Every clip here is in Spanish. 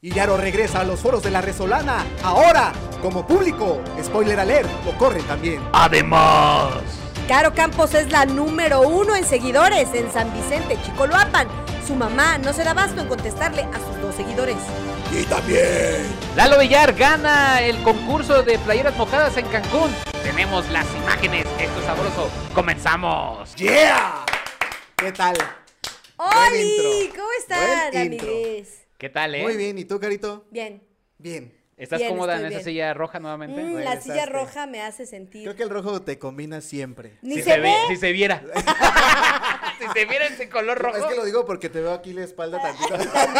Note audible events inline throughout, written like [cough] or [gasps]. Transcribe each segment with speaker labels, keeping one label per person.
Speaker 1: Illaro regresa a los foros de la Resolana, ahora, como público. Spoiler alert, lo corren también.
Speaker 2: Además,
Speaker 3: Caro Campos es la número uno en seguidores en San Vicente, Chicoloapan. Su mamá no se da basto en contestarle a sus dos seguidores.
Speaker 4: Y también
Speaker 2: Lalo Villar gana el concurso de playeras mojadas en Cancún. Tenemos las imágenes, esto es sabroso. Comenzamos.
Speaker 1: ¡Yeah! ¿Qué tal?
Speaker 3: ¡Holi!
Speaker 1: intro.
Speaker 3: ¿Cómo están,
Speaker 1: Buen intro.
Speaker 3: amigues?
Speaker 2: ¿Qué tal, eh?
Speaker 1: Muy bien, ¿y tú, Carito?
Speaker 3: Bien.
Speaker 1: Bien.
Speaker 2: ¿Estás
Speaker 3: Bien,
Speaker 2: cómoda en
Speaker 3: estoy
Speaker 2: esa
Speaker 3: bien.
Speaker 2: silla roja nuevamente?
Speaker 3: Mm, la
Speaker 1: regresaste.
Speaker 3: silla roja me hace sentir.
Speaker 1: Creo que el rojo te combina siempre.
Speaker 3: Ni
Speaker 2: Si
Speaker 3: se, ve.
Speaker 2: Si se
Speaker 3: [laughs]
Speaker 2: viera. si se viera ese color rojo.
Speaker 1: Es que lo digo porque te veo aquí la espalda tantito.
Speaker 2: [laughs]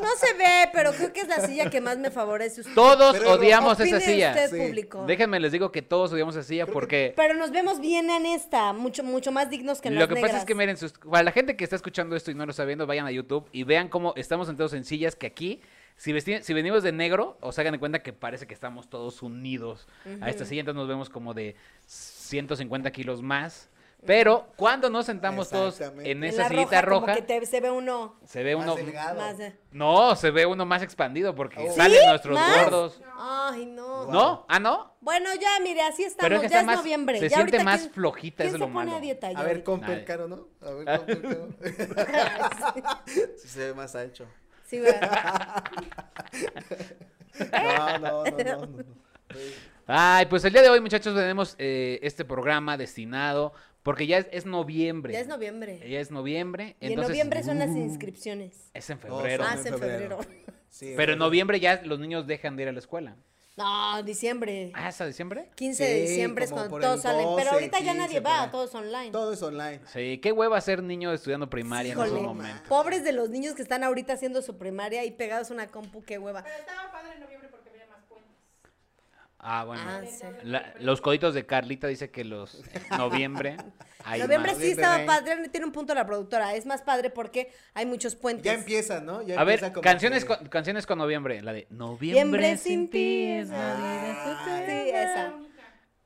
Speaker 3: No se ve, pero creo que es la silla que más me favorece.
Speaker 2: [laughs]
Speaker 3: Usted.
Speaker 2: Todos
Speaker 1: Pero-
Speaker 2: odiamos
Speaker 3: Opine
Speaker 2: esa silla.
Speaker 3: usted,
Speaker 1: Sí.
Speaker 3: público.
Speaker 2: Déjenme les digo que todos odiamos esa silla porque
Speaker 3: Pero nos vemos bien en esta, mucho, mucho más dignos que en
Speaker 2: lo
Speaker 3: las
Speaker 2: que pasa
Speaker 3: negras.
Speaker 2: es que miren, sus- para la gente que está escuchando esto y no lo está viendo, vayan a YouTube y vean cómo estamos sentados en sillas que aquí, si, vesti- si venimos de negro, os hagan de cuenta que parece que estamos todos unidos a esta silla, entonces nos vemos como de 150 kilos más. Pero cuando nos sentamos todos
Speaker 1: Exactamente.
Speaker 2: en
Speaker 3: En
Speaker 2: esa
Speaker 3: la
Speaker 2: sillita
Speaker 3: roja, como
Speaker 2: roja,
Speaker 3: que te- se ve uno
Speaker 2: se ve
Speaker 1: Más
Speaker 2: uno...
Speaker 1: delgado.
Speaker 3: más. de-
Speaker 2: No, se ve uno más expandido porque
Speaker 1: Oh.
Speaker 2: salen nuestros
Speaker 3: ¿Más?
Speaker 2: gordos.
Speaker 3: Ay, no.
Speaker 2: ¿No? ¿Ah, no?
Speaker 3: Bueno, ya, mire, así estamos.
Speaker 2: Pero es que
Speaker 3: ya
Speaker 2: está
Speaker 3: es
Speaker 2: más-
Speaker 3: noviembre.
Speaker 2: se
Speaker 3: ya
Speaker 2: siente
Speaker 3: ahorita,
Speaker 2: más
Speaker 3: ¿quién-
Speaker 2: flojita,
Speaker 3: ¿quién
Speaker 2: eso es
Speaker 3: se
Speaker 2: lo
Speaker 3: pone
Speaker 2: malo.
Speaker 3: a dieta ya
Speaker 1: A ver,
Speaker 3: ahorita?
Speaker 1: Comper
Speaker 2: Nadie.
Speaker 1: Caro, ¿no? A
Speaker 2: Ah.
Speaker 1: ver, Comper
Speaker 2: [laughs]
Speaker 1: Caro. Sí, se ve más ancho.
Speaker 3: [laughs] Sí, güey.
Speaker 2: [laughs]
Speaker 1: No, no, no, no. no, no.
Speaker 2: Ay, pues el día de hoy, muchachos, tenemos eh, este programa destinado porque ya es, es noviembre.
Speaker 3: Ya es noviembre.
Speaker 2: Ya es noviembre.
Speaker 3: Y en
Speaker 2: Eh, entonces, uh.
Speaker 3: noviembre son las inscripciones.
Speaker 2: Es en
Speaker 1: No,
Speaker 2: febrero.
Speaker 1: son
Speaker 3: Ah, sí. en febrero.
Speaker 1: Sí,
Speaker 2: Pero en noviembre ya los niños dejan de ir a la escuela.
Speaker 3: [laughs] No, diciembre.
Speaker 2: Ah, ¿hasta diciembre?
Speaker 3: 15 de
Speaker 1: Sí,
Speaker 3: diciembre es
Speaker 1: como
Speaker 3: cuando
Speaker 1: por
Speaker 3: todos
Speaker 1: el
Speaker 3: salen.
Speaker 1: 12,
Speaker 3: Pero ahorita ya
Speaker 1: 15
Speaker 3: nadie
Speaker 1: por
Speaker 3: va,
Speaker 1: ahí.
Speaker 3: todos online.
Speaker 1: Todo es online.
Speaker 2: Sí, qué hueva ser niño estudiando primaria en
Speaker 3: Híjole,
Speaker 2: esos momentos.
Speaker 3: pobres de los niños que están ahorita haciendo su primaria y pegados a una compu, qué hueva.
Speaker 5: Pero estaba padre en noviembre porque había más puentes.
Speaker 2: Ah, bueno.
Speaker 3: Ah, sí.
Speaker 2: La- los coditos de Carlita dice que los en
Speaker 3: [laughs]
Speaker 2: noviembre. hay
Speaker 3: Noviembre
Speaker 2: más.
Speaker 1: Noviembre,
Speaker 3: sí estaba
Speaker 1: ¿eh?
Speaker 3: padre, tiene un punto la productora. Es más padre porque hay muchos puentes.
Speaker 1: Ya empieza, ¿no? Ya
Speaker 2: A ver,
Speaker 1: empieza como
Speaker 2: canciones,
Speaker 1: que-
Speaker 2: con, canciones con noviembre. La de Noviembre
Speaker 3: Noviembre
Speaker 2: sin ti. es Navidad.
Speaker 1: Ah,
Speaker 3: Sí, esa.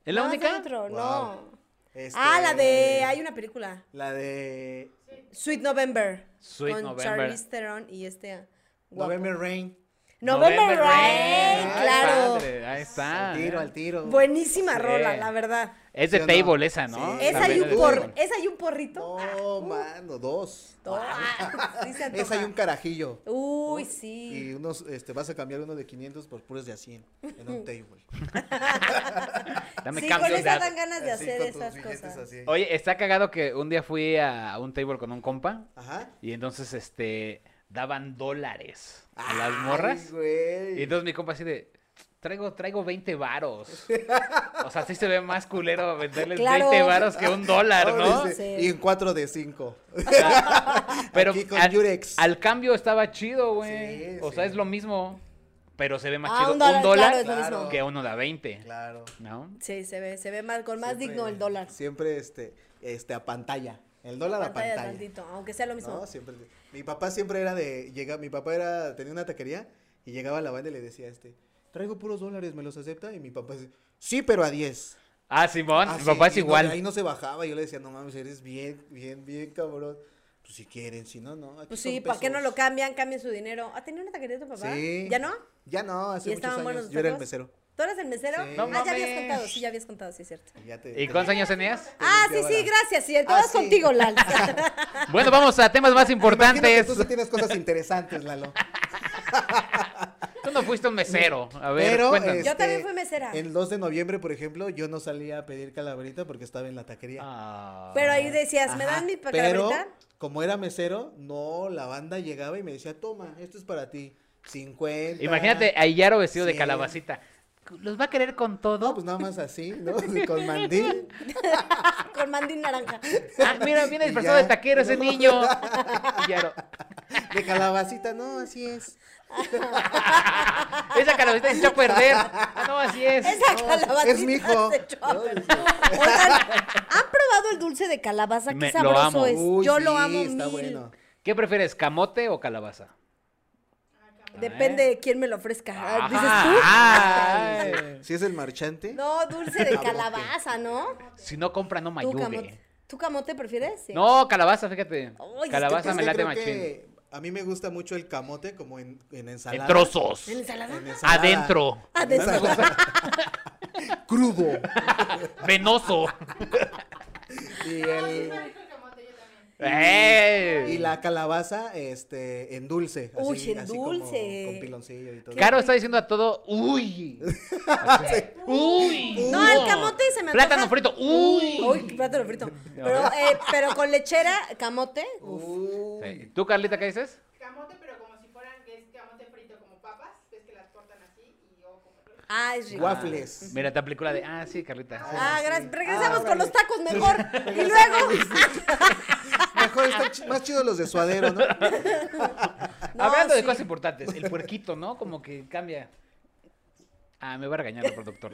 Speaker 2: ¿Es la
Speaker 3: No,
Speaker 2: única?
Speaker 3: es otro,
Speaker 1: Wow.
Speaker 3: No.
Speaker 1: Este,
Speaker 3: Ah, la de. Hay una película.
Speaker 1: La de
Speaker 3: Sweet November.
Speaker 2: Sweet
Speaker 3: con
Speaker 2: November.
Speaker 3: Charlize Theron y este. guapo.
Speaker 1: November Rain.
Speaker 3: November, Rain,
Speaker 2: Rain. Ay,
Speaker 3: claro.
Speaker 2: padre, Ahí está.
Speaker 1: Al tiro, al tiro.
Speaker 3: Buenísima
Speaker 2: Sí.
Speaker 3: rola, la verdad.
Speaker 2: Es de
Speaker 1: ¿Sí o no?
Speaker 2: table esa, ¿no?
Speaker 1: Sí.
Speaker 3: Esa
Speaker 2: También
Speaker 3: hay, un
Speaker 2: de
Speaker 3: por-
Speaker 2: table.
Speaker 3: esa hay un porrito.
Speaker 1: Ah, No, mano, dos.
Speaker 3: To- ah, [laughs] sí se
Speaker 1: Esa
Speaker 3: antoja.
Speaker 1: hay un carajillo.
Speaker 3: Uy,
Speaker 1: Y
Speaker 3: sí.
Speaker 1: unos, este, vas a cambiar uno de 500 por puros de a 100 en
Speaker 3: [laughs]
Speaker 1: un table.
Speaker 2: Dame
Speaker 3: sí,
Speaker 2: cambio
Speaker 3: con
Speaker 2: de
Speaker 3: esa
Speaker 2: edad.
Speaker 3: dan ganas de
Speaker 1: Así,
Speaker 3: hacer
Speaker 1: con tus
Speaker 3: esas
Speaker 1: billetes
Speaker 3: cosas.
Speaker 1: así.
Speaker 2: Oye, está cagado que un día fui a un table con un compa
Speaker 1: Ajá.
Speaker 2: y entonces este daban dólares a las morras.
Speaker 1: Ay, güey.
Speaker 2: Y entonces mi compa así de traigo traigo 20 varos. O sea, sí se ve más culero venderles
Speaker 3: Claro.
Speaker 2: 20 varos que un dólar, ¿no?
Speaker 1: Ahora dice,
Speaker 3: Sí.
Speaker 1: Y en 4 de 5.
Speaker 2: [laughs] Pero
Speaker 1: Aquí con
Speaker 2: al,
Speaker 1: Yurex.
Speaker 2: al cambio estaba chido, güey.
Speaker 1: Sí,
Speaker 2: o sea,
Speaker 1: sí.
Speaker 2: es lo mismo, pero se ve más
Speaker 3: Ah,
Speaker 2: chido
Speaker 3: un
Speaker 2: un
Speaker 3: dólar,
Speaker 2: dólar,
Speaker 3: claro, es lo
Speaker 1: Claro. mismo.
Speaker 2: que uno da 20,
Speaker 1: Claro.
Speaker 2: ¿no?
Speaker 3: Sí, se ve, se ve más, con más
Speaker 1: Siempre-
Speaker 3: digno el dólar.
Speaker 1: Siempre este, este, a pantalla. El dólar
Speaker 3: Pantalla
Speaker 1: a pantalla.
Speaker 3: tantito, aunque sea lo mismo.
Speaker 1: No, siempre. Mi papá siempre era de. Llega, mi papá era, tenía una taquería y llegaba a la banda y le decía este. Traigo puros dólares, ¿me los acepta? Y mi papá decía, sí, pero a 10.
Speaker 2: Ah, Simón,
Speaker 1: Ah,
Speaker 2: mi
Speaker 1: sí,
Speaker 2: papá es
Speaker 1: y no,
Speaker 2: igual.
Speaker 1: de ahí no se bajaba. Yo le decía, no mames, eres bien, bien, bien cabrón. Pues si quieren, si no, no. aquí
Speaker 3: Pues
Speaker 1: son
Speaker 3: sí, ¿para qué no
Speaker 1: pesos.
Speaker 3: lo cambian? Cambien su dinero. ¿Ha tenido una taquería tu papá?
Speaker 1: Sí.
Speaker 3: ¿Ya no?
Speaker 1: Ya no, hace
Speaker 3: ¿Y
Speaker 1: muchos
Speaker 3: estaban
Speaker 1: años.
Speaker 3: buenos los
Speaker 1: Yo era el
Speaker 3: tacos?
Speaker 1: mesero.
Speaker 3: ¿Tú eres el mesero?
Speaker 1: Sí.
Speaker 2: No
Speaker 3: Ah, ya habías
Speaker 2: mames.
Speaker 3: contado, sí, ya habías contado, sí, es cierto.
Speaker 1: Y ya te-
Speaker 2: ¿Y
Speaker 1: te-
Speaker 2: cuántos años tenías?
Speaker 3: Ah, sí,
Speaker 1: limpiaba
Speaker 3: sí,
Speaker 1: la-
Speaker 3: gracias, sí,
Speaker 1: Ah,
Speaker 3: todos
Speaker 1: sí.
Speaker 3: contigo, Lal.
Speaker 1: [laughs]
Speaker 2: Bueno, vamos a temas más
Speaker 1: Imagino que
Speaker 2: importantes.
Speaker 1: Tú sí tienes cosas interesantes, Lalo.
Speaker 2: Tú no fuiste un mesero. [laughs] A ver,
Speaker 1: Pero, este,
Speaker 2: cuéntanos.
Speaker 3: Yo también fui mesera.
Speaker 1: El 2 de noviembre, por ejemplo, yo no salía a pedir calaverita porque estaba en la taquería.
Speaker 2: Ah.
Speaker 3: Pero ahí decías, ¿me
Speaker 1: Ajá,
Speaker 3: dan mi
Speaker 1: Pero,
Speaker 3: calaverita?
Speaker 1: como era mesero, no, la banda llegaba y me decía, toma, esto es para ti. 50.
Speaker 2: Ah, Imagínate eh. a Yaro vestido de
Speaker 1: Sí.
Speaker 2: calabacita. ¿Los va a querer con todo?
Speaker 1: No, pues nada más así, ¿no? [laughs] Con mandil.
Speaker 3: Con
Speaker 1: [laughs]
Speaker 3: mandín naranja.
Speaker 2: Ah, mira,
Speaker 1: pues,
Speaker 2: viene
Speaker 1: Y
Speaker 2: disfrazado
Speaker 1: ya.
Speaker 2: de taquero ese niño.
Speaker 1: [laughs]
Speaker 2: Yaro.
Speaker 1: De calabacita, no, así es.
Speaker 2: Esa calabacita se echó a perder. Ah, no, así es.
Speaker 3: Esa
Speaker 1: No,
Speaker 3: calabacita
Speaker 1: es mi hijo.
Speaker 3: se echó a
Speaker 1: No,
Speaker 3: perder.
Speaker 1: dice,
Speaker 3: Oigan, ¿han probado el dulce de calabaza? Qué
Speaker 2: Me- lo
Speaker 3: sabroso
Speaker 2: amo.
Speaker 3: es.
Speaker 1: "Uy,
Speaker 3: Pues, Yo
Speaker 1: sí,
Speaker 3: lo amo
Speaker 1: Está
Speaker 3: mil.
Speaker 1: bueno.
Speaker 2: ¿Qué prefieres, camote o calabaza?
Speaker 3: Depende de quién me lo ofrezca. Ah,
Speaker 1: Ah,
Speaker 2: Ajá.
Speaker 3: ¿Dices
Speaker 2: Ay.
Speaker 1: Si es el marchante.
Speaker 3: tú? No, dulce de calabaza, ¿no?
Speaker 2: Si no compra, no
Speaker 3: ¿Tú camote,
Speaker 2: mayugue.
Speaker 3: ¿Tú camote prefieres? Sí.
Speaker 2: No, calabaza, fíjate.
Speaker 3: Ay, es que
Speaker 2: calabaza
Speaker 1: Es
Speaker 2: me
Speaker 1: que
Speaker 2: late
Speaker 1: creo
Speaker 2: machín.
Speaker 1: que A mí me gusta mucho el camote como en, en ensalada.
Speaker 2: En trozos.
Speaker 3: ¿En ensalada?
Speaker 1: En ensalada.
Speaker 2: Adentro.
Speaker 1: [laughs]
Speaker 3: Ah, de ensalada.
Speaker 1: Crudo.
Speaker 3: [laughs]
Speaker 2: Venoso.
Speaker 1: Y,
Speaker 5: Ah, sí,
Speaker 1: el-
Speaker 5: está rico el camote, yo también.
Speaker 2: ¡Ey!
Speaker 1: y la calabaza este, en dulce. Así,
Speaker 3: Uy, en
Speaker 1: así como
Speaker 3: dulce.
Speaker 1: con piloncillo y todo.
Speaker 2: Caro está diciendo a todo,
Speaker 3: [laughs]
Speaker 2: uy. Así. uy.
Speaker 3: No, el camote se me antoja.
Speaker 2: Plátano frito, uy.
Speaker 3: Uy, plátano frito. Pero, eh, pero con lechera, camote. uf.
Speaker 1: Uh,
Speaker 2: Sí. ¿Tú, Carlita, qué dices?
Speaker 5: Camote, pero como si fueran, que es camote frito como papas, ves que las cortan así y yo como... [laughs]
Speaker 3: Ah, es rico.
Speaker 1: Waffles.
Speaker 2: Mira, te aplicó la de, ah, sí, Carlita.
Speaker 3: Ah, gracias. Regresamos
Speaker 1: Ah,
Speaker 3: con
Speaker 1: órale.
Speaker 3: los tacos mejor.
Speaker 1: [laughs]
Speaker 3: y luego.
Speaker 1: Mejor están ch- más chidos los de suadero, ¿no?
Speaker 3: No,
Speaker 2: Hablando de
Speaker 3: sí.
Speaker 2: cosas importantes, el puerquito, ¿no? Como que cambia. Ah, me va a regañar el productor.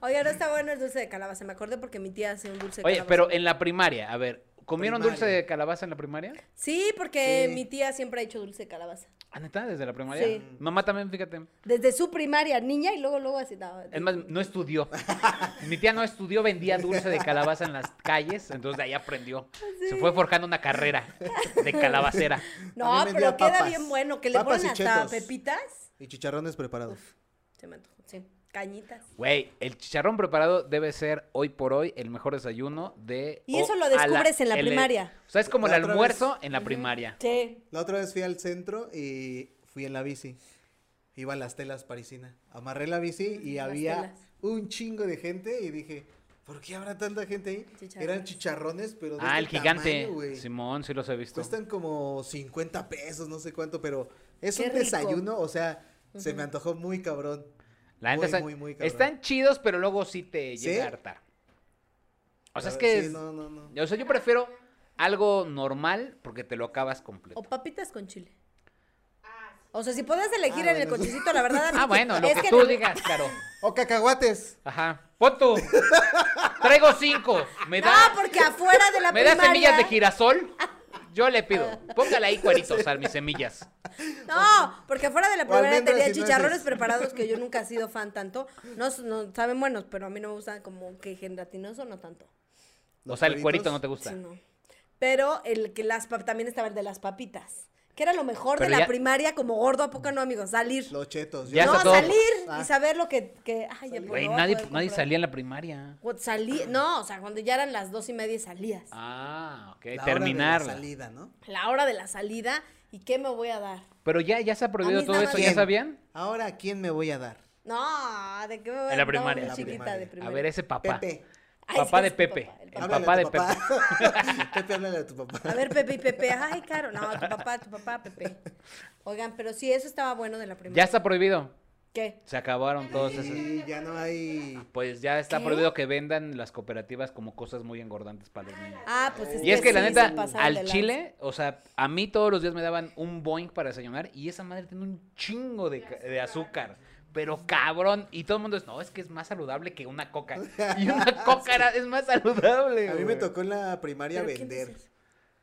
Speaker 3: Oye, no está bueno el dulce de calabaza. Me acordé porque mi tía hace un dulce de
Speaker 2: Oye,
Speaker 3: calabaza.
Speaker 2: pero en la primaria, a ver, ¿comieron
Speaker 1: Primaria.
Speaker 2: dulce de calabaza en la primaria?
Speaker 3: Sí, porque
Speaker 1: Sí.
Speaker 3: mi tía siempre ha hecho dulce de calabaza.
Speaker 2: Ah, neta, desde la primaria.
Speaker 3: Sí.
Speaker 2: Mamá también, fíjate.
Speaker 3: Desde su primaria, niña, y luego, luego así. no,
Speaker 2: Es más, no estudió. [laughs] Mi tía no estudió, vendía dulce de calabaza en las calles, entonces de ahí aprendió. Se fue forjando una carrera de calabacera.
Speaker 3: No,
Speaker 1: También
Speaker 3: pero
Speaker 1: vendía
Speaker 3: queda
Speaker 1: papas.
Speaker 3: bien bueno. Que le
Speaker 1: Papas
Speaker 3: ponen
Speaker 1: y
Speaker 3: hasta
Speaker 1: chetos.
Speaker 3: pepitas.
Speaker 1: Y chicharrones preparados.
Speaker 3: Se me antojó, sí. Cañitas.
Speaker 2: Güey, el chicharrón preparado debe ser hoy por hoy el mejor desayuno de...
Speaker 3: Y
Speaker 2: o
Speaker 3: eso lo
Speaker 2: a
Speaker 3: descubres en la primaria.
Speaker 2: O sea, es como el
Speaker 1: La otra
Speaker 2: almuerzo en la primaria.
Speaker 3: Sí.
Speaker 1: La otra vez fui al centro y fui en la bici. Iba a las telas parisina. Amarré la bici y
Speaker 3: Las
Speaker 1: había
Speaker 3: telas.
Speaker 1: un chingo de gente y dije, ¿por qué habrá tanta gente ahí?
Speaker 3: Chicharrones.
Speaker 1: Eran chicharrones, pero de
Speaker 2: Ah, el
Speaker 1: este
Speaker 2: gigante.
Speaker 1: tamaño, güey.
Speaker 2: Simón, sí los he visto.
Speaker 1: Cuestan como 50 pesos, no sé cuánto, pero es
Speaker 3: Qué
Speaker 1: un
Speaker 3: rico.
Speaker 1: desayuno, o sea, se me antojó muy cabrón.
Speaker 2: La neta
Speaker 1: muy,
Speaker 2: está-
Speaker 1: muy, muy cabrón.
Speaker 2: están chidos, pero luego sí te
Speaker 1: ¿Sí?
Speaker 2: llega a hartar. O sea, es
Speaker 1: Ah, Sí,
Speaker 2: que... es-
Speaker 1: no, no, no.
Speaker 2: O sea, yo prefiero algo normal porque te lo acabas completo.
Speaker 3: O papitas con chile.
Speaker 5: Ah, sí.
Speaker 3: O sea, si podías elegir
Speaker 1: Ah,
Speaker 3: en el
Speaker 1: bueno, eso-
Speaker 3: cochecito,
Speaker 2: [laughs]
Speaker 3: la verdad.
Speaker 2: Ah, bueno, lo
Speaker 3: es
Speaker 2: que, tú
Speaker 3: no-
Speaker 2: digas, Caro.
Speaker 1: O cacahuates.
Speaker 2: Ajá. Pon tú. Traigo cinco. Me
Speaker 3: No,
Speaker 2: da,
Speaker 3: porque afuera de
Speaker 2: [laughs]
Speaker 3: la
Speaker 2: me da
Speaker 3: primaria. Ah.
Speaker 2: semillas de girasol. Yo le pido. Póngale
Speaker 3: [laughs]
Speaker 2: ahí cueritos a mis semillas.
Speaker 3: No, porque afuera de la
Speaker 1: O
Speaker 3: primaria
Speaker 1: almendras y
Speaker 3: tenía
Speaker 1: nueces.
Speaker 3: chicharrones preparados que yo nunca he sido fan tanto. No, s- no saben buenos, pero a mí no me gustan como que gelatinoso, no tanto.
Speaker 2: O
Speaker 1: Los
Speaker 2: sea, el cuerito
Speaker 1: cueritos.
Speaker 2: no te gusta.
Speaker 3: Sí, no. Pero el que las pap- también estaba el de las papitas, que era lo mejor
Speaker 2: Pero
Speaker 3: de
Speaker 2: ya-
Speaker 3: la primaria como gordo a poco no, amigos, salir.
Speaker 1: Los chetos.
Speaker 2: Ya
Speaker 1: yo-
Speaker 2: está
Speaker 3: no,
Speaker 2: todo-
Speaker 3: salir
Speaker 1: Ah.
Speaker 3: y saber lo que, que ay, ya, pues,
Speaker 2: Güey,
Speaker 3: no voy a
Speaker 2: nadie,
Speaker 3: poder
Speaker 2: nadie
Speaker 3: comprar.
Speaker 2: salía en la primaria.
Speaker 3: Cu- salí- no, o sea, cuando ya eran las dos y media salías.
Speaker 2: Ah, ok.
Speaker 1: la hora de la
Speaker 2: Terminar.
Speaker 1: salida, ¿no?
Speaker 3: La hora de la salida, ¿y qué me voy a dar?
Speaker 2: Pero ya, ya se ha prohibido
Speaker 3: mí
Speaker 2: todo
Speaker 3: nada
Speaker 2: eso,
Speaker 3: más-
Speaker 2: ¿ya
Speaker 1: ¿Quién?
Speaker 2: sabían?
Speaker 1: Ahora, ¿a quién me voy a dar?
Speaker 3: No, ¿de qué me voy a
Speaker 2: En la
Speaker 3: dar?
Speaker 2: primaria.
Speaker 3: No,
Speaker 1: La
Speaker 3: chiquita
Speaker 1: primaria.
Speaker 3: de
Speaker 1: A
Speaker 2: A
Speaker 3: primaria.
Speaker 2: ver, ese papá.
Speaker 1: Pepe.
Speaker 3: Ay,
Speaker 2: papá de
Speaker 3: es que es tu
Speaker 2: Pepe.
Speaker 3: papá, el
Speaker 2: El
Speaker 3: papá.
Speaker 1: Háblale
Speaker 2: papá
Speaker 1: a
Speaker 2: de
Speaker 1: tu
Speaker 2: Pepe.
Speaker 1: papá. [laughs] Pepe, háblale a tu papá.
Speaker 3: A ver, Pepe y Pepe. Ay, caro. No, tu papá, tu papá, Pepe. Oigan, pero sí, eso estaba bueno de la
Speaker 2: Ya
Speaker 3: primaria.
Speaker 2: está prohibido.
Speaker 3: ¿Qué?
Speaker 2: Se acabaron todos esos.
Speaker 1: Y ya no hay.
Speaker 2: Pues ya está
Speaker 3: ¿Qué?
Speaker 2: prohibido que vendan las cooperativas como cosas muy engordantes para los niños.
Speaker 3: Ah, pues es
Speaker 2: Y es que la
Speaker 3: sí, se
Speaker 2: neta,
Speaker 3: pasaron de
Speaker 2: al
Speaker 3: lanza.
Speaker 2: chile, o sea, a mí todos los días me daban un boing para desayunar y esa madre tiene un chingo de, ca- de azúcar. Pero cabrón, y todo el mundo es, no, es que es más saludable que una coca. Y
Speaker 3: [laughs]
Speaker 2: una coca era- es más saludable.
Speaker 1: A mí me
Speaker 2: güey.
Speaker 1: tocó en la primaria
Speaker 3: ¿Pero quién
Speaker 1: vender.
Speaker 3: dice eso?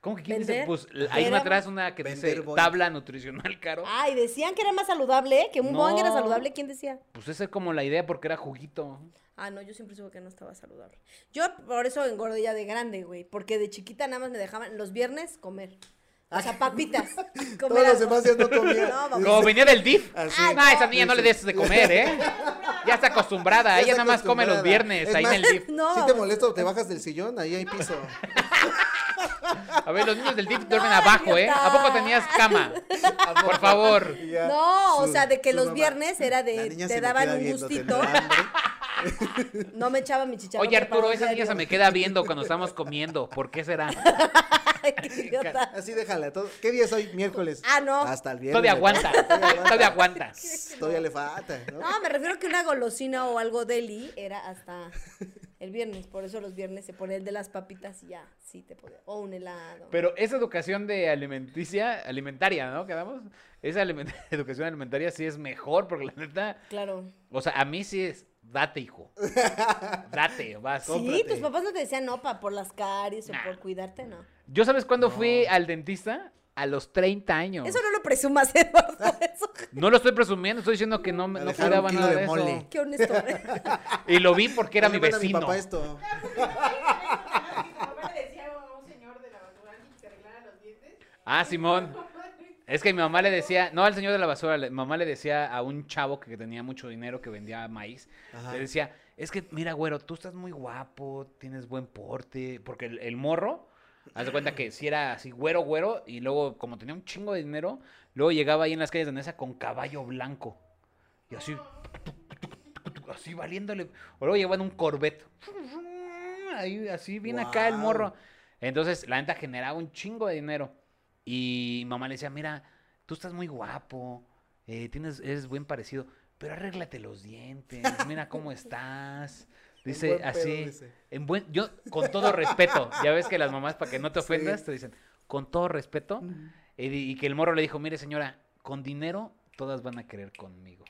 Speaker 2: ¿Cómo que quién dice?
Speaker 3: ¿Vender?
Speaker 2: Pues l- hay una
Speaker 3: Era- Ah.
Speaker 2: atrás, una que dice
Speaker 1: Vender Boing.
Speaker 2: tabla nutricional caro.
Speaker 3: Ay, decían que era más saludable, que un
Speaker 2: No.
Speaker 3: boing era saludable. ¿Quién decía?
Speaker 2: Pues esa es como la idea porque era juguito.
Speaker 3: Ah, no, yo siempre supe que no estaba saludable. Yo por eso engordé ya de grande, güey. Porque de chiquita nada más me dejaban los viernes comer. O sea, papitas. comer
Speaker 1: [laughs] Todos los
Speaker 3: algo.
Speaker 1: demás días no comía.
Speaker 3: No, papá.
Speaker 2: Como venía del DIF.
Speaker 1: Así.
Speaker 2: Ah,
Speaker 3: no.
Speaker 2: esa niña no le des de comer, ¿eh? Ya está acostumbrada.
Speaker 1: Ya
Speaker 2: Ella
Speaker 1: está
Speaker 2: nada más come los
Speaker 1: acostumbrada.
Speaker 2: viernes
Speaker 1: Es
Speaker 2: ahí
Speaker 1: más,
Speaker 2: en el DIF.
Speaker 3: [laughs] No,
Speaker 1: si te
Speaker 3: vamos.
Speaker 1: molesto, te bajas del sillón, ahí hay
Speaker 3: [laughs]
Speaker 1: piso.
Speaker 2: A ver, los niños del DIF
Speaker 3: No,
Speaker 2: duermen abajo, ¿eh? ¿A poco
Speaker 3: idiota.
Speaker 2: tenías cama? Por favor.
Speaker 1: Y ya,
Speaker 3: No, o
Speaker 1: su-
Speaker 3: sea, de que
Speaker 1: su
Speaker 3: los
Speaker 1: mamá,
Speaker 3: viernes era
Speaker 1: "La
Speaker 3: de
Speaker 1: niña se
Speaker 3: te
Speaker 1: me
Speaker 3: daban
Speaker 1: queda
Speaker 3: un
Speaker 1: viendo,
Speaker 3: gustito,
Speaker 1: ¿tendrá hambre?".
Speaker 3: no me echaba mi chicharrón.
Speaker 2: Oye, Arturo,
Speaker 3: preparado
Speaker 2: esa niña se me
Speaker 3: diario.
Speaker 2: queda viendo cuando estamos comiendo. ¿Por qué será?
Speaker 3: [laughs] Ay, qué idiota.
Speaker 2: [laughs]
Speaker 1: Así déjala. todo- ¿Qué día es hoy? Miércoles.
Speaker 3: Ah, no.
Speaker 1: Hasta el viernes.
Speaker 2: Todavía aguanta. Todavía aguanta.
Speaker 1: Todavía le falta. ¿no?
Speaker 3: No, me refiero que una golosina o algo deli era hasta el viernes. Por eso los viernes se ponía el de las papitas y ya, sí te podía. O un helado.
Speaker 2: Pero esa educación de alimenticia, alimentaria, ¿no? Quedamos. Esa aliment- [laughs] educación alimentaria sí es mejor, porque la neta.
Speaker 3: Claro.
Speaker 2: O sea, a mí sí es. Date, hijo. Date, vas.
Speaker 3: Sí,
Speaker 1: Cómprate.
Speaker 3: tus papás no te decían no, pa, por las caries
Speaker 2: Nah.
Speaker 3: o por cuidarte, no.
Speaker 2: ¿Yo sabes cuándo fui al dentista? A los 30
Speaker 1: [laughs]
Speaker 2: años.
Speaker 3: Eso no lo presumas, [laughs] Eduardo. Eso.
Speaker 2: No lo estoy presumiendo, estoy diciendo que no me
Speaker 1: Me
Speaker 2: no
Speaker 1: dejaron
Speaker 2: cuidaba
Speaker 1: un kilo
Speaker 2: nada
Speaker 1: de
Speaker 2: de eso.
Speaker 1: mole. [laughs]
Speaker 3: Qué honesto.
Speaker 2: Y lo vi porque era
Speaker 1: Ya
Speaker 2: mi
Speaker 1: le manda
Speaker 2: vecino.
Speaker 1: papá esto.
Speaker 5: Pero, pues, sí, también, ¿no? Que Mi papá le decía a un señor de la basura que se arreglara los dientes.
Speaker 2: Ah, Simón. Es que mi mamá le decía, no al señor de la basura, le- mi mamá le decía a un chavo que tenía mucho dinero que vendía maíz,
Speaker 1: Ajá.
Speaker 2: le decía, es que mira, güero, tú estás muy guapo, tienes buen porte, porque el, el morro, haz de cuenta que si era así güero, güero, y luego como tenía un chingo de dinero, luego llegaba ahí en las calles de Nesa con caballo blanco, y así, así valiéndole, o luego llegaba en un Corvette, ahí, así bien acá el
Speaker 1: Guau.
Speaker 2: morro. Entonces, la neta generaba un chingo de dinero. Y mi mamá le decía, mira, tú estás muy guapo, eh, tienes, eres buen parecido, pero arréglate
Speaker 1: [laughs]
Speaker 2: los dientes, mira cómo estás. Dice
Speaker 1: buen pedo,
Speaker 2: así,
Speaker 1: dice.
Speaker 2: en buen, yo con todo respeto, ya ves que las mamás para que no te
Speaker 1: Sí.
Speaker 2: ofendas te dicen, con todo respeto, y, di- y que el morro le dijo, mire señora, con dinero todas van a querer conmigo.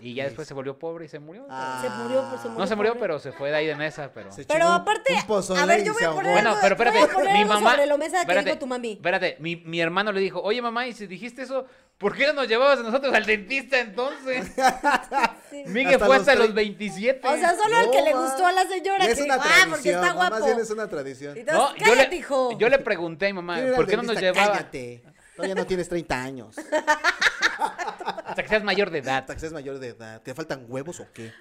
Speaker 2: Y ya
Speaker 1: Sí.
Speaker 2: después se volvió pobre y se murió. pero-
Speaker 1: Ah,
Speaker 3: Se murió, por- se
Speaker 2: no
Speaker 3: murió
Speaker 2: se murió,
Speaker 3: pobre.
Speaker 2: pero se fue de ahí de mesa, pero...
Speaker 1: Se
Speaker 3: Pero
Speaker 1: chingó
Speaker 3: aparte,
Speaker 1: un pozole
Speaker 3: a ver,
Speaker 1: y
Speaker 3: yo voy
Speaker 1: se
Speaker 3: a
Speaker 1: ahogó.
Speaker 3: poner
Speaker 2: Bueno,
Speaker 3: algo-
Speaker 2: pero
Speaker 3: voy a
Speaker 2: espérate,
Speaker 3: poner
Speaker 2: mi
Speaker 3: algo
Speaker 2: mamá.
Speaker 3: sobre la mesa que
Speaker 2: espérate,
Speaker 3: dijo tu mami.
Speaker 2: Espérate, mi, mi hermano le dijo, oye mamá, y si dijiste eso, ¿por qué no nos llevabas a nosotros al
Speaker 1: [laughs]
Speaker 2: dentista entonces?
Speaker 3: Sí.
Speaker 2: Miguel
Speaker 1: Hasta
Speaker 2: fue
Speaker 1: los
Speaker 2: hasta los
Speaker 1: trein-
Speaker 2: 27.
Speaker 3: O sea, solo el
Speaker 1: No,
Speaker 3: que le
Speaker 1: ma.
Speaker 3: gustó a la señora.
Speaker 1: Y Es
Speaker 3: que-
Speaker 1: una
Speaker 3: ah,
Speaker 1: tradición.
Speaker 3: porque está
Speaker 1: ¿no? Más
Speaker 3: guapo.
Speaker 1: bien es una tradición.
Speaker 3: Y
Speaker 1: ¿Quién
Speaker 3: entonces,
Speaker 2: yo,
Speaker 3: cállate,
Speaker 2: le,
Speaker 3: hijo.
Speaker 2: yo le pregunté a mi mamá,
Speaker 1: era
Speaker 2: ¿por
Speaker 1: el
Speaker 2: qué no nos
Speaker 1: dentista?
Speaker 2: llevaba
Speaker 1: Cállate. Todavía no tienes 30 años.
Speaker 2: hasta que seas mayor de edad?
Speaker 1: Hasta que seas mayor de edad. ¿Te faltan huevos o qué?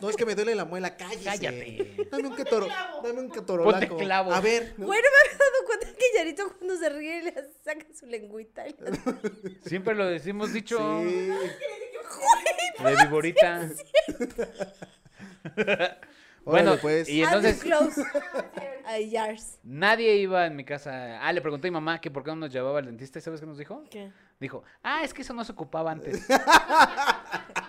Speaker 1: No, es que me duele la muela. Cállese.
Speaker 2: Cállate.
Speaker 1: Dame un ketoro. Dame un ketorolaco.
Speaker 2: Ponte clavo.
Speaker 1: A ver. ¿no?
Speaker 3: [laughs] Bueno, me había dado cuenta que Yarito cuando se ríe le saca su lengüita. y le-
Speaker 2: Siempre lo decimos dicho
Speaker 1: Sí.
Speaker 2: de viborita. bueno,
Speaker 1: Órale, pues.
Speaker 2: y entonces...
Speaker 3: Ah, de close. Ay, Yars.
Speaker 2: Nadie iba en mi casa. Ah, le pregunté a mi mamá que por qué no nos llevaba al dentista. ¿Y sabes qué nos dijo?
Speaker 3: ¿Qué?
Speaker 2: Dijo, ah, es que eso no se ocupaba antes.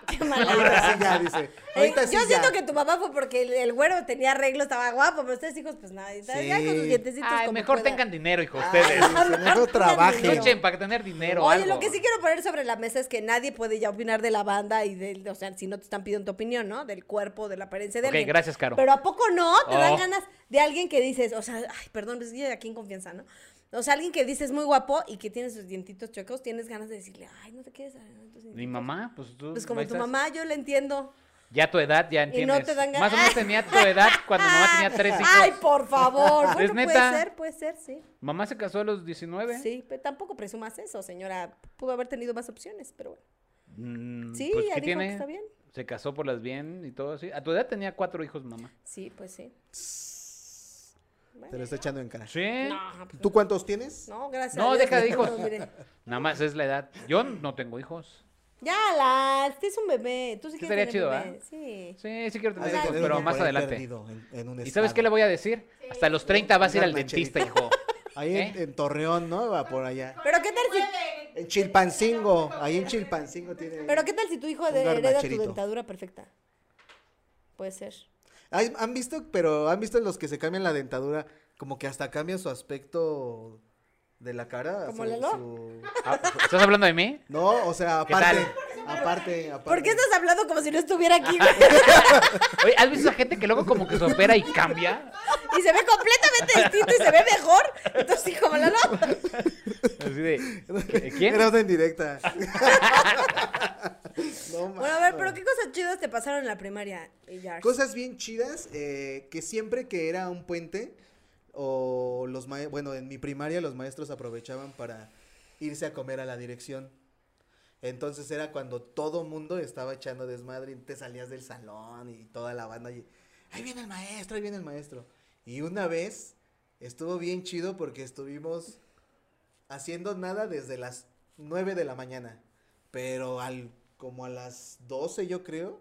Speaker 3: Qué mala
Speaker 1: Ahorita sí
Speaker 3: onda.
Speaker 1: ya, dice.
Speaker 3: Eh,
Speaker 1: Ahorita sí
Speaker 3: yo
Speaker 1: ya.
Speaker 3: siento que tu papá fue porque el, el güero tenía arreglo, estaba guapo, pero ustedes hijos, pues nada, y tal, ya con sus
Speaker 1: Sí.
Speaker 3: dientecitos.
Speaker 2: Ay,
Speaker 3: como
Speaker 2: mejor
Speaker 3: puedan.
Speaker 2: tengan dinero, hijo,
Speaker 1: Ah,
Speaker 2: ustedes. [laughs]
Speaker 1: dice, mejor trabajen.
Speaker 2: Luchen para tener dinero.
Speaker 3: Oye,
Speaker 2: algo.
Speaker 3: lo que sí quiero poner sobre la mesa es que nadie puede ya opinar de la banda y del, o sea, si no te están pidiendo tu opinión, ¿no? Del cuerpo, de la apariencia de
Speaker 2: Ok,
Speaker 3: alguien.
Speaker 2: gracias, Caro.
Speaker 3: Pero ¿a poco no te dan
Speaker 2: Oh.
Speaker 3: ganas de alguien que dices, o sea, ay, perdón, pues es que aquí en confianza, ¿no? O sea, alguien que dices muy guapo y que tiene sus dientitos chuecos, tienes ganas de decirle, ay, no te quieres arreglar tus
Speaker 2: Mi
Speaker 3: dientitos".
Speaker 2: mamá, pues tú.
Speaker 3: Pues como
Speaker 2: ahí
Speaker 3: tu
Speaker 2: estás.
Speaker 3: mamá, yo le entiendo.
Speaker 2: Ya tu edad, ya
Speaker 3: Y
Speaker 2: entiendes.
Speaker 3: no te dan ganas.
Speaker 2: Más o menos
Speaker 3: [laughs]
Speaker 2: tenía tu edad cuando mamá tenía tres hijos.
Speaker 3: Ah, Ay, por
Speaker 2: [laughs]
Speaker 3: favor. Bueno,
Speaker 2: neta.
Speaker 3: puede ser, puede ser, sí.
Speaker 2: Mamá se casó a los 19.
Speaker 3: Sí, pero tampoco presumas eso, señora. Pudo haber tenido más opciones, pero bueno.
Speaker 2: Mm,
Speaker 3: Sí,
Speaker 2: pues, ¿qué
Speaker 3: ya dijo que
Speaker 2: tiene?
Speaker 3: está bien.
Speaker 2: Se casó por las bien y todo así. A tu edad tenía cuatro hijos, mamá.
Speaker 3: Sí, pues sí.
Speaker 1: Te lo está echando en cara.
Speaker 2: Sí.
Speaker 3: No, pues,
Speaker 1: ¿Tú cuántos tienes?
Speaker 3: no, gracias.
Speaker 2: No,
Speaker 3: a Dios,
Speaker 2: deja de
Speaker 3: no,
Speaker 2: hijos.
Speaker 3: no, mire.
Speaker 2: Nada más es la edad. Yo no tengo hijos.
Speaker 3: Ya, la, este es un bebé. Tú sí
Speaker 2: Sí,
Speaker 3: que
Speaker 2: estaría chido,
Speaker 3: bebé.
Speaker 2: ¿ah?
Speaker 3: Sí.
Speaker 2: Sí, sí quiero
Speaker 1: Has
Speaker 2: tener
Speaker 1: de
Speaker 2: hijos,
Speaker 1: tener
Speaker 2: pero
Speaker 1: uno
Speaker 2: más
Speaker 1: por ahí
Speaker 2: adelante.
Speaker 1: perdido en- en un
Speaker 2: ¿Y sabes qué le
Speaker 1: estado.
Speaker 2: voy a decir? Hasta los 30 vas a ir al
Speaker 1: Una
Speaker 2: dentista,
Speaker 1: rancherita.
Speaker 2: hijo.
Speaker 1: Ahí en,
Speaker 2: ¿Eh?
Speaker 1: en Torreón, ¿no? Va por allá.
Speaker 3: Pero qué tal si-
Speaker 1: En Chilpancingo. Ahí en Chilpancingo tiene.
Speaker 3: Pero ¿qué tal si tu hijo
Speaker 1: Un
Speaker 3: de- hereda tu
Speaker 1: garnacherito.
Speaker 3: dentadura perfecta? Puede ser.
Speaker 1: Ay, ¿Han visto, pero han visto los que se cambian la dentadura? Como que hasta cambia su aspecto de la cara.
Speaker 3: ¿Como
Speaker 1: su-
Speaker 3: Lalo?
Speaker 1: su-
Speaker 2: Ah, ¿Estás hablando de mí?
Speaker 1: No, o sea,
Speaker 2: ¿Qué tal?
Speaker 1: aparte. Aparte, aparte.
Speaker 3: ¿Por qué estás hablando como si no estuviera aquí, güey?
Speaker 2: Oye, ¿has visto a gente que luego como que se opera y cambia?
Speaker 3: Y se ve completamente distinto y se ve mejor. Entonces, sí, como la no.
Speaker 2: Así
Speaker 3: [laughs]
Speaker 2: de, ¿eh,
Speaker 1: [laughs]
Speaker 2: ¿quién?
Speaker 1: Era una indirecta. no,
Speaker 3: Bueno, a ver,
Speaker 1: mano.
Speaker 3: pero ¿qué cosas chidas te pasaron en la primaria, Yars?
Speaker 1: Cosas bien chidas eh, que siempre que era un puente o los maestros, bueno, en mi primaria los maestros aprovechaban para irse a comer a la dirección. Entonces era cuando todo mundo estaba echando desmadre y te salías del salón y toda la banda y ahí viene el maestro, ahí viene el maestro. Y una vez estuvo bien chido porque estuvimos haciendo nada desde las 9 de la mañana, pero al como a las 12 yo creo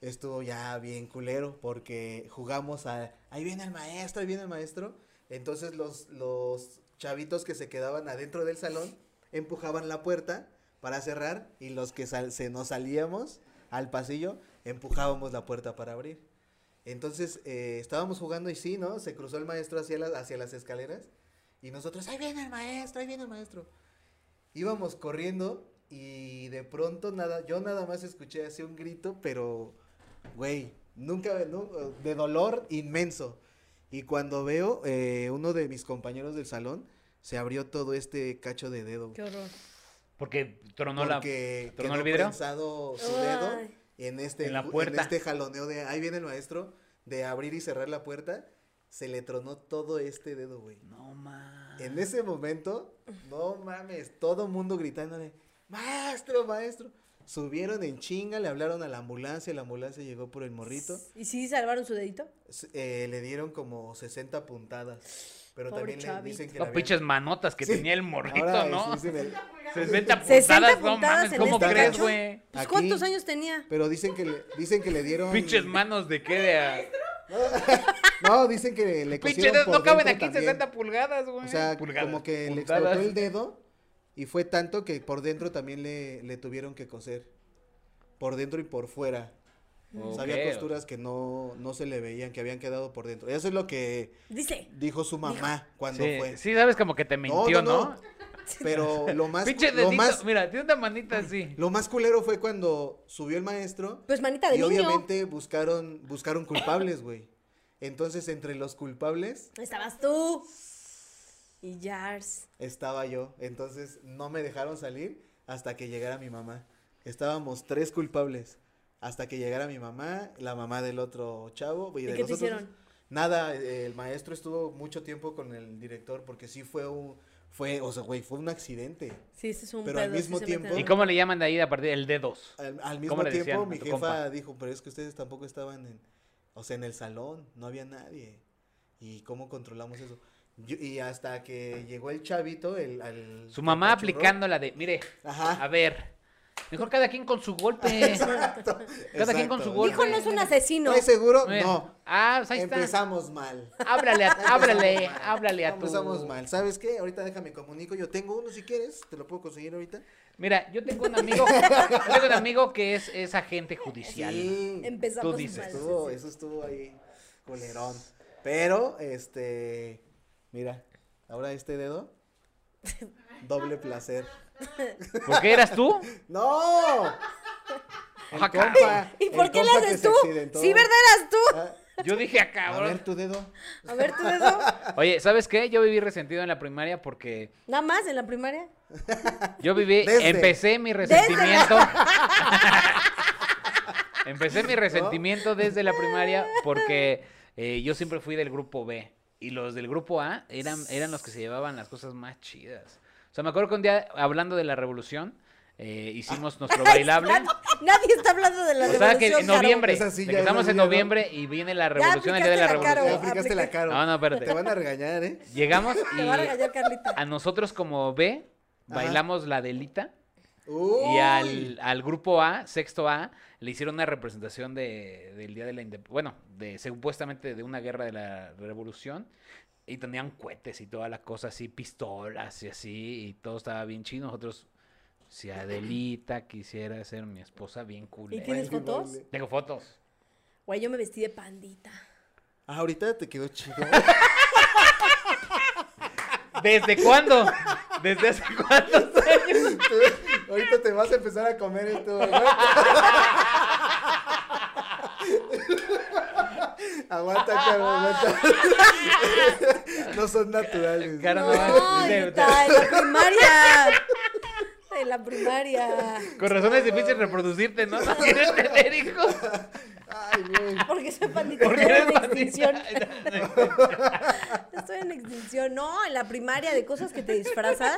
Speaker 1: estuvo ya bien culero porque jugamos a ahí viene el maestro, ahí viene el maestro. Entonces los, los chavitos que se quedaban adentro del salón empujaban la puerta para cerrar y los que sal- se nos salíamos al pasillo empujábamos la puerta para abrir. Entonces eh, estábamos jugando y sí, ¿no? Se cruzó el maestro hacia, la- hacia las escaleras y nosotros, ahí viene el maestro, ahí viene el maestro. Íbamos corriendo y de pronto nada, yo nada más escuché así un grito, pero Güey, nunca, nu- de dolor inmenso. Y cuando veo, eh, uno de mis compañeros del salón se abrió todo este cacho de dedo.
Speaker 3: Qué horror.
Speaker 2: Porque tronó la...
Speaker 1: Porque
Speaker 2: ¿Tronó el
Speaker 1: quedó
Speaker 2: vidrio?
Speaker 1: prensado su
Speaker 3: Ay.
Speaker 1: dedo en este,
Speaker 2: En la
Speaker 1: ju-
Speaker 2: puerta.
Speaker 1: este jaloneo de, ahí viene el maestro, de abrir y cerrar la puerta. se le tronó todo este dedo, güey.
Speaker 2: No mames.
Speaker 1: En ese momento, no mames, todo mundo gritándole, maestro, maestro. Subieron en chinga, le hablaron a la ambulancia, la ambulancia llegó por el morrito.
Speaker 3: ¿Y sí salvaron su dedito?
Speaker 1: S- eh, le dieron como 60 puntadas. Pero
Speaker 3: Pobre
Speaker 1: también
Speaker 3: chavito.
Speaker 1: le dicen que
Speaker 2: No,
Speaker 1: le habían-
Speaker 2: pinches manotas que
Speaker 1: Sí.
Speaker 2: tenía el morrito,
Speaker 1: Ahora, este,
Speaker 2: ¿no?
Speaker 1: sí, sí, me-
Speaker 2: 60 puntadas,
Speaker 3: 60
Speaker 2: no
Speaker 3: puntadas
Speaker 2: mames,
Speaker 3: en
Speaker 2: ¿cómo
Speaker 1: este
Speaker 2: crees,
Speaker 1: cacho?
Speaker 2: güey?
Speaker 3: Pues,
Speaker 1: Aquí.
Speaker 3: ¿cuántos años tenía?
Speaker 1: Pero dicen que le, dicen que le dieron.
Speaker 2: Pinches manos de qué de a...
Speaker 1: No, dicen que le
Speaker 2: Pinches,
Speaker 1: cosieron
Speaker 2: dedos,
Speaker 1: por
Speaker 2: no caben
Speaker 1: dentro
Speaker 2: aquí
Speaker 1: también.
Speaker 2: 60 pulgadas, güey.
Speaker 1: O sea,
Speaker 2: Pulgadas,
Speaker 1: como que le
Speaker 2: puntadas.
Speaker 1: explotó el dedo y fue tanto que por dentro también le, le tuvieron que coser. Por dentro y por fuera. O sea,
Speaker 2: Mm. Ok.
Speaker 1: había costuras que no, no se le veían, que habían quedado por dentro. Eso es lo que
Speaker 3: Dice.
Speaker 1: dijo su mamá cuando
Speaker 2: Sí,
Speaker 1: fue.
Speaker 2: sí, sabes como que te mintió, ¿no? [laughs]
Speaker 1: Pero lo más,
Speaker 2: Pinche
Speaker 1: lo
Speaker 2: dedito,
Speaker 1: más,
Speaker 2: mira, tiene una manita así.
Speaker 1: lo más culero fue cuando subió el maestro
Speaker 3: Pues manita de
Speaker 1: y
Speaker 3: niño.
Speaker 1: obviamente buscaron, buscaron culpables, güey. Entonces, entre los culpables
Speaker 3: Estabas tú. Y Jars.
Speaker 1: estaba yo. Entonces, no me dejaron salir hasta que llegara mi mamá. Estábamos tres culpables. Hasta que llegara mi mamá, la mamá del otro chavo. Y,
Speaker 3: ¿Y
Speaker 1: de
Speaker 3: qué
Speaker 1: los
Speaker 3: te
Speaker 1: otros
Speaker 3: hicieron?
Speaker 1: dos. Nada, eh, el maestro estuvo mucho tiempo con el director porque sí fue un, fue, o sea, güey, fue un accidente.
Speaker 3: Sí, ese es un
Speaker 1: Pero al
Speaker 3: pedo, sí
Speaker 1: mismo
Speaker 3: se meten.
Speaker 1: tiempo-
Speaker 2: ¿Y cómo le llaman de ahí a partir del dedos?
Speaker 1: Al, al mismo
Speaker 2: le decían
Speaker 1: tiempo
Speaker 2: a
Speaker 1: mi
Speaker 2: tu
Speaker 1: jefa
Speaker 2: compa?
Speaker 1: dijo, pero es que ustedes tampoco estaban en, o sea, en el salón, no había nadie. ¿Y cómo controlamos eso? Yo- y hasta que llegó el chavito, el... al-
Speaker 2: Su
Speaker 1: al cachorro.
Speaker 2: mamá
Speaker 1: Ah.
Speaker 2: aplicando la de, mire,
Speaker 1: Ajá.
Speaker 2: a ver, mejor cada quien con su
Speaker 1: [laughs]
Speaker 2: golpe. Cada quien con su
Speaker 1: Exacto.
Speaker 2: golpe.
Speaker 3: Hijo no es un asesino.
Speaker 1: ¿Estoy seguro?
Speaker 2: Mira,
Speaker 1: No.
Speaker 2: Ah, pues ahí está.
Speaker 1: Empezamos mal.
Speaker 2: Háblale, a- háblale,
Speaker 1: [laughs]
Speaker 2: [laughs] háblale a tu...
Speaker 1: Empezamos mal. ¿Sabes qué? Ahorita déjame comunico. Yo tengo uno si quieres. Te lo puedo conseguir ahorita.
Speaker 2: Mira, yo tengo un amigo, yo tengo un amigo que es, es agente judicial.
Speaker 1: Sí.
Speaker 3: Empezamos
Speaker 2: Tú dices.
Speaker 3: mal.
Speaker 1: Estuvo, eso estuvo ahí. Colerón. Pero, este. Mira. Ahora este
Speaker 3: [laughs]
Speaker 1: dedo. Doble placer.
Speaker 2: ¿Por qué eras tú?
Speaker 1: ¡No! El
Speaker 2: Ah, cabrón.
Speaker 1: compa,
Speaker 3: ¿Y
Speaker 1: el
Speaker 3: por qué le
Speaker 1: compa que
Speaker 3: haces
Speaker 1: se
Speaker 3: tú?
Speaker 1: accidentó.
Speaker 3: Sí, ¿verdad? Eras tú.
Speaker 1: Ah,
Speaker 2: Yo dije, ah,
Speaker 1: A ver
Speaker 2: cabrón.
Speaker 1: tu dedo.
Speaker 3: A ver, tu dedo.
Speaker 1: [laughs]
Speaker 2: Oye, ¿sabes qué? Yo viví resentido en la primaria porque
Speaker 3: Nada más en la primaria.
Speaker 2: yo viví,
Speaker 1: Desde.
Speaker 2: empecé mi resentimiento.
Speaker 1: [laughs]
Speaker 2: empecé mi resentimiento desde la primaria porque eh, yo siempre fui del grupo B y los del grupo A eran, eran los que se llevaban las cosas más chidas. O sea, me acuerdo que un día, hablando de la revolución, eh,
Speaker 1: [laughs]
Speaker 2: hicimos nuestro bailable.
Speaker 3: Nadie está hablando de la
Speaker 2: O sea, que
Speaker 3: revolución,
Speaker 2: en noviembre,
Speaker 1: Esa sí ya
Speaker 2: de que
Speaker 1: es
Speaker 2: estamos en
Speaker 1: olvidado.
Speaker 2: noviembre y viene la revolución, el día de la
Speaker 3: aplicaste
Speaker 1: Ya
Speaker 3: la
Speaker 2: revolución.
Speaker 3: Caro,
Speaker 1: aplicaste la cara.
Speaker 2: No, no, espérate.
Speaker 1: Te van a regañar, ¿eh?
Speaker 2: Llegamos
Speaker 3: Caro. Te va a
Speaker 2: y
Speaker 3: regañar Carlita.
Speaker 2: a nosotros como B
Speaker 1: Ajá.
Speaker 2: bailamos la delita
Speaker 1: Uy.
Speaker 2: y al, al grupo A, sexto A, le hicieron una representación de, del día de la independencia, bueno, de supuestamente de una guerra de la revolución y tenían cohetes y toda la cosa así, pistolas y así y todo estaba bien chino, nosotros si Adelita quisiera ser mi esposa bien
Speaker 3: ¿Y
Speaker 2: cool.
Speaker 3: tienes
Speaker 1: Baile,
Speaker 3: fotos?
Speaker 1: baile.
Speaker 2: Tengo fotos.
Speaker 3: Güey, yo me vestí de pandita.
Speaker 1: Ah, ahorita te quedó chido. [laughs]
Speaker 2: ¿Desde cuándo? ¿Desde hace cuántos años?
Speaker 1: ahorita te vas a empezar a comer esto. [laughs] aguanta, Caro, aguanta. [laughs] no son naturales.
Speaker 2: Cara, no,
Speaker 3: Ay,
Speaker 2: de- de-
Speaker 3: está en la primaria. En la primaria.
Speaker 2: Con razón es difícil reproducirte, ¿no? [laughs] No quieres tener hijos.
Speaker 1: Ay, güey.
Speaker 3: Porque soy pandita.
Speaker 2: Porque
Speaker 3: estoy
Speaker 2: eres
Speaker 3: en
Speaker 2: pandita. [laughs]
Speaker 3: extinción. Estoy en extinción. No, en la primaria de cosas que te disfrazas.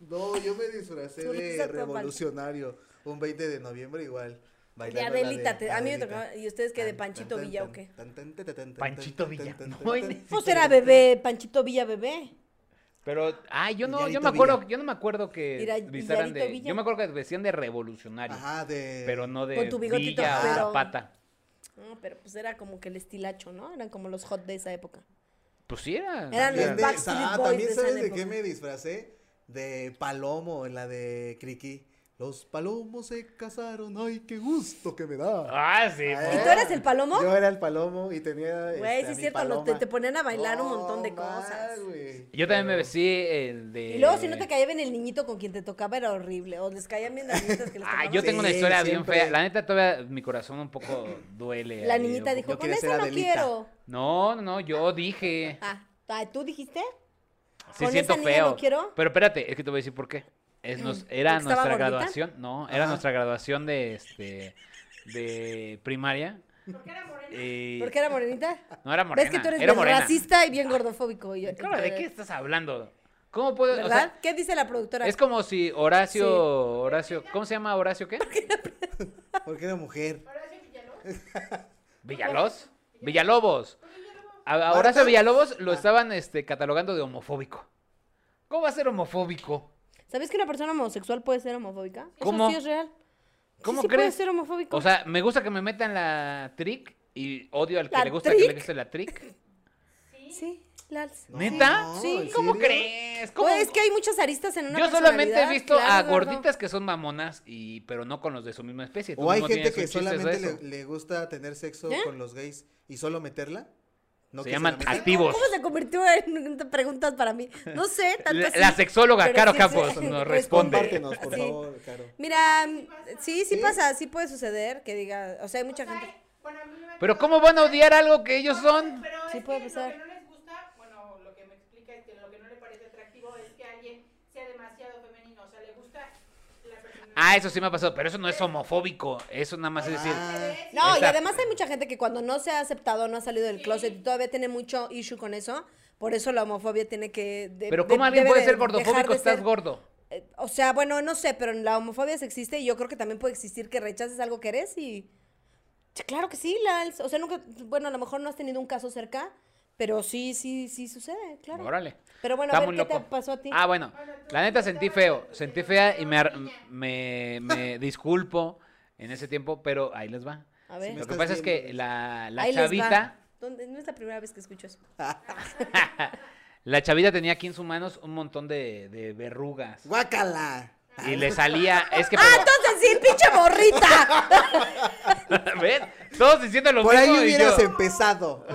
Speaker 1: No, yo me disfracé
Speaker 3: Tú
Speaker 1: de
Speaker 3: eres
Speaker 1: revolucionario. Un 20 de noviembre igual.
Speaker 3: De
Speaker 1: bailando la
Speaker 3: Adelita. te- a mí me
Speaker 1: Adelita.
Speaker 3: tocaba. ¿Y ustedes qué? ¿De
Speaker 1: Tan,
Speaker 3: Panchito
Speaker 1: tan,
Speaker 3: Villa o
Speaker 1: tan,
Speaker 3: qué?
Speaker 1: tan, tan, tan, tan, tan,
Speaker 2: Panchito
Speaker 1: tan,
Speaker 2: Villa.
Speaker 1: tan, tan,
Speaker 2: No,
Speaker 1: tan,
Speaker 2: en-
Speaker 1: tan.
Speaker 3: Pues era bebé, Panchito Villa bebé.
Speaker 2: Pero, ay, yo no, yo
Speaker 1: Villarito
Speaker 2: me acuerdo,
Speaker 1: Villa.
Speaker 2: yo no me acuerdo que
Speaker 3: Mira,
Speaker 2: vistaran
Speaker 3: Villarito
Speaker 2: de.
Speaker 3: Villa.
Speaker 2: Yo me acuerdo que vestían de revolucionario,
Speaker 1: Ajá, de.
Speaker 2: pero no de
Speaker 3: Con tu bigotito,
Speaker 2: Villa
Speaker 3: pero-
Speaker 2: o Zapata.
Speaker 3: No, pero pues era como que el estilacho, ¿no? Eran como los hot de esa época.
Speaker 2: Pues sí era.
Speaker 3: Eran
Speaker 1: También,
Speaker 3: los
Speaker 1: de,
Speaker 3: Backstreet
Speaker 1: ah,
Speaker 3: Boys
Speaker 1: también
Speaker 3: de esa
Speaker 1: sabes de
Speaker 3: época.
Speaker 1: qué me disfracé? De Palomo, en la de Criqui. Los palomos se casaron, ay, qué gusto que me da.
Speaker 2: Ah, sí.
Speaker 1: Ah,
Speaker 3: ¿Y
Speaker 2: pues.
Speaker 3: tú eras el palomo?
Speaker 1: Yo era el palomo y tenía. este,
Speaker 3: Güey, sí
Speaker 1: a
Speaker 3: es
Speaker 1: mi
Speaker 3: cierto, no, te-
Speaker 1: paloma.
Speaker 3: te ponían a bailar un
Speaker 1: No,
Speaker 3: montón de
Speaker 1: mal,
Speaker 3: cosas.
Speaker 1: güey.
Speaker 2: Yo también me
Speaker 1: Pero-
Speaker 2: vestí el de.
Speaker 3: Y luego si no te caía bien el niñito con quien te tocaba era horrible. O les caían bien las niñitas
Speaker 2: [laughs]
Speaker 3: que les
Speaker 2: Ah,
Speaker 3: tocaban.
Speaker 2: yo
Speaker 1: Sí,
Speaker 2: tengo una historia bien
Speaker 1: siempre.
Speaker 2: fea. La neta, todavía mi corazón un poco duele.
Speaker 3: La
Speaker 2: ahí,
Speaker 3: niñita
Speaker 2: un
Speaker 3: dijo,
Speaker 1: yo
Speaker 3: con
Speaker 1: quería ser
Speaker 3: ese no
Speaker 1: Adelita".
Speaker 3: quiero.
Speaker 2: No, no, no, yo dije.
Speaker 3: Ah, ah, ¿tú dijiste?
Speaker 2: Sí,
Speaker 3: ¿Con
Speaker 2: siento
Speaker 3: esa niña
Speaker 2: feo.
Speaker 3: no quiero? Mm,
Speaker 2: Pero espérate, es que te voy a decir por qué. Es nos- era
Speaker 3: ¿Porque estaba
Speaker 2: nuestra
Speaker 3: gordita?
Speaker 2: graduación, no, era
Speaker 1: Ajá.
Speaker 2: nuestra graduación de este de primaria.
Speaker 5: ¿Por qué era morena?
Speaker 2: Eh,
Speaker 3: ¿Por qué era morenita?
Speaker 2: No era
Speaker 3: ¿Ves
Speaker 2: morena.
Speaker 3: que tú eres
Speaker 2: era
Speaker 3: bien
Speaker 2: morena.
Speaker 3: racista y bien gordofóbico? Y yo-
Speaker 2: Claro, ¿de qué estás hablando? ¿Cómo puedo? o sea,
Speaker 3: ¿Verdad? ¿Qué dice la productora?
Speaker 2: es como si Horacio,
Speaker 3: Sí.
Speaker 2: Horacio, ¿cómo se llama Horacio qué?
Speaker 1: Porque era mujer.
Speaker 5: Horacio Villalobos.
Speaker 2: Villalobos. Villalobos. A, a
Speaker 1: Marta.
Speaker 2: Horacio Villalobos
Speaker 3: Ah.
Speaker 2: lo estaban este, catalogando de homofóbico. ¿Cómo va a ser homofóbico?
Speaker 3: ¿Sabes que una persona homosexual puede ser homofóbica?
Speaker 2: ¿Cómo?
Speaker 3: Eso sí es real. Sí,
Speaker 2: ¿Cómo
Speaker 3: sí puede
Speaker 2: crees?
Speaker 3: ser homofóbico.
Speaker 2: O sea, me gusta que me metan la trick y odio al que
Speaker 3: ¿La
Speaker 2: le gusta que le
Speaker 3: trick?
Speaker 2: guste la
Speaker 3: [laughs]
Speaker 2: trick.
Speaker 3: sí, Lals.
Speaker 1: No,
Speaker 2: ¿Neta?
Speaker 1: no,
Speaker 3: Sí.
Speaker 1: ¿en
Speaker 2: ¿Cómo
Speaker 1: serio?
Speaker 2: crees? ¿Cómo?
Speaker 3: Pues es que hay muchas aristas en una
Speaker 2: Yo solamente he
Speaker 3: personalidad,
Speaker 2: visto a
Speaker 3: claro, gordo.
Speaker 2: gorditas que son mamonas y pero no con los de su misma especie. Tú
Speaker 1: O hay
Speaker 2: mismo
Speaker 1: gente
Speaker 2: tienes
Speaker 1: que
Speaker 2: un chiste de
Speaker 1: solamente
Speaker 2: eso.
Speaker 1: le, le gusta tener sexo
Speaker 3: ¿Eh?
Speaker 1: con los gays y solo meterla. No
Speaker 2: Se
Speaker 1: que
Speaker 2: llaman
Speaker 1: la metan.
Speaker 2: activos.
Speaker 3: ¿Cómo se convirtió en preguntas para mí? No
Speaker 2: [laughs]
Speaker 3: sé, tanto
Speaker 2: La,
Speaker 3: así.
Speaker 2: la sexóloga
Speaker 3: Pero
Speaker 2: Caro
Speaker 3: sí,
Speaker 2: Campos
Speaker 3: sí.
Speaker 2: nos responde.
Speaker 1: Compártenos, por
Speaker 3: Sí.
Speaker 1: favor, Caro. [laughs]
Speaker 3: Mira, sí,
Speaker 1: ¿Sí?
Speaker 3: sí pasa, sí puede suceder que diga, o sea, hay mucha
Speaker 5: O sea,
Speaker 3: gente.
Speaker 5: bueno, a mí me
Speaker 2: Pero
Speaker 5: tocó-
Speaker 2: ¿cómo van a odiar algo que ellos
Speaker 5: No,
Speaker 2: son?
Speaker 5: Pero
Speaker 3: Sí
Speaker 5: es
Speaker 3: puede
Speaker 5: que
Speaker 3: pasar.
Speaker 5: Lo que no les gusta, bueno, lo que me explica es que lo que no le parece atractivo es que alguien sea demasiado femenino. O sea, le gusta la personalidad.
Speaker 2: Ah, eso sí me ha pasado, pero eso no es homofóbico. Eso nada más es decir,
Speaker 1: Ah.
Speaker 5: Pues
Speaker 3: No, y
Speaker 2: Exacto.
Speaker 3: además hay mucha gente que cuando no se ha aceptado, no ha salido del closet y todavía tiene mucho issue con eso, por eso la homofobia tiene que... de-
Speaker 2: pero
Speaker 3: de-
Speaker 2: ¿cómo alguien
Speaker 3: debe
Speaker 2: puede
Speaker 3: de
Speaker 2: ser
Speaker 3: dejar de
Speaker 2: gordofóbico? Estás
Speaker 3: ser-
Speaker 2: gordo.
Speaker 3: eh, O sea, bueno, no sé, pero la homofobia se existe y yo creo que también puede existir que rechaces algo que eres y... Sí, Claro que sí, Lals. O sea, nunca... Bueno, a lo mejor no has tenido un caso cerca, pero sí, sí, sí sucede, claro.
Speaker 2: Órale.
Speaker 3: Pero bueno,
Speaker 2: Está
Speaker 3: a
Speaker 2: muy
Speaker 3: ver, ¿qué te
Speaker 2: loco.
Speaker 3: pasó a ti?
Speaker 2: Ah, bueno. La neta sentí feo. Sentí fea y me, ar- me, me
Speaker 3: [laughs]
Speaker 2: disculpo en ese tiempo, pero ahí les va.
Speaker 3: A ver. Sí, me
Speaker 2: Lo que
Speaker 1: estás
Speaker 2: pasa es que
Speaker 1: viendo. pues.
Speaker 2: la, la
Speaker 3: Ahí les va.
Speaker 2: chavita,
Speaker 3: ¿Dónde- No es la primera vez que escucho eso.
Speaker 2: la chavita tenía aquí en sus manos un montón de, de verrugas.
Speaker 1: ¡Guácala!
Speaker 2: Y le salía, es que
Speaker 3: ¡Ah, entonces sí, pinche morrita!
Speaker 2: [laughs] pero- ¿ven? Todos diciendo lo
Speaker 1: Por ahí
Speaker 2: mismo y yo,
Speaker 1: hubieras
Speaker 2: [laughs]
Speaker 1: empezado.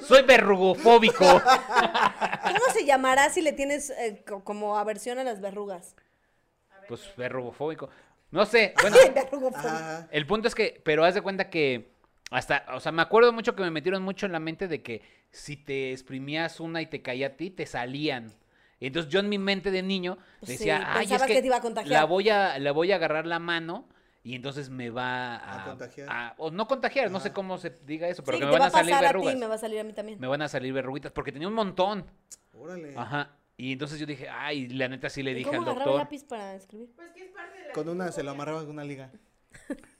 Speaker 2: soy
Speaker 1: [laughs]
Speaker 2: verrugofóbico.
Speaker 3: ¿Cómo se llamará si le tienes eh, co- como aversión a las verrugas?
Speaker 2: Pues verrugofóbico. No sé, bueno,
Speaker 3: Verrugofobia.
Speaker 1: Ajá.
Speaker 2: El punto es que, pero haz de cuenta que hasta, o sea, me acuerdo mucho que me metieron mucho en la mente de que si te exprimías una y te caía a ti, te salían. Y Entonces yo en mi mente de niño
Speaker 3: Pues
Speaker 2: decía,
Speaker 3: sí,
Speaker 2: ay, es
Speaker 3: pensabas
Speaker 2: que,
Speaker 3: que te iba a contagiar".
Speaker 2: la voy a, la voy a agarrar la mano y entonces me va a,
Speaker 1: A contagiar.
Speaker 2: a- o no contagiar, no sé
Speaker 1: Ajá.
Speaker 2: cómo se diga eso, pero
Speaker 3: Sí,
Speaker 2: que me
Speaker 3: te
Speaker 2: van
Speaker 3: va
Speaker 2: a
Speaker 3: a
Speaker 2: salir
Speaker 3: pasar a ti
Speaker 2: verrugas.
Speaker 3: y me va a salir a mí también.
Speaker 2: Me van a salir verruguitas porque tenía un montón.
Speaker 1: Órale.
Speaker 2: Ajá. Y entonces yo dije, ay, la neta sí le
Speaker 3: ¿Y
Speaker 2: dije
Speaker 3: ¿Cómo
Speaker 2: al
Speaker 3: agarrar
Speaker 2: doctor.
Speaker 3: lápiz para escribir?
Speaker 5: Pues que es parte de la.
Speaker 1: Con una se lo amarraba con una
Speaker 2: [laughs]
Speaker 1: liga.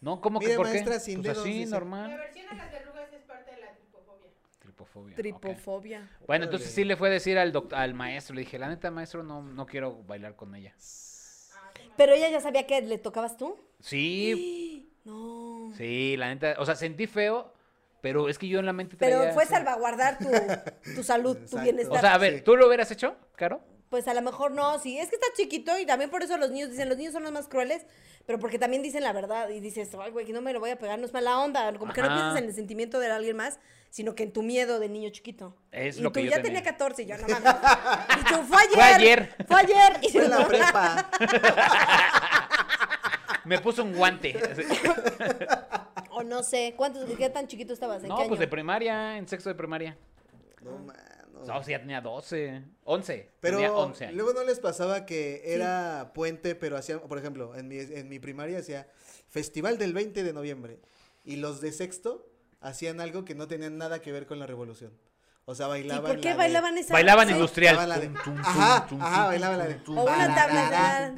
Speaker 2: No, ¿cómo que
Speaker 1: Mire,
Speaker 2: por qué?
Speaker 1: maestra, sin
Speaker 2: Pues
Speaker 1: dedos,
Speaker 2: así,
Speaker 1: dice.
Speaker 5: La
Speaker 2: normal.
Speaker 5: aversión a las verrugas es parte de la tripofobia.
Speaker 2: Tripofobia. ok.
Speaker 3: Tripofobia.
Speaker 2: Bueno, entonces
Speaker 1: Órale.
Speaker 2: sí le fue a decir al, doc- al maestro, le dije, la neta, maestro, no, no quiero bailar con ella.
Speaker 3: Pero ella ya sabía que le tocabas tú.
Speaker 2: Sí,
Speaker 1: [gasps]
Speaker 3: No.
Speaker 2: sí, la neta, o sea, sentí feo, pero es que yo en la mente traía...
Speaker 3: Pero fue
Speaker 2: así-
Speaker 3: salvaguardar tu, tu salud, tu
Speaker 1: Exacto.
Speaker 3: bienestar.
Speaker 2: O sea, a ver,
Speaker 1: Sí.
Speaker 2: ¿tú lo hubieras hecho, Caro?
Speaker 3: pues a lo mejor no, sí. Es que está chiquito y también por eso los niños dicen, los niños son los más crueles, pero porque también dicen la verdad y dices, ay, güey, que no me lo voy a pegar, no es mala onda. Como que no
Speaker 2: Ajá.
Speaker 3: piensas en el sentimiento de alguien más, sino que en tu miedo de niño chiquito.
Speaker 2: Es
Speaker 3: y
Speaker 2: lo que
Speaker 3: tú
Speaker 2: yo
Speaker 3: ya
Speaker 2: tenía.
Speaker 3: tenía 14 y
Speaker 2: [laughs]
Speaker 3: yo, no mames. Y tú, fue ayer.
Speaker 2: Fue ayer.
Speaker 3: Fue ayer. Y
Speaker 1: Fue en
Speaker 3: yo, [laughs]
Speaker 1: la prepa.
Speaker 3: Ah.
Speaker 2: Me puso un
Speaker 3: [laughs]
Speaker 2: guante. así.
Speaker 3: O no sé, ¿cuántos, qué tan chiquito estabas? ¿En
Speaker 2: No,
Speaker 3: qué año?
Speaker 2: pues de primaria, en sexto de primaria. [laughs]
Speaker 1: No, mano.
Speaker 3: Oh.
Speaker 2: No, sí, ya tenía 12, 11. tenía
Speaker 1: Pero
Speaker 2: 11 años.
Speaker 1: luego no les pasaba que era puente, pero hacían, por ejemplo, en mi, en mi primaria hacía Festival del 20 de noviembre. Y los de sexto hacían algo que no tenían nada que ver con la revolución. O sea,
Speaker 3: ¿Y
Speaker 1: bailaban.
Speaker 3: por qué
Speaker 1: la de-
Speaker 3: bailaban esa?
Speaker 2: Bailaban
Speaker 3: canción?
Speaker 2: industrial.
Speaker 1: Bailaban la de-
Speaker 2: Tum, tum, tum,
Speaker 1: Ajá,
Speaker 2: tum,
Speaker 1: ajá,
Speaker 2: tum,
Speaker 1: bailaba la de.
Speaker 2: tum,
Speaker 3: O una tabla.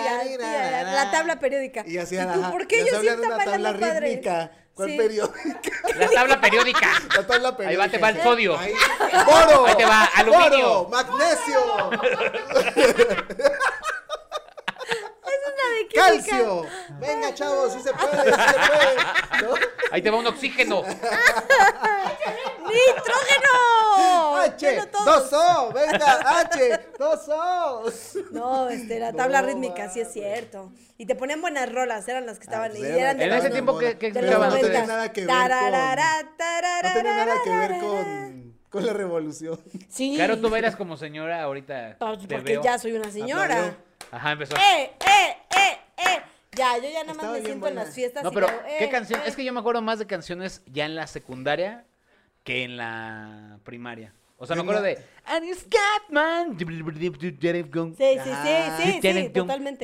Speaker 1: Tararán,
Speaker 3: La tabla periódica.
Speaker 1: Y hacían,
Speaker 3: ¿Y tú,
Speaker 1: ajá,
Speaker 3: ¿Por qué
Speaker 1: y
Speaker 3: yo
Speaker 1: hacían una
Speaker 3: sí estaba
Speaker 1: tabla
Speaker 3: bailando padre?
Speaker 1: rítmica. ¿Cuál
Speaker 3: Sí. [laughs]
Speaker 1: periódica?
Speaker 2: La tabla periódica.
Speaker 1: La tabla periódica.
Speaker 2: Ahí va, te va el sodio.
Speaker 3: [laughs]
Speaker 1: Ahí- ¡Boro!
Speaker 2: Ahí te va, aluminio.
Speaker 1: ¡Boro!
Speaker 3: [laughs]
Speaker 1: ¡Magnesio!
Speaker 3: ¿De qué música?
Speaker 1: ¡Calcio! Venga, chavos, sí se puede, sí
Speaker 3: [laughs]
Speaker 1: se puede. ¿No?
Speaker 2: Ahí te va un oxígeno.
Speaker 3: ¡Nitrógeno!
Speaker 1: [laughs] H,
Speaker 3: Oh, Bueno, todos.
Speaker 1: dos O, venga, H, dos O.
Speaker 3: No, este, la tabla
Speaker 1: No,
Speaker 3: rítmica, sí es
Speaker 1: mames.
Speaker 3: cierto. Y te ponían buenas rolas, eran las que estaban.
Speaker 1: Ah,
Speaker 3: y eran de
Speaker 2: En
Speaker 3: los-
Speaker 2: ese tiempo, ¿qué- qué
Speaker 3: de los
Speaker 1: Pero no
Speaker 2: escuchaban
Speaker 1: tenía
Speaker 2: ustedes?
Speaker 3: noventas.
Speaker 1: pues, nada que ver
Speaker 3: Tararara,
Speaker 1: con, no tenía nada que ver
Speaker 3: tararara.
Speaker 1: con, con la revolución.
Speaker 3: Sí.
Speaker 2: Claro, tú bailas como señora ahorita.
Speaker 3: Pa-
Speaker 2: te
Speaker 3: Porque
Speaker 2: veo. Ah,
Speaker 3: ya soy una señora.
Speaker 1: Aplaudió.
Speaker 2: Ajá, empezó.
Speaker 3: ¡Eh, eh, eh, eh! Ya, yo ya nada más
Speaker 1: Estaba
Speaker 3: me
Speaker 1: bien
Speaker 3: siento en
Speaker 1: buena.
Speaker 3: las fiestas.
Speaker 2: No,
Speaker 3: y
Speaker 2: pero
Speaker 3: hago,
Speaker 2: ¿qué
Speaker 3: eh,
Speaker 2: canción?
Speaker 3: eh.
Speaker 2: Es que yo me acuerdo más de canciones ya en la secundaria que en la primaria. O sea, me
Speaker 1: En
Speaker 2: acuerdo
Speaker 1: la-
Speaker 2: de And it's got man.
Speaker 3: Sí, sí,
Speaker 1: Ah.
Speaker 3: sí, sí, sí, totalmente.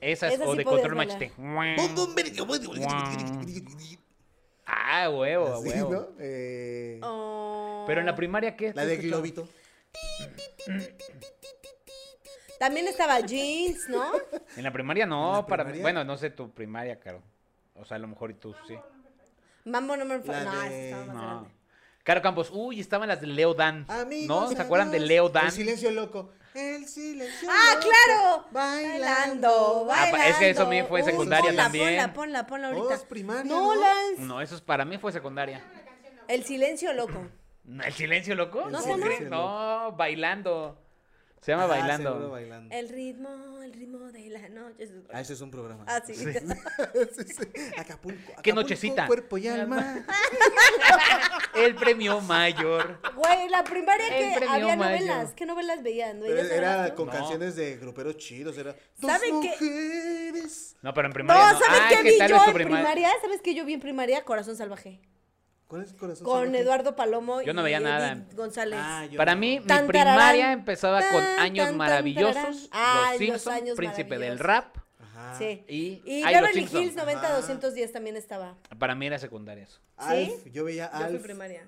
Speaker 2: Esas
Speaker 3: Esa
Speaker 2: o
Speaker 3: sí
Speaker 2: de
Speaker 3: podías
Speaker 2: control
Speaker 3: bailar.
Speaker 2: machete.
Speaker 4: Bum, bum, bidi, bidi, bidi, bidi, bidi, bidi, bidi.
Speaker 2: Ah, huevo, a
Speaker 1: Así,
Speaker 2: huevo.
Speaker 1: ¿no? Eh,
Speaker 3: Oh.
Speaker 2: Pero en la primaria, ¿qué?
Speaker 1: La de
Speaker 2: escuchaba?
Speaker 1: Globito.
Speaker 3: También estaba jeans, ¿no?
Speaker 2: En la primaria no,
Speaker 1: ¿En la
Speaker 2: para
Speaker 1: primaria?
Speaker 2: bueno, no sé tu primaria, Caro. O sea, a lo mejor y tú sí.
Speaker 3: Mambo number
Speaker 1: La
Speaker 3: five. No,
Speaker 1: de-
Speaker 3: esa estaba más
Speaker 2: No.
Speaker 3: grande.
Speaker 2: Caro Campos, uy, estaban las de Leo Dan.
Speaker 1: Amigos,
Speaker 2: ¿No? ¿Se acuerdan de
Speaker 1: amigos,
Speaker 2: Leo Dan?
Speaker 1: El silencio loco. El silencio
Speaker 3: ¡Ah,
Speaker 1: loco,
Speaker 3: claro!
Speaker 1: Bailando.
Speaker 3: Bailando,
Speaker 2: Ah,
Speaker 3: bailando.
Speaker 2: pa- es que eso a mí fue
Speaker 3: Uy,
Speaker 1: secundaria
Speaker 3: ponla,
Speaker 2: también.
Speaker 3: Ponla, ponla, ponla ahorita.
Speaker 1: Vos, primaria,
Speaker 3: no,
Speaker 1: ¿no?
Speaker 3: Lance.
Speaker 2: No, eso es para mí fue secundaria.
Speaker 3: El silencio loco.
Speaker 2: ¿El silencio loco?
Speaker 1: El
Speaker 2: ¿No,
Speaker 1: silencio
Speaker 2: crees?
Speaker 1: loco.
Speaker 2: No, bailando. Se llama
Speaker 1: Ah, seguro
Speaker 2: bailando.
Speaker 1: bailando.
Speaker 3: El ritmo, el ritmo de la noche.
Speaker 1: Ah, ese es un programa.
Speaker 3: Ah,
Speaker 1: [laughs]
Speaker 3: sí.
Speaker 1: Sí, sí. Acapulco.
Speaker 2: Qué
Speaker 1: Acapulco,
Speaker 2: nochecita.
Speaker 1: Cuerpo y [laughs] alma.
Speaker 2: El premio mayor.
Speaker 3: [laughs] Güey, la primaria
Speaker 2: El
Speaker 3: que
Speaker 2: premio
Speaker 3: había
Speaker 2: Mayo.
Speaker 3: novelas. ¿Qué novelas veían?
Speaker 1: Pero
Speaker 3: ¿Veías novelas
Speaker 1: Eh, era
Speaker 3: tú?
Speaker 1: con
Speaker 2: No.
Speaker 1: canciones de gruperos chidos. Era. Dos
Speaker 3: ¿Saben qué?
Speaker 1: mujeres.
Speaker 2: No, pero en
Speaker 3: No,
Speaker 2: primaria no.
Speaker 3: ¿sabes
Speaker 2: Ay,
Speaker 3: qué vi
Speaker 2: tal
Speaker 3: yo
Speaker 2: vez tu
Speaker 3: en primaria? ¿Sabes qué yo vi en primaria? Corazón Salvaje.
Speaker 1: ¿Cuál es el corazón?
Speaker 3: Con
Speaker 1: salvaje?
Speaker 3: Eduardo Palomo
Speaker 2: Yo no
Speaker 3: y
Speaker 2: veía nada.
Speaker 3: Edith González.
Speaker 1: Ah, yo
Speaker 2: Para
Speaker 1: no.
Speaker 2: mí, mi
Speaker 3: Tan,
Speaker 2: primaria
Speaker 3: tararán.
Speaker 2: empezaba con
Speaker 3: Tan,
Speaker 2: Años
Speaker 3: tan, tan,
Speaker 2: Maravillosos,
Speaker 3: tararán. Ay,
Speaker 2: Los
Speaker 3: los
Speaker 2: Simpsons,
Speaker 3: años
Speaker 2: Príncipe del
Speaker 3: maravillosos.
Speaker 2: Rap.
Speaker 1: Ajá.
Speaker 3: Sí.
Speaker 2: Ah, Y-
Speaker 3: Y
Speaker 2: ay, los
Speaker 3: Beverly
Speaker 2: Simpson.
Speaker 3: Hills 90
Speaker 1: Ajá.
Speaker 3: 210 también estaba.
Speaker 2: Para mí era secundaria eso.
Speaker 1: Alf, yo veía
Speaker 3: Yo fui
Speaker 1: Alf.
Speaker 3: primaria.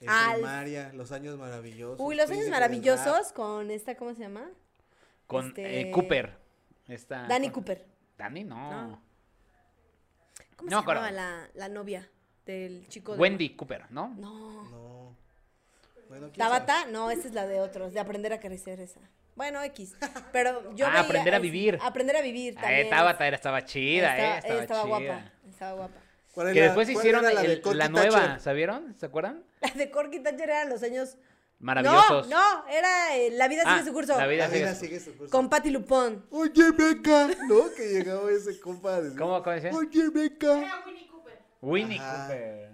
Speaker 1: en
Speaker 3: Alf.
Speaker 1: primaria, los años maravillosos.
Speaker 3: Uy, los
Speaker 1: Príncipe
Speaker 3: años
Speaker 1: del rap.
Speaker 3: maravillosos con esta, ¿cómo se llama?
Speaker 2: Con
Speaker 3: Este,
Speaker 2: eh, Cooper. Esta,
Speaker 3: Danny
Speaker 2: con-
Speaker 3: Cooper.
Speaker 2: Dani no.
Speaker 3: No. ¿Cómo
Speaker 2: No me
Speaker 3: se
Speaker 2: acuerdo.
Speaker 3: llamaba la, la novia del chico de...
Speaker 2: Wendy Cooper, ¿no? Ah,
Speaker 3: No.
Speaker 1: No. Bueno, ¿quién
Speaker 3: Tabata, no, esa es la de otros, de aprender a crecer esa. Bueno, X. Pero yo
Speaker 2: Ah,
Speaker 3: veía
Speaker 2: Aprender a
Speaker 3: ese-
Speaker 2: Vivir.
Speaker 3: Aprender a vivir
Speaker 2: Ah,
Speaker 3: también.
Speaker 2: eh, Tabata era, estaba chida,
Speaker 3: Estaba-
Speaker 2: eh, estaba, chida.
Speaker 3: guapa, estaba guapa.
Speaker 1: sabe? ¿Cuál
Speaker 2: Que
Speaker 1: era-
Speaker 2: después
Speaker 1: cuál
Speaker 2: hicieron
Speaker 1: era
Speaker 2: el- la,
Speaker 1: Corky
Speaker 2: nueva,
Speaker 1: Thatcher?
Speaker 2: ¿sabieron? ¿Se acuerdan?
Speaker 3: La de Corky Thatcher eran los años...
Speaker 2: Maravillosos.
Speaker 3: No, no, era eh, La vida
Speaker 2: Ah,
Speaker 3: sigue su curso.
Speaker 2: La vida
Speaker 1: La
Speaker 2: sigue
Speaker 1: vida
Speaker 2: su-
Speaker 1: sigue su curso.
Speaker 3: Con Patty Lupón.
Speaker 1: Oye, Beca. ¿No? Que llegaba ese compa. a decir,
Speaker 2: ¿Cómo- cómo decía?
Speaker 1: Oye, Beca.
Speaker 5: Era Winnie Cooper.
Speaker 2: Winnie
Speaker 1: Ajá.
Speaker 2: Cooper.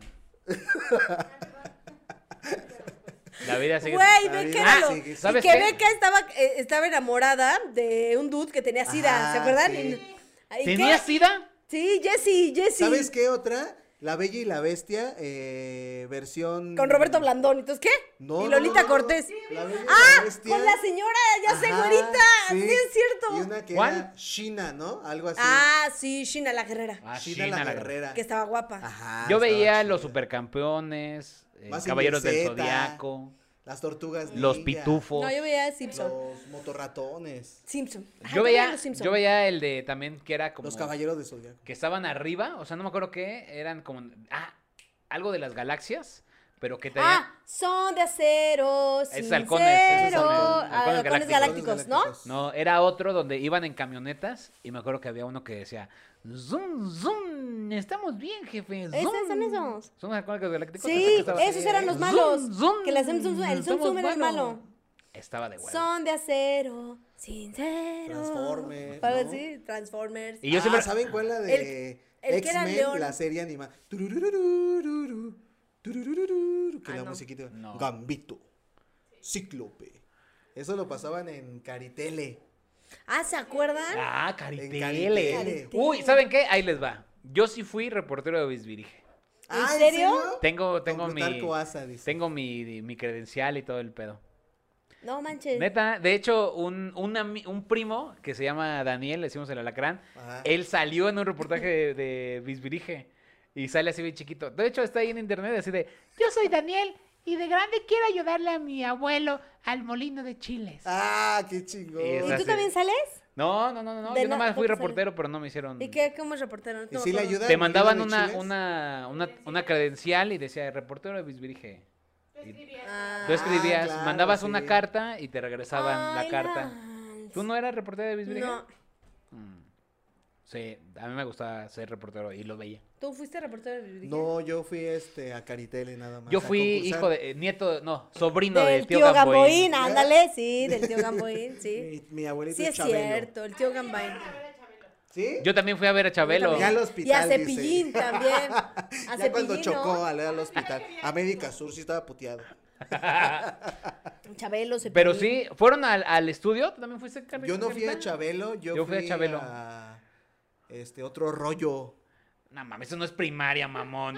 Speaker 2: La vida sigue.
Speaker 3: Güey,
Speaker 1: La
Speaker 3: Beca
Speaker 1: vida
Speaker 3: era
Speaker 1: sigue
Speaker 3: lo...
Speaker 1: su
Speaker 3: y
Speaker 2: curso.
Speaker 3: que
Speaker 2: ¿Sabes qué?
Speaker 3: Beca estaba, eh, estaba enamorada de un dude que tenía sida,
Speaker 1: Ajá,
Speaker 3: ¿se acuerdan?
Speaker 1: sí.
Speaker 3: Y- y
Speaker 2: ¿Tenía
Speaker 3: que-
Speaker 2: sida?
Speaker 3: Sí, Jessy, Jessy.
Speaker 1: ¿Sabes qué otra? La Bella y la Bestia, eh, versión...
Speaker 3: Con Roberto Blandón. Entonces, ¿qué?
Speaker 1: No,
Speaker 3: y
Speaker 1: no, no,
Speaker 3: Lolita
Speaker 1: no.
Speaker 3: Cortés.
Speaker 1: La Bella y
Speaker 3: ah,
Speaker 1: la Bestia.
Speaker 3: con la señora, ya sé,
Speaker 1: ¿eh? Ajá,
Speaker 3: güerita. Sí, es cierto.
Speaker 1: Y una que
Speaker 2: ¿Cuál?
Speaker 1: era Shina, ¿no? Algo así.
Speaker 3: Ah, sí, Shina la guerrera.
Speaker 2: Ah,
Speaker 1: Shina,
Speaker 2: Sheena
Speaker 1: la, guerrera.
Speaker 3: Que estaba guapa.
Speaker 1: Ajá,
Speaker 2: Yo
Speaker 1: estaba
Speaker 2: veía
Speaker 1: chida.
Speaker 2: los supercampeones, eh,
Speaker 1: Mazinger
Speaker 2: Caballeros del
Speaker 1: Z,
Speaker 2: Zodiaco,
Speaker 1: Las tortugas
Speaker 2: Los
Speaker 1: ninja,
Speaker 2: Pitufos.
Speaker 3: No, yo veía a Simpson.
Speaker 1: Los motorratones.
Speaker 3: Simpson. Ajá,
Speaker 2: Yo veía,
Speaker 3: los Simpson.
Speaker 2: yo veía el de también que era como
Speaker 1: Los caballeros de Zodiaco.
Speaker 2: que estaban arriba, o sea, no me acuerdo qué, eran como ah, algo de las galaxias, pero que tenían
Speaker 3: Ah, son de acero,
Speaker 2: Es
Speaker 3: sincero.
Speaker 2: halcones, esos son, eh,
Speaker 3: Ah,
Speaker 2: halcones
Speaker 3: halcones
Speaker 1: galácticos.
Speaker 3: galácticos, ¿no?
Speaker 2: No, era otro donde iban en camionetas y me acuerdo que había uno que decía, zoom, zoom, estamos bien, jefe.
Speaker 3: Esos
Speaker 2: zoom".
Speaker 3: son esos.
Speaker 2: ¿Son los halcones galácticos? Hasta que
Speaker 3: Sí,
Speaker 2: estaba-
Speaker 3: esos eran los
Speaker 2: "Zum,
Speaker 3: malos.
Speaker 2: zum,
Speaker 3: que le hacemos zum, zum, el zum
Speaker 2: somos
Speaker 3: zum era el
Speaker 2: malos".
Speaker 3: malo.
Speaker 2: Estaba de huevo.
Speaker 3: Son de acero, sincero.
Speaker 1: Transformers,
Speaker 3: Algo
Speaker 1: ¿no?
Speaker 3: así, Transformers.
Speaker 2: Y yo siempre...
Speaker 1: Ah, ¿Saben cuál la de
Speaker 3: El- el que era
Speaker 1: X-Men?
Speaker 3: león.
Speaker 1: La serie animada. Turururururu, turururururu, Que
Speaker 3: Ah,
Speaker 1: la
Speaker 3: no.
Speaker 1: musiquita.
Speaker 2: No.
Speaker 1: Gambito. Cíclope. Eso lo pasaban en Caritele.
Speaker 3: Ah, ¿se acuerdan?
Speaker 2: Ah,
Speaker 1: En
Speaker 2: Caritele.
Speaker 1: Caritele.
Speaker 2: Uy, ¿saben qué? Ahí les va. Yo sí fui reportero de Bisbirige.
Speaker 3: ¿En serio?
Speaker 2: Tengo,
Speaker 1: Ah, Con
Speaker 2: tengo mi...
Speaker 1: Plutarco Asa, dice.
Speaker 2: Tengo mi, mi credencial y todo el pedo.
Speaker 3: No manches.
Speaker 2: Neta, de hecho, un, un, ami- un primo que se llama Daniel, le decimos el alacrán,
Speaker 1: Ajá.
Speaker 2: él salió en un reportaje de, de Bisbirige y sale así bien chiquito. De hecho, está ahí en internet así de, yo soy Daniel y de grande quiero ayudarle a mi abuelo al molino de chiles.
Speaker 1: Ah, qué chingón.
Speaker 2: Y
Speaker 3: ¿Y
Speaker 2: esa-
Speaker 3: tú
Speaker 2: sí.
Speaker 3: también sales?
Speaker 2: No, no, no, no,
Speaker 3: De
Speaker 2: yo
Speaker 3: na-
Speaker 2: nomás fui
Speaker 3: ¿cómo sale?
Speaker 2: reportero, pero no me hicieron...
Speaker 3: ¿Y qué? ¿Cómo es reportero? No
Speaker 1: Mm. ¿Y
Speaker 3: me
Speaker 1: si le
Speaker 3: acuerdo.
Speaker 1: ayuda?
Speaker 2: Te
Speaker 1: al
Speaker 2: mandaban
Speaker 1: molino de
Speaker 2: una,
Speaker 1: chiles?
Speaker 2: una, una, una credencial y decía, reportero de Bisbirige.
Speaker 5: Yo escribía.
Speaker 3: Ah.
Speaker 2: Tú escribías,
Speaker 1: claro,
Speaker 2: mandabas
Speaker 1: sí.
Speaker 2: una carta y te regresaban
Speaker 3: Ay,
Speaker 2: la carta.
Speaker 3: Lance.
Speaker 2: ¿Tú no eras reportero de Bisbirige? Mm.
Speaker 3: No,
Speaker 2: Sí, a mí me gustaba ser reportero y lo veía.
Speaker 3: tú fuiste reportero de
Speaker 1: No, yo fui este a Caritele nada más.
Speaker 2: Yo
Speaker 1: a
Speaker 2: fui
Speaker 1: concursar.
Speaker 2: hijo de, eh, nieto, no, sobrino del,
Speaker 3: Del tío Gamboín, ándale, sí, del tío
Speaker 1: [laughs]
Speaker 3: Gamboín, sí.
Speaker 1: Mi, mi abuelito
Speaker 3: Sí es
Speaker 1: Chabelo.
Speaker 3: cierto, el tío Gamboín.
Speaker 1: ¿Sí?
Speaker 2: Yo también fui a ver a Chabelo.
Speaker 1: también. Ya al
Speaker 3: Y a
Speaker 1: hospital, dice. [laughs]
Speaker 3: Cepillín también. A
Speaker 1: ya cuando
Speaker 3: Cepillín,
Speaker 1: chocó
Speaker 3: ¿no?
Speaker 1: al, al hospital. América Sur sí estaba puteado.
Speaker 3: Chabelo, Cepillín.
Speaker 2: Pero sí, ¿fueron al, al estudio? ¿Tú también fuiste, Carmen?
Speaker 1: Yo no fui a
Speaker 2: Carmen?
Speaker 1: Chabelo, yo,
Speaker 2: Yo fui a Chabelo.
Speaker 1: a, este otro rollo.
Speaker 2: No mames, eso no es primaria, mamón.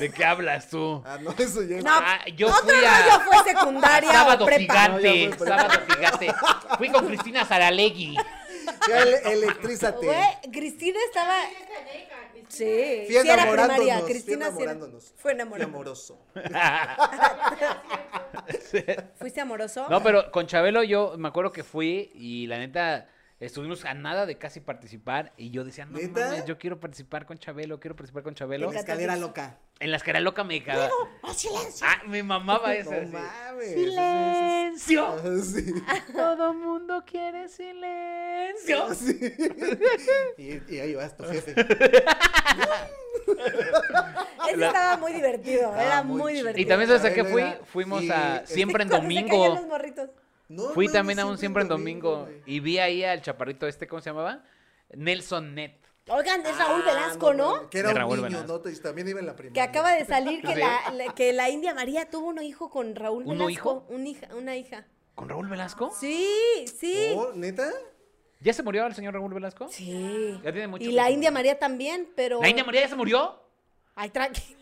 Speaker 2: ¿De qué hablas tú?
Speaker 1: Ah, no, [laughs] eso ya es-
Speaker 3: No,
Speaker 2: Ah, yo
Speaker 3: Otro
Speaker 2: fui a
Speaker 3: rollo fue secundaria
Speaker 2: Sábado
Speaker 3: o prepa.
Speaker 2: Gigante.
Speaker 1: No, yo fui a prepa.
Speaker 2: sábado Gigante. Fui con Cristina Saralegui.
Speaker 1: ya ele- electrízate.
Speaker 3: Güey, Cristina estaba...
Speaker 5: Esta negra,
Speaker 3: Sí.
Speaker 1: Fui
Speaker 3: sí era
Speaker 1: enamorándonos,
Speaker 3: primaria,
Speaker 1: fui
Speaker 3: Cristina sí era-
Speaker 1: enamorándonos.
Speaker 3: Fue
Speaker 1: Fui
Speaker 3: enamorada.
Speaker 1: amoroso.
Speaker 3: ¿Fuiste amoroso?
Speaker 2: No, pero con Chabelo yo me acuerdo que fui y la neta estuvimos a nada de casi participar y yo decía, no
Speaker 1: ¿Neta?
Speaker 2: mames, yo quiero participar con Chabelo, quiero participar con Chabelo.
Speaker 1: En la
Speaker 3: encanta
Speaker 1: escalera
Speaker 3: eso.
Speaker 1: loca.
Speaker 2: En la escala loca me cagaba. Ah, me mamaba eso.
Speaker 1: No
Speaker 2: así.
Speaker 1: mames.
Speaker 2: Silencio.
Speaker 3: [laughs]
Speaker 1: Sí. Ah,
Speaker 2: Todo mundo quiere silencio.
Speaker 1: Sí. Y, y ahí vas tu jefe.
Speaker 3: Ese estaba muy divertido.
Speaker 1: Ah,
Speaker 3: era
Speaker 1: muy
Speaker 3: muy
Speaker 1: chido.
Speaker 3: divertido.
Speaker 2: Y también sabes a qué
Speaker 1: Chabelo
Speaker 2: fui?
Speaker 1: era-
Speaker 2: Fuimos
Speaker 1: sí,
Speaker 2: a
Speaker 1: es- [laughs]
Speaker 2: siempre en
Speaker 3: Cuando se caían
Speaker 2: domingo.
Speaker 3: los morritos.
Speaker 1: No
Speaker 2: Fui
Speaker 1: mames,
Speaker 2: también a un siempre en domingo
Speaker 1: güey.
Speaker 2: y vi ahí al chaparrito este, ¿cómo se llamaba? Nelson Net.
Speaker 3: Oigan, es Raúl
Speaker 1: Ah,
Speaker 3: Velasco, ¿no?
Speaker 1: mames, Que era
Speaker 2: De
Speaker 1: un
Speaker 2: Raúl
Speaker 1: niño,
Speaker 2: Velasco.
Speaker 1: ¿no? Y también iba en la primaria.
Speaker 3: Que acaba de salir que
Speaker 2: Sí.
Speaker 3: la, la- que la India María tuvo un hijo con Raúl
Speaker 2: ¿Uno
Speaker 3: Velasco.
Speaker 2: hijo?
Speaker 3: Un hija, una hija.
Speaker 2: ¿Con Raúl Velasco?
Speaker 3: Sí, sí.
Speaker 1: Oh, ¿Neta?
Speaker 2: ¿Ya se murió el señor Raúl Velasco?
Speaker 3: Sí.
Speaker 2: Ya tiene mucho
Speaker 3: y
Speaker 2: que
Speaker 3: la
Speaker 2: se
Speaker 3: India
Speaker 2: murió.
Speaker 3: María también, pero.
Speaker 2: ¿La India María ya se murió?
Speaker 3: Ay, tranquilo.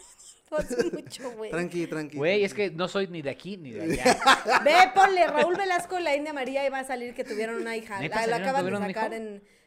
Speaker 3: No hace mucho, güey.
Speaker 1: Tranqui, tranqui.
Speaker 2: Güey,
Speaker 1: tranqui.
Speaker 2: es que no soy ni de aquí ni de
Speaker 1: [laughs]
Speaker 2: allá.
Speaker 3: Ve, ponle Raúl Velasco y la India María y va a salir que tuvieron una hija.
Speaker 2: ¿Neta
Speaker 3: La,
Speaker 2: salieron que
Speaker 3: la acaban de
Speaker 2: tuvieron un
Speaker 3: sacar
Speaker 2: hijo?
Speaker 3: en.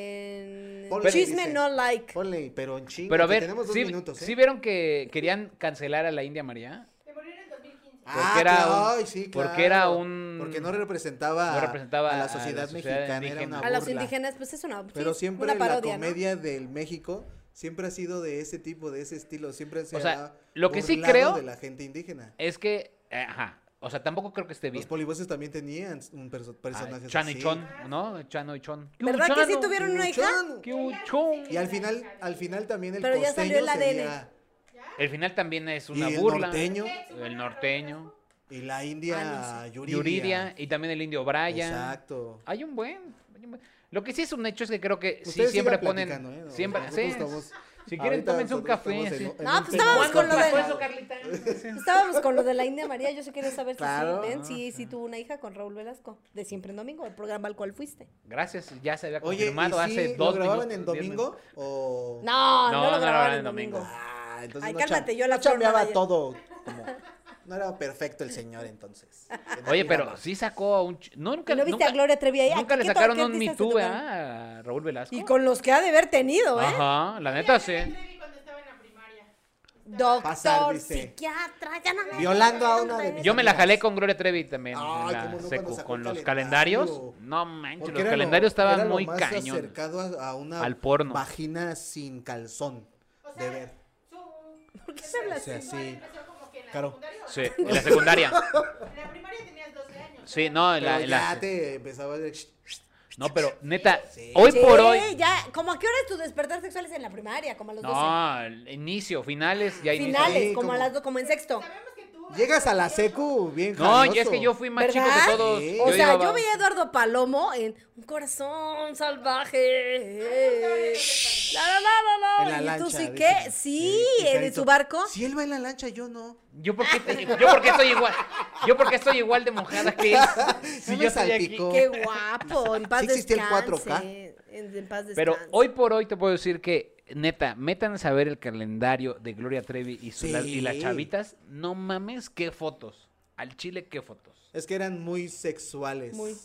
Speaker 3: en-
Speaker 1: Ponle,
Speaker 3: Chisme
Speaker 1: dice.
Speaker 3: no like.
Speaker 1: Ponle, pero en chinga.
Speaker 2: Pero a
Speaker 1: que
Speaker 2: ver,
Speaker 1: Tenemos dos
Speaker 2: ¿sí,
Speaker 1: minutos, ¿eh?
Speaker 2: sí vieron que querían cancelar a la India María?
Speaker 5: Se murió en el 2015.
Speaker 1: Ah,
Speaker 2: porque era
Speaker 1: claro,
Speaker 2: un-
Speaker 1: ay, sí,
Speaker 2: porque era
Speaker 1: claro.
Speaker 2: un-
Speaker 1: Porque no representaba,
Speaker 2: no representaba
Speaker 1: a
Speaker 2: a
Speaker 1: la
Speaker 2: la
Speaker 1: sociedad
Speaker 2: sociedad
Speaker 1: mexicana. Era
Speaker 2: indígena.
Speaker 1: una
Speaker 3: A los
Speaker 1: burla.
Speaker 3: indígenas, pues es una.
Speaker 1: Pero
Speaker 3: sí,
Speaker 1: siempre
Speaker 3: una parodia,
Speaker 1: la
Speaker 3: ¿no?
Speaker 1: comedia del México siempre ha sido de ese tipo, de ese estilo. Siempre se
Speaker 2: O sea,
Speaker 1: ha
Speaker 2: lo que sí
Speaker 1: burlado
Speaker 2: creo-
Speaker 1: de la gente indígena.
Speaker 2: Es que, eh, ajá, o sea, tampoco creo que esté bien.
Speaker 1: Los polivoces también tenían un perso- personaje
Speaker 2: Ah, Chan y
Speaker 1: así.
Speaker 2: Chon, ¿no? Chano y Chon. ¿Qué hubo,
Speaker 3: ¿Verdad que sí
Speaker 2: Chano?
Speaker 3: tuvieron una hija?
Speaker 1: Chon.
Speaker 2: ¿Qué hubo, Chon?
Speaker 1: Y al final, al final también el
Speaker 3: Pero ya
Speaker 1: costeño
Speaker 3: salió el ADN.
Speaker 1: sería-
Speaker 2: El final también es una
Speaker 1: y el
Speaker 2: burla.
Speaker 1: norteño
Speaker 2: El norteño,
Speaker 1: y la india
Speaker 3: Ah,
Speaker 1: Yuridia.
Speaker 2: Yuridia y también el indio Bryan.
Speaker 1: Exacto.
Speaker 2: Hay un buen. hay un buen- Lo que sí es un hecho es que creo que sí
Speaker 1: Ustedes
Speaker 2: siempre
Speaker 1: sigan
Speaker 2: ponen.
Speaker 1: platicando, ¿eh?
Speaker 2: Siempre.
Speaker 1: Nosotros
Speaker 2: sí,
Speaker 1: estamos-
Speaker 2: si quieren,
Speaker 1: ahorita
Speaker 2: tómense un
Speaker 1: nosotros
Speaker 2: café.
Speaker 1: estamos en
Speaker 2: sí.
Speaker 1: un- en
Speaker 3: No,
Speaker 1: un
Speaker 3: pues estábamos
Speaker 1: tema.
Speaker 3: con lo de.
Speaker 2: pasó eso, Carlita?
Speaker 5: [laughs]
Speaker 3: Estábamos con lo de la India María, yo sí quería saber
Speaker 1: Claro.
Speaker 3: si sí, ven, sí, sí tuvo una hija con Raúl Velasco, de siempre en domingo, el programa al cual fuiste.
Speaker 2: Gracias, ya se había
Speaker 1: Oye, ¿y
Speaker 2: confirmado
Speaker 1: sí
Speaker 2: hace
Speaker 1: ¿lo
Speaker 2: dos
Speaker 1: grababan
Speaker 2: minutos,
Speaker 1: en
Speaker 2: diez
Speaker 1: domingo
Speaker 2: minutos.
Speaker 1: o...?
Speaker 2: No,
Speaker 3: No, no,
Speaker 2: no
Speaker 3: lo
Speaker 2: lo
Speaker 3: grabaron
Speaker 2: grabaron
Speaker 3: en domingo.
Speaker 1: Ah, entonces
Speaker 3: Ay,
Speaker 1: no
Speaker 3: cálmate,
Speaker 1: cham-
Speaker 3: yo la
Speaker 1: no chambeaba
Speaker 3: tornaba ya.
Speaker 1: todo, como... No era perfecto el señor,
Speaker 2: [laughs]
Speaker 1: entonces.
Speaker 2: Oye,
Speaker 1: Mira,
Speaker 2: pero
Speaker 1: no.
Speaker 2: sí sacó a un. ch- No, nunca.
Speaker 3: ¿Y no viste
Speaker 2: nunca-
Speaker 3: a Gloria Trevi ahí? ¿A
Speaker 2: Nunca
Speaker 3: qué-
Speaker 2: le
Speaker 3: qué to-
Speaker 2: sacaron
Speaker 3: qué
Speaker 2: un Me
Speaker 3: artistas se
Speaker 2: Too,
Speaker 3: tocaron?
Speaker 2: ¿verdad? A Raúl Velasco.
Speaker 3: Y con los que ha de haber tenido, ¿eh?
Speaker 1: Ah.
Speaker 2: Ajá, la
Speaker 5: Ella
Speaker 2: neta sí.
Speaker 5: era Trevi cuando estaba en la primaria.
Speaker 3: Doctor,
Speaker 1: Pasar, dice.
Speaker 3: psiquiatra, ya no me-
Speaker 1: Violando a una de mis
Speaker 2: Yo me la
Speaker 1: amigas.
Speaker 2: jalé con Gloria Trevi también.
Speaker 1: Ay,
Speaker 2: en la
Speaker 1: cómo no,
Speaker 2: secu,
Speaker 1: cuando sacó
Speaker 2: con
Speaker 1: el
Speaker 2: los
Speaker 1: calendario.
Speaker 2: calendarios. No manches,
Speaker 1: Porque
Speaker 2: los
Speaker 1: era lo-
Speaker 2: calendarios
Speaker 1: era
Speaker 2: estaban
Speaker 1: lo
Speaker 2: muy
Speaker 1: más
Speaker 2: cañón.
Speaker 1: acercado a, a una
Speaker 2: Al porno.
Speaker 1: vagina sin calzón.
Speaker 5: O sea,
Speaker 1: De ver.
Speaker 5: su-
Speaker 3: ¿Por qué se habla
Speaker 5: su-
Speaker 1: así?
Speaker 5: su-
Speaker 1: O sea, sí.
Speaker 5: empezó como que en la
Speaker 1: Claro.
Speaker 5: secundaria, o
Speaker 2: Sí,
Speaker 5: sea,
Speaker 2: en la secundaria.
Speaker 5: En la primaria tenías 12 años.
Speaker 2: Sí, no, en
Speaker 1: Pero
Speaker 2: la.
Speaker 1: ya
Speaker 2: en la-
Speaker 1: te empezaba a... decir,
Speaker 2: No, pero neta,
Speaker 1: Sí.
Speaker 2: hoy
Speaker 3: Sí,
Speaker 2: por hoy.
Speaker 3: ya, como a qué hora es tu despertar sexual es en la primaria, como a los 12.
Speaker 2: No, el inicio, finales, ya inicio.
Speaker 3: Finales,
Speaker 1: Sí,
Speaker 3: como,
Speaker 1: como-
Speaker 3: a las do- como en sexto.
Speaker 5: Sabemos que tú.
Speaker 1: Llegas a la
Speaker 5: 18,
Speaker 1: secu bien
Speaker 2: No,
Speaker 1: jaloso.
Speaker 2: ya es que yo fui más
Speaker 3: ¿Verdad?
Speaker 2: chico que todos.
Speaker 1: Sí.
Speaker 3: O sea,
Speaker 2: llevaba-
Speaker 3: yo veía a Eduardo Palomo en Un corazón salvaje. La, la, la, la, la.
Speaker 1: En la
Speaker 3: ¿Y tú
Speaker 1: lancha,
Speaker 3: sí
Speaker 1: dice.
Speaker 3: qué? Sí,
Speaker 1: Sí,
Speaker 3: eh, de
Speaker 1: Carito.
Speaker 3: su barco.
Speaker 1: Si él va en la lancha, yo no.
Speaker 2: Yo porque, te- yo porque estoy igual. Yo porque estoy igual de mojada
Speaker 1: [laughs]
Speaker 2: que él. Si
Speaker 1: No me
Speaker 2: yo estoy aquí.
Speaker 1: salpicó.
Speaker 3: Qué guapo. En paz
Speaker 1: Sí
Speaker 3: descanse.
Speaker 1: existía el 4K.
Speaker 3: En, en paz
Speaker 2: Pero
Speaker 3: descanse.
Speaker 2: hoy por hoy te puedo decir que, neta, métanse a ver el calendario de Gloria Trevi y, su-
Speaker 1: Sí.
Speaker 2: la- y las chavitas. No mames, qué fotos. Al chile, qué fotos.
Speaker 1: Es que eran muy sexuales.
Speaker 3: Muy.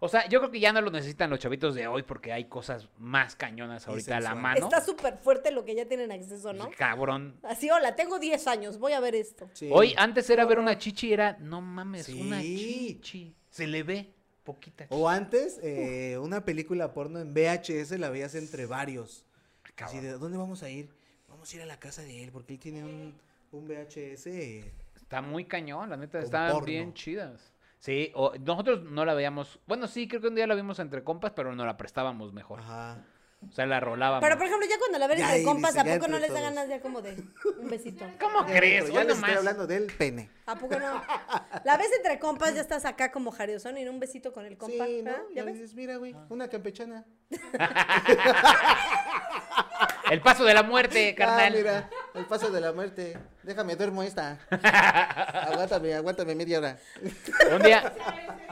Speaker 2: O sea, yo creo que ya no lo necesitan los chavitos de hoy porque hay cosas más cañonas
Speaker 1: Y
Speaker 2: ahorita a la
Speaker 1: sensual.
Speaker 2: mano.
Speaker 3: Está súper fuerte lo que ya tienen acceso, ¿no?
Speaker 2: Cabrón.
Speaker 3: Así, hola, tengo 10 años, voy a ver esto.
Speaker 1: Sí.
Speaker 2: Hoy, antes era ver una chichi, era, no mames, una
Speaker 1: Sí.
Speaker 2: chichi. Se le ve poquita.
Speaker 1: O antes, eh, una película porno en VHS la veías entre varios. Así
Speaker 2: Cabrón.
Speaker 1: de, ¿dónde vamos a ir? Vamos a ir a la casa de él, porque él tiene un, un VHS.
Speaker 2: Está muy cañón, la neta,
Speaker 1: Con
Speaker 2: estaban
Speaker 1: porno.
Speaker 2: bien chidas. Sí, o, nosotros no la veíamos. Bueno, sí, creo que un día la vimos entre compas, pero no la prestábamos mejor.
Speaker 1: Ajá.
Speaker 2: O sea, la rolábamos.
Speaker 3: Pero, por ejemplo, ya cuando la ven
Speaker 1: Ya
Speaker 3: entre
Speaker 1: ahí
Speaker 3: compas,
Speaker 1: dice,
Speaker 3: ¿a
Speaker 1: ya
Speaker 3: poco no
Speaker 1: entre
Speaker 3: les da
Speaker 1: todos.
Speaker 3: ganas ya como de un besito?
Speaker 2: ¿Cómo
Speaker 1: Ya,
Speaker 2: crees?
Speaker 1: pero ya
Speaker 2: Bueno,
Speaker 1: les estoy
Speaker 2: más.
Speaker 1: hablando del pene.
Speaker 3: ¿A poco no? La ves entre compas, ya estás acá como jariosón y en un besito con el compa.
Speaker 1: sí, ¿no?
Speaker 3: ¿ah? ¿Ya
Speaker 1: Ya
Speaker 3: ves?
Speaker 1: dices, mira, güey, una campechana.
Speaker 2: El paso de la muerte,
Speaker 1: [laughs] Ah,
Speaker 2: carnal.
Speaker 1: mira, el paso de la muerte. Déjame, duermo
Speaker 2: [laughs]
Speaker 1: esta. aguántame, aguántame media hora.
Speaker 2: Un día,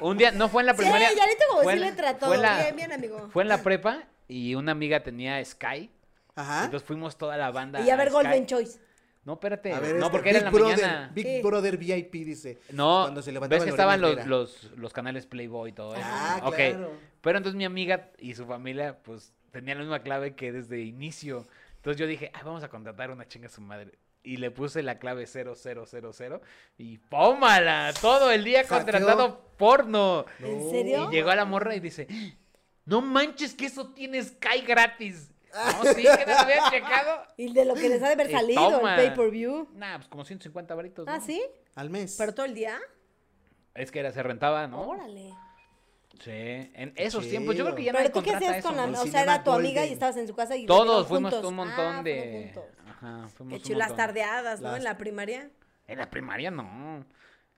Speaker 2: un día, no fue en la
Speaker 3: Sí,
Speaker 2: primaria.
Speaker 3: ya ahorita como
Speaker 2: fue
Speaker 3: sí
Speaker 2: en-
Speaker 3: le trató.
Speaker 2: Fue en, la,
Speaker 3: Bien, bien, amigo.
Speaker 2: fue en la prepa y una amiga tenía Sky.
Speaker 1: Ajá.
Speaker 2: Entonces fuimos toda la banda.
Speaker 3: Y a ver
Speaker 2: Sky.
Speaker 3: Golden Choice.
Speaker 2: No, espérate.
Speaker 1: A ver,
Speaker 2: no,
Speaker 1: este,
Speaker 2: porque era en la
Speaker 1: Big Brother,
Speaker 2: mañana.
Speaker 1: Big
Speaker 3: Sí.
Speaker 1: Brother VIP, dice.
Speaker 2: No,
Speaker 1: Cuando se levantaba
Speaker 2: ves que
Speaker 1: la
Speaker 2: estaban los,
Speaker 1: orejera.
Speaker 2: los, los canales Playboy y todo eso.
Speaker 1: Ah,
Speaker 2: Ok.
Speaker 1: claro.
Speaker 2: Pero entonces mi amiga y su familia, pues, tenían la misma clave que desde inicio. Entonces yo dije, Ay, vamos a contratar una chinga a su madre. Y le puse la clave 0000 y ¡pómala! Todo el día
Speaker 1: Hackeó.
Speaker 2: contratado porno.
Speaker 3: ¿En
Speaker 1: No.
Speaker 3: serio?
Speaker 2: Y llegó a la morra y dice, "¡Ah! no manches que eso tienes Sky gratis. No, sí, que no lo había checado.
Speaker 3: Y de lo que les ha de haber
Speaker 2: Y
Speaker 3: salido
Speaker 2: toma.
Speaker 3: el pay-per-view.
Speaker 2: Nah, pues como 150 varitos.
Speaker 3: ¿Ah,
Speaker 2: ¿no?
Speaker 3: sí?
Speaker 1: Al mes.
Speaker 3: ¿Pero todo el día?
Speaker 2: Es que era, se rentaba, ¿no?
Speaker 3: Órale.
Speaker 2: Sí, en esos
Speaker 1: chido.
Speaker 2: tiempos. Yo creo que ya nadie
Speaker 3: ¿Pero tú qué
Speaker 2: contrata
Speaker 3: hacías
Speaker 2: eso, ¿no?
Speaker 3: con la.? O
Speaker 1: Se
Speaker 3: sea, era
Speaker 1: llama
Speaker 3: tu amiga y
Speaker 1: Golden.
Speaker 3: estabas en su casa y.
Speaker 2: Todos
Speaker 3: vivían
Speaker 2: fuimos
Speaker 3: juntos.
Speaker 2: un montón
Speaker 3: Ah,
Speaker 2: de.
Speaker 3: fueron juntos.
Speaker 2: Ajá, fuimos
Speaker 3: Qué
Speaker 2: un
Speaker 3: chulas
Speaker 2: montón.
Speaker 3: tardeadas, ¿no?
Speaker 1: Las-
Speaker 3: En la primaria.
Speaker 2: En la primaria no.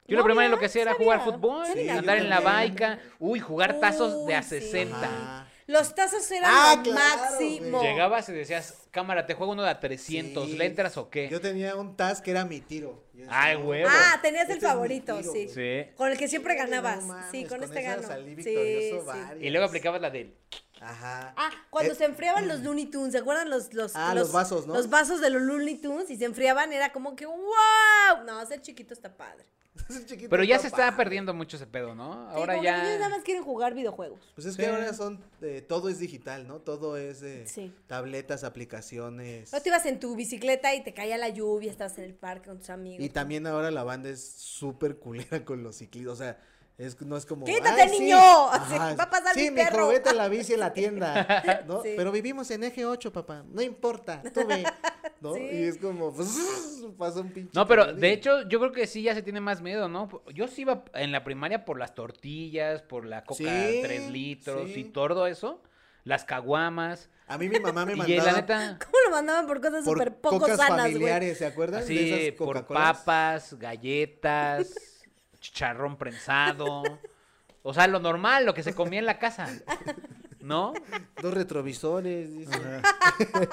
Speaker 2: Yo en
Speaker 3: No,
Speaker 2: la primaria
Speaker 3: ¿verdad?
Speaker 2: lo que hacía era
Speaker 3: Sabía.
Speaker 2: jugar fútbol,
Speaker 3: Sí,
Speaker 1: yo
Speaker 2: andar en la
Speaker 1: también.
Speaker 2: baica, uy, jugar tazos de
Speaker 3: Uy,
Speaker 2: a
Speaker 3: sí.
Speaker 2: 60.
Speaker 1: Ajá.
Speaker 3: Los tazos eran
Speaker 1: Ah,
Speaker 3: lo
Speaker 1: claro,
Speaker 3: máximo. Ah,
Speaker 1: güey.
Speaker 2: Llegabas y decías, cámara, te juego uno de a 300,
Speaker 1: Sí.
Speaker 2: ¿le entras o qué?
Speaker 1: Yo tenía un task que era mi tiro. Yo decía,
Speaker 2: Ay,
Speaker 1: no,
Speaker 2: huevo.
Speaker 3: Ah, tenías el
Speaker 1: Este es mi
Speaker 3: favorito,
Speaker 1: tiro,
Speaker 3: sí.
Speaker 1: güey.
Speaker 2: Sí.
Speaker 3: Con el que siempre
Speaker 1: Sí, no
Speaker 3: ganabas.
Speaker 1: mames,
Speaker 3: sí, con, este
Speaker 1: esa
Speaker 3: gano.
Speaker 1: salí
Speaker 3: sí,
Speaker 1: victorioso
Speaker 3: sí.
Speaker 1: varias.
Speaker 2: Y luego aplicabas la del.
Speaker 1: Ajá.
Speaker 3: Ah, cuando
Speaker 1: Eh,
Speaker 3: se enfriaban los Looney Tunes, ¿se acuerdan los, los,
Speaker 1: Ah, los vasos, ¿no?
Speaker 3: Los vasos de los Looney Tunes y se enfriaban, era como que ¡wow! No, ser chiquito está padre.
Speaker 1: [laughs] ese chiquito
Speaker 2: Pero ya
Speaker 1: está
Speaker 2: se está
Speaker 1: padre.
Speaker 2: perdiendo mucho ese pedo, ¿no?
Speaker 3: Sí,
Speaker 2: Ahora
Speaker 3: como que los niños
Speaker 2: ya.
Speaker 3: nada más quieren jugar videojuegos.
Speaker 1: Pues es
Speaker 2: Sí.
Speaker 1: que ahora son, eh, todo es digital, ¿no? Todo es eh,
Speaker 3: Sí.
Speaker 1: tabletas, aplicaciones.
Speaker 3: No te ibas en tu bicicleta y te caía la lluvia, estabas en el parque con tus amigos.
Speaker 1: Y también ahora la banda es súper culera con los ciclistas. O sea, es, no es como.
Speaker 3: ¡Quítate,
Speaker 1: "Ay, sí".
Speaker 3: niño! [laughs] Así,
Speaker 1: Ajá,
Speaker 3: va a pasar
Speaker 1: sí,
Speaker 3: mi perro.
Speaker 1: mijo, vete a
Speaker 3: [laughs]
Speaker 1: la bici en la tienda. ¿no?
Speaker 3: Sí.
Speaker 1: Pero vivimos en eje 8, papá. No importa, tú ve. ¿no?
Speaker 3: [laughs] Sí.
Speaker 1: Y es como. Pues, [laughs] pasa un pinche.
Speaker 2: No, pero
Speaker 1: camión y-
Speaker 2: de hecho, yo creo que sí ya se tiene más miedo, ¿no? Yo sí iba en la primaria por las tortillas, por la coca
Speaker 1: Sí,
Speaker 2: 3 litros
Speaker 1: sí.
Speaker 2: y todo eso, las caguamas.
Speaker 1: A mí mi mamá me
Speaker 2: [laughs] y eh, la
Speaker 1: mandaba.
Speaker 2: neta,
Speaker 3: [laughs] ¿Cómo lo mandaban por cosas súper
Speaker 1: por
Speaker 3: poco
Speaker 1: cocas
Speaker 3: sanas, güey?
Speaker 1: familiares, ¿se acuerdan?
Speaker 2: así, por
Speaker 1: Coca-Colas? [laughs]
Speaker 2: papas, galletas, chicharrón prensado. O sea, lo normal, lo que se comía en la casa. ¿No?
Speaker 1: Dos retrovisores, dice.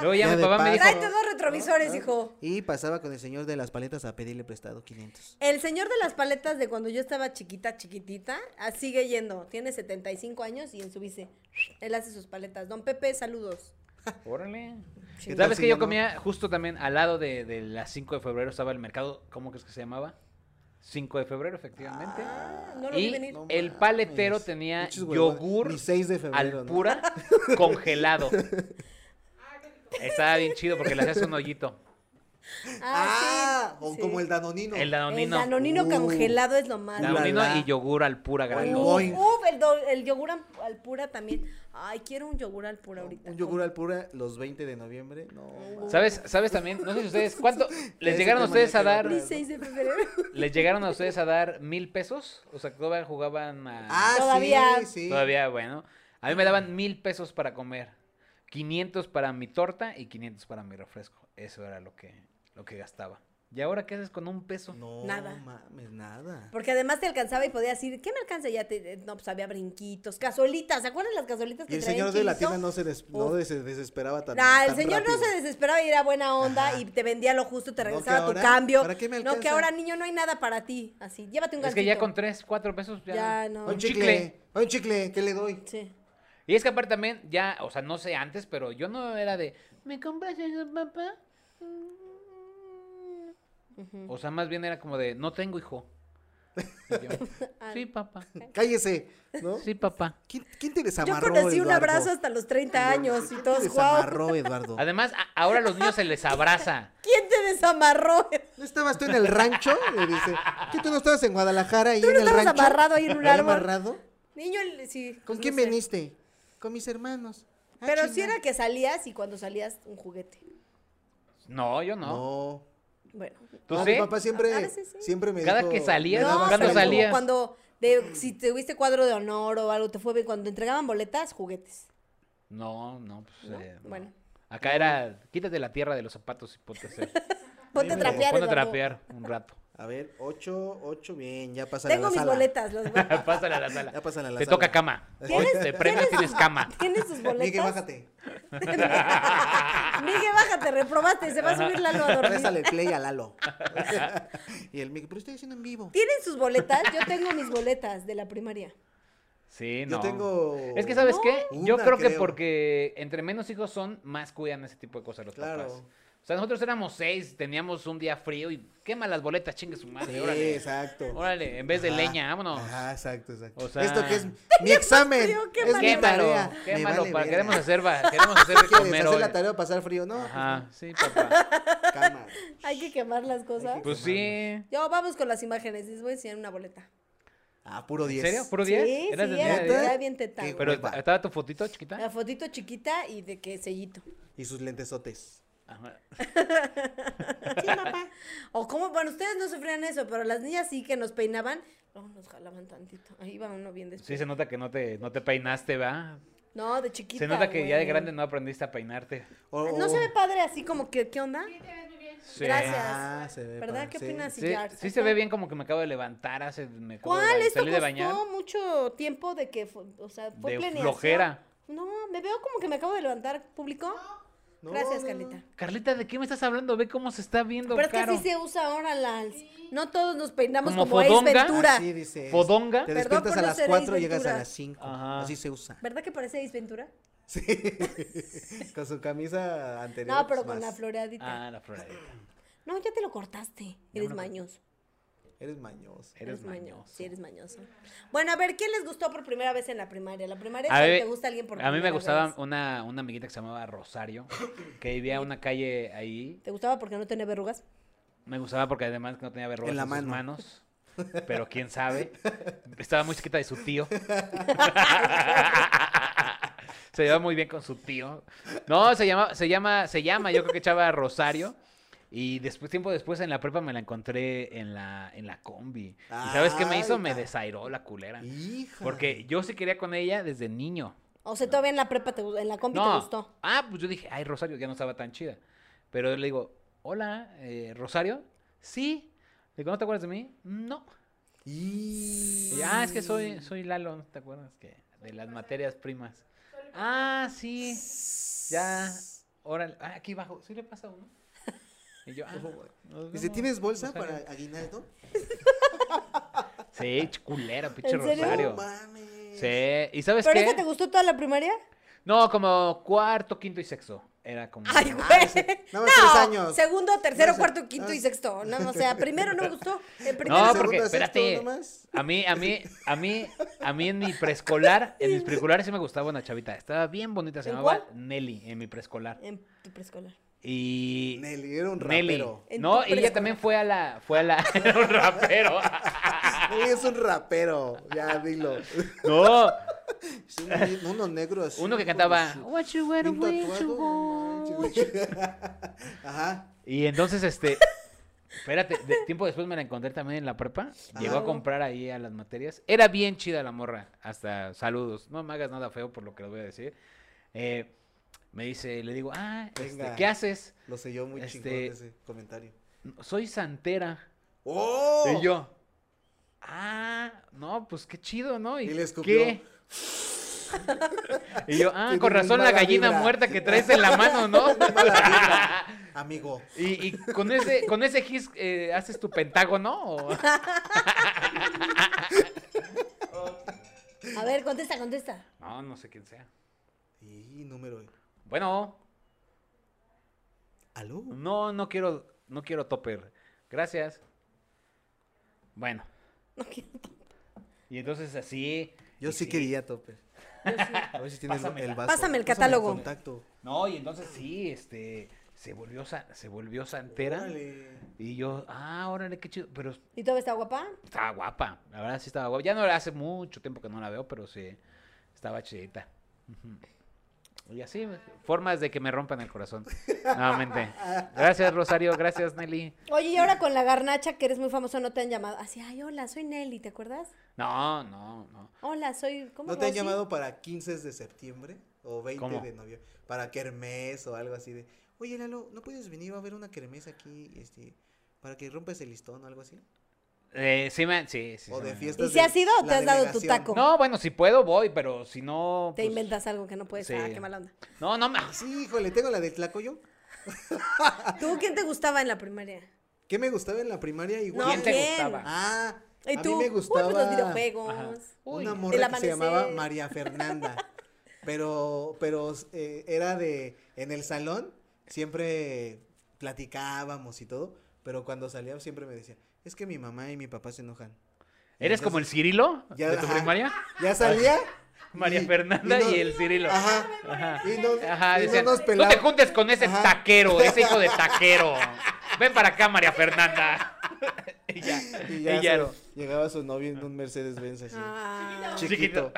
Speaker 2: Luego ya,
Speaker 1: Ya
Speaker 2: mi
Speaker 1: de
Speaker 2: papá me
Speaker 1: paso. Ah,
Speaker 2: dijo,
Speaker 3: Trae tus dos retrovisores, hijo.
Speaker 1: Y pasaba con el señor de las paletas a pedirle prestado 500.
Speaker 3: El señor de las paletas de cuando yo estaba chiquita, chiquitita, ah, sigue yendo. Tiene 75 años y en su bici. Él hace sus paletas. Don Pepe, saludos.
Speaker 2: órale.
Speaker 1: ¿Qué tal
Speaker 2: ¿Sabes
Speaker 1: si
Speaker 2: que
Speaker 1: ya
Speaker 2: yo
Speaker 1: no?
Speaker 2: comía justo también al lado de, de las 5 de febrero? Estaba el mercado, ¿cómo crees que se llamaba? 5 de febrero, efectivamente.
Speaker 3: Ah, no lo vi
Speaker 2: y
Speaker 3: venir.
Speaker 1: no
Speaker 2: el
Speaker 1: mames.
Speaker 2: paletero tenía
Speaker 1: Pinches huevones.
Speaker 2: yogur
Speaker 1: Ni 6 de febrero. ¿no? [laughs]
Speaker 2: al pura congelado.
Speaker 5: Ah, qué rico.
Speaker 2: Estaba bien chido porque le hacías un hoyito.
Speaker 1: Ah, o
Speaker 3: sí.
Speaker 1: como el danonino.
Speaker 2: El
Speaker 3: El
Speaker 2: danonino.
Speaker 3: danonino
Speaker 1: Uh.
Speaker 3: congelado es lo más.
Speaker 1: Danonino.
Speaker 2: Danonino
Speaker 1: Ulala.
Speaker 2: y yogur al pura
Speaker 1: Uy,
Speaker 3: Uf,
Speaker 2: granola.
Speaker 1: no. Boing.
Speaker 3: uf, el, do- el yogur am- al pura también. Ay, quiero un yogur al pura ahorita.
Speaker 1: Un yogur al pura los 20 de noviembre. No. mames.
Speaker 2: ¿Sabes, ¿Sabes también? No sé si ustedes,
Speaker 1: [laughs]
Speaker 2: ¿cuánto les
Speaker 1: Ese
Speaker 2: llegaron
Speaker 1: tema ya
Speaker 2: a ustedes a
Speaker 1: quedó
Speaker 2: dar?
Speaker 1: grabado.
Speaker 3: 16 de febrero. [laughs]
Speaker 2: ¿Les llegaron a ustedes a dar mil pesos? O sea, todavía jugaban a...
Speaker 1: Ah,
Speaker 3: Todavía.
Speaker 1: sí, sí.
Speaker 2: Todavía, bueno. A mí me daban mil pesos para comer. 500 para mi torta y 500 para mi refresco. Eso era lo que, lo que gastaba. ¿Y ahora qué haces con un peso?
Speaker 1: No
Speaker 3: Nada.
Speaker 1: mames, nada.
Speaker 3: Porque además te alcanzaba y podías ir. ¿Qué me alcanza? Ya te, no, pues había brinquitos, cazuelitas. ¿Se acuerdan las cazuelitas
Speaker 1: Y
Speaker 3: que
Speaker 1: el
Speaker 3: traían
Speaker 1: señor de la
Speaker 3: chilito?
Speaker 1: tienda no se, des- no des- se desesperaba tan
Speaker 3: Nah, el
Speaker 1: tan
Speaker 3: señor no
Speaker 1: rápido.
Speaker 3: se desesperaba y era buena onda
Speaker 1: Ajá.
Speaker 3: y te vendía lo justo, te
Speaker 1: No, que
Speaker 3: regresaba tu
Speaker 1: ahora,
Speaker 3: cambio.
Speaker 1: ¿para qué me
Speaker 3: no, que
Speaker 1: alcanza?
Speaker 3: ahora, niño, no hay nada para ti. Así, llévate un
Speaker 2: Es que ya con
Speaker 3: gancito.
Speaker 2: 3, 4 pesos ya...
Speaker 3: Ya, no.
Speaker 1: Un
Speaker 2: Un
Speaker 1: chicle.
Speaker 2: chicle.
Speaker 1: Un chicle, ¿qué le doy?
Speaker 3: Sí.
Speaker 2: Y es que aparte también, ya, o sea, no sé antes, pero yo no era de, ¿me compras eso, papá? O sea, más bien era como de, no tengo hijo. Y yo,
Speaker 3: [laughs]
Speaker 2: sí,
Speaker 3: Ah.
Speaker 2: papá.
Speaker 1: Cállese, ¿no?
Speaker 2: Sí, papá.
Speaker 1: ¿Quién, quién te
Speaker 3: Yo
Speaker 1: desamarró,
Speaker 3: conocí un
Speaker 1: Eduardo?
Speaker 3: abrazo hasta los 30 años y
Speaker 1: ¿Quién te
Speaker 3: todos, guau.
Speaker 1: desamarró, Eduardo?
Speaker 2: Además, a- ahora a los niños se les abraza.
Speaker 3: ¿Quién te desamarró? [laughs]
Speaker 1: ¿No estabas tú en el rancho? Le dice, ¿qué tú no estabas en Guadalajara y
Speaker 3: ¿Tú no
Speaker 1: en el
Speaker 3: estabas
Speaker 1: rancho?
Speaker 3: amarrado ahí en un
Speaker 1: ¿Ahí
Speaker 3: árbol?
Speaker 1: amarrado?
Speaker 3: Niño, el- sí.
Speaker 1: ¿Con
Speaker 3: pues,
Speaker 1: quién
Speaker 3: no sé.
Speaker 1: veniste? Con mis hermanos. Ah,
Speaker 3: Pero
Speaker 1: chinga.
Speaker 3: sí era que salías y cuando salías, un juguete.
Speaker 2: No, yo no.
Speaker 1: No.
Speaker 3: Bueno.
Speaker 2: ¿Tú
Speaker 1: No,
Speaker 2: sí?
Speaker 1: Mi papá siempre,
Speaker 3: A veces sí.
Speaker 1: siempre me
Speaker 2: Cada
Speaker 1: dijo,
Speaker 2: que salías,
Speaker 1: me
Speaker 2: No,
Speaker 1: daba
Speaker 2: ¿cuándo
Speaker 1: algo.
Speaker 2: salías?
Speaker 3: Cuando, de, si tuviste cuadro de honor o algo, te fue bien. Cuando te entregaban boletas, juguetes.
Speaker 2: No, no, pues. eh, no.
Speaker 3: Bueno.
Speaker 2: Acá era, quítate la tierra de los zapatos y ponte a
Speaker 3: [laughs]
Speaker 2: hacer.
Speaker 3: Ponte a
Speaker 1: Dime.
Speaker 3: trapear,
Speaker 2: ponte a
Speaker 3: Eduardo.
Speaker 2: trapear un rato.
Speaker 1: A ver, ocho, ocho, bien, ya pasa
Speaker 3: Tengo
Speaker 1: la
Speaker 3: mis
Speaker 1: sala.
Speaker 3: boletas, las voy-
Speaker 2: [laughs] Pásala a la sala.
Speaker 1: Ya pásala a la
Speaker 2: Te
Speaker 1: sala.
Speaker 2: toca cama. Hoy
Speaker 3: ¿Tienes-
Speaker 2: te prendas, tienes cama.
Speaker 3: [laughs] ¿Tienes tus
Speaker 1: [laughs]
Speaker 3: boletas?
Speaker 1: Miguel, bájate.
Speaker 3: [laughs] Miguel, bájate, reprobaste, se va a subir Lalo a
Speaker 1: Pásale
Speaker 3: dormir.
Speaker 1: el play a
Speaker 2: [laughs]
Speaker 1: Lalo. [laughs] y el Miguel, pero estoy haciendo en vivo.
Speaker 3: ¿Tienen sus boletas? Yo tengo mis boletas de la primaria.
Speaker 2: Sí, no.
Speaker 1: Yo tengo...
Speaker 2: Es que, ¿sabes qué? Yo
Speaker 1: Una,
Speaker 2: creo que
Speaker 1: creo.
Speaker 2: porque entre menos hijos son, más cuidan ese tipo de cosas los
Speaker 1: Claro.
Speaker 2: papás. O sea, nosotros éramos seis, teníamos un día frío y quema las boletas, chingue su madre.
Speaker 1: Sí,
Speaker 2: órale.
Speaker 1: exacto.
Speaker 2: Órale, en vez de
Speaker 1: Ajá,
Speaker 2: leña, vámonos.
Speaker 1: Ajá, exacto, exacto.
Speaker 2: O sea-
Speaker 1: Esto
Speaker 2: [laughs]
Speaker 1: que es mi examen,
Speaker 3: frío,
Speaker 1: es mi
Speaker 2: Quémalo,
Speaker 1: tarea. Me
Speaker 2: quémalo,
Speaker 1: vale
Speaker 2: para-
Speaker 1: verga.
Speaker 2: queremos hacer, va- queremos hacer de
Speaker 1: ¿Qué [laughs] quieres?
Speaker 2: comer
Speaker 1: ¿Hacer
Speaker 2: hoy.
Speaker 1: la tarea o pasar frío? No, pues,
Speaker 2: Ajá, sí, papá.
Speaker 1: cama.
Speaker 3: Hay que quemar las cosas.
Speaker 2: Pues sí.
Speaker 3: Yo, vamos con las imágenes. Les voy a enseñar una boleta.
Speaker 1: Ah, puro
Speaker 2: ¿En
Speaker 1: 10.
Speaker 2: serio? ¿Puro
Speaker 3: Sí,
Speaker 2: 10?
Speaker 3: sí,
Speaker 2: ¿Eras de
Speaker 3: era,
Speaker 2: niña de 10?
Speaker 1: ¿Neta?
Speaker 3: era bien teta.
Speaker 1: Qué
Speaker 3: güey.
Speaker 2: Pero
Speaker 1: Hueva.
Speaker 2: ¿estaba tu fotito chiquita?
Speaker 3: La fotito chiquita y de que sellito.
Speaker 1: Y sus lentesotes.
Speaker 2: Ajá.
Speaker 3: Sí, papá. O como, bueno, ustedes no sufrían eso, pero las niñas sí que nos peinaban. No, nos jalaban tantito. Ahí va uno bien
Speaker 2: Sí,
Speaker 3: después.
Speaker 2: se nota que no te, no te peinaste, ¿va?
Speaker 3: No, de chiquita.
Speaker 2: Se nota que ya de
Speaker 3: güey. Ah,
Speaker 2: grande no aprendiste a peinarte.
Speaker 1: O-
Speaker 3: No se
Speaker 1: o-
Speaker 3: ve padre así como que, ¿qué onda?
Speaker 5: Sí, te ves muy bien.
Speaker 2: Sí.
Speaker 3: Gracias.
Speaker 1: Ah, se ve
Speaker 3: ¿Verdad?
Speaker 1: padre,
Speaker 3: ¿Qué
Speaker 1: sí.
Speaker 3: opinas?
Speaker 2: Sí,
Speaker 3: Yars?
Speaker 2: sí se ve
Speaker 3: Ajá.
Speaker 2: bien como que me acabo de levantar, hace, me acabo de
Speaker 3: ¿Cuál?
Speaker 2: ba-
Speaker 3: Esto
Speaker 2: salí
Speaker 3: costó
Speaker 2: de bañar.
Speaker 3: mucho tiempo de que, fu- o sea, fue
Speaker 2: De
Speaker 3: planeación.
Speaker 2: flojera.
Speaker 3: No, me veo como que me acabo de levantar, público.
Speaker 1: No,
Speaker 3: Gracias,
Speaker 1: no,
Speaker 3: Carlita.
Speaker 1: no.
Speaker 2: Carlita, ¿de qué me estás hablando? Ve cómo se está viendo,
Speaker 3: Pero es
Speaker 2: Caro.
Speaker 3: que sí se usa ahora, Lance. No todos nos peinamos
Speaker 2: ¿Como
Speaker 3: como, Ace
Speaker 2: fodonga?
Speaker 3: Ventura.
Speaker 1: Así Ah, dice.
Speaker 2: ¿Fodonga?
Speaker 1: Te
Speaker 3: Perdón
Speaker 1: despiertas
Speaker 3: por
Speaker 1: a
Speaker 3: no
Speaker 1: las
Speaker 3: ser
Speaker 1: 4
Speaker 3: Ace
Speaker 1: y llegas a
Speaker 3: Ventura.
Speaker 1: las 5.
Speaker 2: Ajá.
Speaker 1: Así se usa. [laughs]
Speaker 3: ¿Verdad que parece Ace Ventura?
Speaker 2: [laughs]
Speaker 1: Sí. con su camisa anterior.
Speaker 3: No, pero
Speaker 1: pues,
Speaker 3: con la
Speaker 1: más.
Speaker 3: floreadita.
Speaker 2: Ah, la floradita.
Speaker 3: No, ya te lo cortaste. Eres mañoso.
Speaker 1: Eres mañoso.
Speaker 2: Eres
Speaker 3: maño-
Speaker 2: mañoso.
Speaker 3: Sí, eres mañoso. Bueno, a ver, ¿quién les gustó por primera vez en la primaria? ¿La primaria
Speaker 2: A
Speaker 3: o
Speaker 2: ver,
Speaker 3: te gusta alguien por
Speaker 2: a mí
Speaker 3: primera
Speaker 2: me gustaba
Speaker 3: vez?
Speaker 2: una, una amiguita que se llamaba Rosario, que vivía en una calle ahí.
Speaker 3: ¿Te gustaba porque no tenía verrugas?
Speaker 2: Me gustaba porque además que no tenía verrugas en,
Speaker 1: En la
Speaker 2: sus
Speaker 1: mano. [laughs]
Speaker 2: manos. Pero quién sabe. Estaba muy chiquita de su
Speaker 1: [laughs]
Speaker 2: tío. se llevaba muy bien con su tío. No, se llama, se llama, se llama, yo creo que Chava Rosario. Y después, tiempo después en la prepa me la encontré en la, en la combi. ¿Y sabes qué me hizo?
Speaker 1: Ay,
Speaker 2: Me
Speaker 1: ah.
Speaker 2: desairó la culera.
Speaker 1: Hija.
Speaker 2: Porque yo sí quería con ella desde niño.
Speaker 3: O sea, todavía en la prepa, te, gu- en la compi te gustó.
Speaker 2: Ah, pues yo dije, ay, Rosario, ya no estaba tan chida. Pero le digo, hola, eh, Rosario. Sí. Le digo, ¿no te acuerdas de mí? No.
Speaker 1: Y...
Speaker 2: Y, ah, es que soy, soy Lalo, ¿no te acuerdas? que De las materias primas. Ah, sí. Ya. Órale. Ah, aquí bajo. Sí le pasa uno.
Speaker 1: [laughs]
Speaker 2: Y yo, ah, nos
Speaker 1: Dice,
Speaker 2: vemos,
Speaker 1: ¿tienes bolsa para
Speaker 2: Rosario".
Speaker 1: aguinaldo?
Speaker 2: Sí, ch- culera, pinche
Speaker 3: ¿En serio?
Speaker 2: Rosario.
Speaker 1: No mames.
Speaker 2: Sí. ¿Y sabes
Speaker 3: ¿Pero
Speaker 2: qué?
Speaker 3: esta te gustó toda la primaria?
Speaker 2: No, como cuarto, quinto y sexto. Era como.
Speaker 3: Ay,
Speaker 1: Ah,
Speaker 3: güey.
Speaker 1: ese-
Speaker 3: No,
Speaker 1: nada más tres años.
Speaker 3: segundo, tercero,
Speaker 1: No, ese-
Speaker 3: cuarto, quinto y
Speaker 1: ah.
Speaker 3: sexto. No, o sea, primero no me gustó. En primero
Speaker 2: [laughs] No,
Speaker 1: ¿Segundo
Speaker 2: porque,
Speaker 1: de sexto
Speaker 2: espérate.
Speaker 1: nomás?
Speaker 2: A mí, a mí, a mí, a mí en mi preescolar, en mis preescolares sí me gustaba una chavita. Estaba bien bonita, se
Speaker 3: ¿En
Speaker 2: llamaba
Speaker 3: cuál?
Speaker 2: Nelly en mi preescolar.
Speaker 3: En tu preescolar.
Speaker 2: Y.
Speaker 1: Nelly, era un
Speaker 2: Nelly.
Speaker 1: rapero.
Speaker 3: En
Speaker 2: No,
Speaker 3: tu
Speaker 2: y ella
Speaker 3: preescolar.
Speaker 2: también fue a la. Fue a la. [laughs] Era un rapero. Ah.
Speaker 1: Nelly es un rapero. Ya, dilo.
Speaker 2: No.
Speaker 1: Es un- unos negros.
Speaker 2: Uno que cantaba. "What you
Speaker 1: Bien
Speaker 2: wanna wait
Speaker 1: tatuado,
Speaker 2: you
Speaker 1: no
Speaker 2: want".
Speaker 1: manches, güey. Ajá.
Speaker 2: Y entonces, este. Espérate, de- tiempo después me la encontré también en la prepa. Llegó a
Speaker 3: Ajá.
Speaker 2: comprar ahí a las materias. Era bien chida la morra. Hasta saludos. No me hagas nada feo por lo que les voy a decir. Eh, me dice, le digo, ah, este,
Speaker 1: Venga.
Speaker 2: ¿qué haces?
Speaker 1: Lo selló muy
Speaker 2: Este-
Speaker 1: chingón ese comentario.
Speaker 2: Soy santera.
Speaker 1: ¡Oh!
Speaker 2: Y yo, ah, no, pues qué chido, ¿no?
Speaker 1: Y le escupió. [laughs]
Speaker 2: ¿qué? y yo, ah,
Speaker 1: Tiene
Speaker 2: con
Speaker 1: muy
Speaker 2: razón la
Speaker 1: mala
Speaker 2: gallina
Speaker 1: vibra.
Speaker 2: muerta que traes en la mano, ¿no? [laughs]
Speaker 1: Amigo.
Speaker 2: Y, y con ese, con ese gis eh, haces tu pentágono. o- [laughs]
Speaker 3: A ver, contesta, contesta.
Speaker 2: No, no sé quién sea.
Speaker 1: Y número.
Speaker 2: Bueno,
Speaker 1: ¿Aló?
Speaker 2: no, no quiero, no quiero topper. Gracias. Bueno,
Speaker 3: No quiero-
Speaker 2: y entonces así.
Speaker 1: Yo
Speaker 2: y
Speaker 1: sí quería, Tope. A ver si tienes el,
Speaker 2: Pásamela.
Speaker 1: el vaso.
Speaker 3: Pásame
Speaker 1: Pásame
Speaker 3: el catálogo.
Speaker 1: contacto.
Speaker 2: No, y entonces sí, este, se volvió, sa- se volvió santera.
Speaker 1: Órale.
Speaker 2: Y yo, ah, órale, qué chido. Pero
Speaker 3: ¿Y todavía está guapa?
Speaker 2: estaba guapa. La verdad sí estaba guapa. Ya no hace mucho tiempo que no la veo, pero sí estaba chidita. Ujú. Y así, formas de que me rompan el corazón. Nuevamente. Gracias, Rosario. Gracias, Nelly.
Speaker 3: Oye, y ahora con la garnacha que eres muy famoso, no te han llamado. Así, ay, hola, soy Nelly, ¿te acuerdas?
Speaker 2: No, no, no.
Speaker 3: Hola, soy. ¿Cómo
Speaker 1: ¿No te han
Speaker 3: Rosy?
Speaker 1: llamado para 15 de septiembre o 20
Speaker 2: ¿Cómo?
Speaker 1: de noviembre? Para kermés o algo así de, oye Lalo, ¿no puedes venir? Va a haber una kermés aquí, este, para que rompes el listón o algo así.
Speaker 2: Eh, sí, me, sí, sí.
Speaker 1: o
Speaker 2: sí
Speaker 1: de
Speaker 2: me-
Speaker 1: fiestas.
Speaker 3: si
Speaker 1: de
Speaker 3: has ido o
Speaker 1: la
Speaker 3: te has dado tu
Speaker 1: delegación.
Speaker 3: taco?
Speaker 2: No, bueno, si puedo, voy, pero si no.
Speaker 3: Te
Speaker 2: pues,
Speaker 3: inventas algo que no puedes.
Speaker 2: sí.
Speaker 3: Ah, qué mala onda.
Speaker 2: No, no me.
Speaker 1: Sí, híjole, tengo la de Tlacoyo.
Speaker 3: ¿Tú quién te gustaba en la primaria?
Speaker 1: ¿Qué me gustaba en la primaria? Igual.
Speaker 2: ¿Quién te
Speaker 3: ¿quién?
Speaker 2: gustaba?
Speaker 1: Ah,
Speaker 3: ¿Y
Speaker 1: a
Speaker 3: tú?
Speaker 1: mí me
Speaker 3: Uy, pues
Speaker 1: gustaba
Speaker 3: los videojuegos.
Speaker 2: Ajá. Uy,
Speaker 1: una
Speaker 3: El
Speaker 1: morra que se llamaba
Speaker 3: amanecer.
Speaker 1: María Fernanda. pero pero eh, era de, en el salón, siempre platicábamos y todo, pero cuando salía siempre me decía, es que mi mamá y mi papá se enojan. Y
Speaker 2: ¿Eres como el
Speaker 1: entonces,
Speaker 2: Cirilo
Speaker 1: Ya,
Speaker 2: de tu
Speaker 1: ajá. [laughs]
Speaker 2: primaria?
Speaker 1: Ya
Speaker 2: [laughs]
Speaker 1: salía.
Speaker 2: María
Speaker 1: y-
Speaker 2: Fernanda
Speaker 1: no-
Speaker 2: y el Cirilo.
Speaker 1: Ajá.
Speaker 2: Ajá.
Speaker 1: Y no,
Speaker 2: Ajá,
Speaker 1: y no
Speaker 2: decían,
Speaker 1: nos
Speaker 2: tú
Speaker 1: pelaba.
Speaker 2: te juntes con ese
Speaker 1: Ajá.
Speaker 2: taquero,
Speaker 1: [laughs]
Speaker 2: ese hijo de taquero. Ven para acá, María Fernanda. [laughs] y ya.
Speaker 1: Y ya
Speaker 2: y ya
Speaker 1: se-
Speaker 2: no.
Speaker 1: llegaba su novio en un Mercedes Benz así.
Speaker 3: Ah. [laughs]
Speaker 1: Chiquito.
Speaker 2: Chiquito.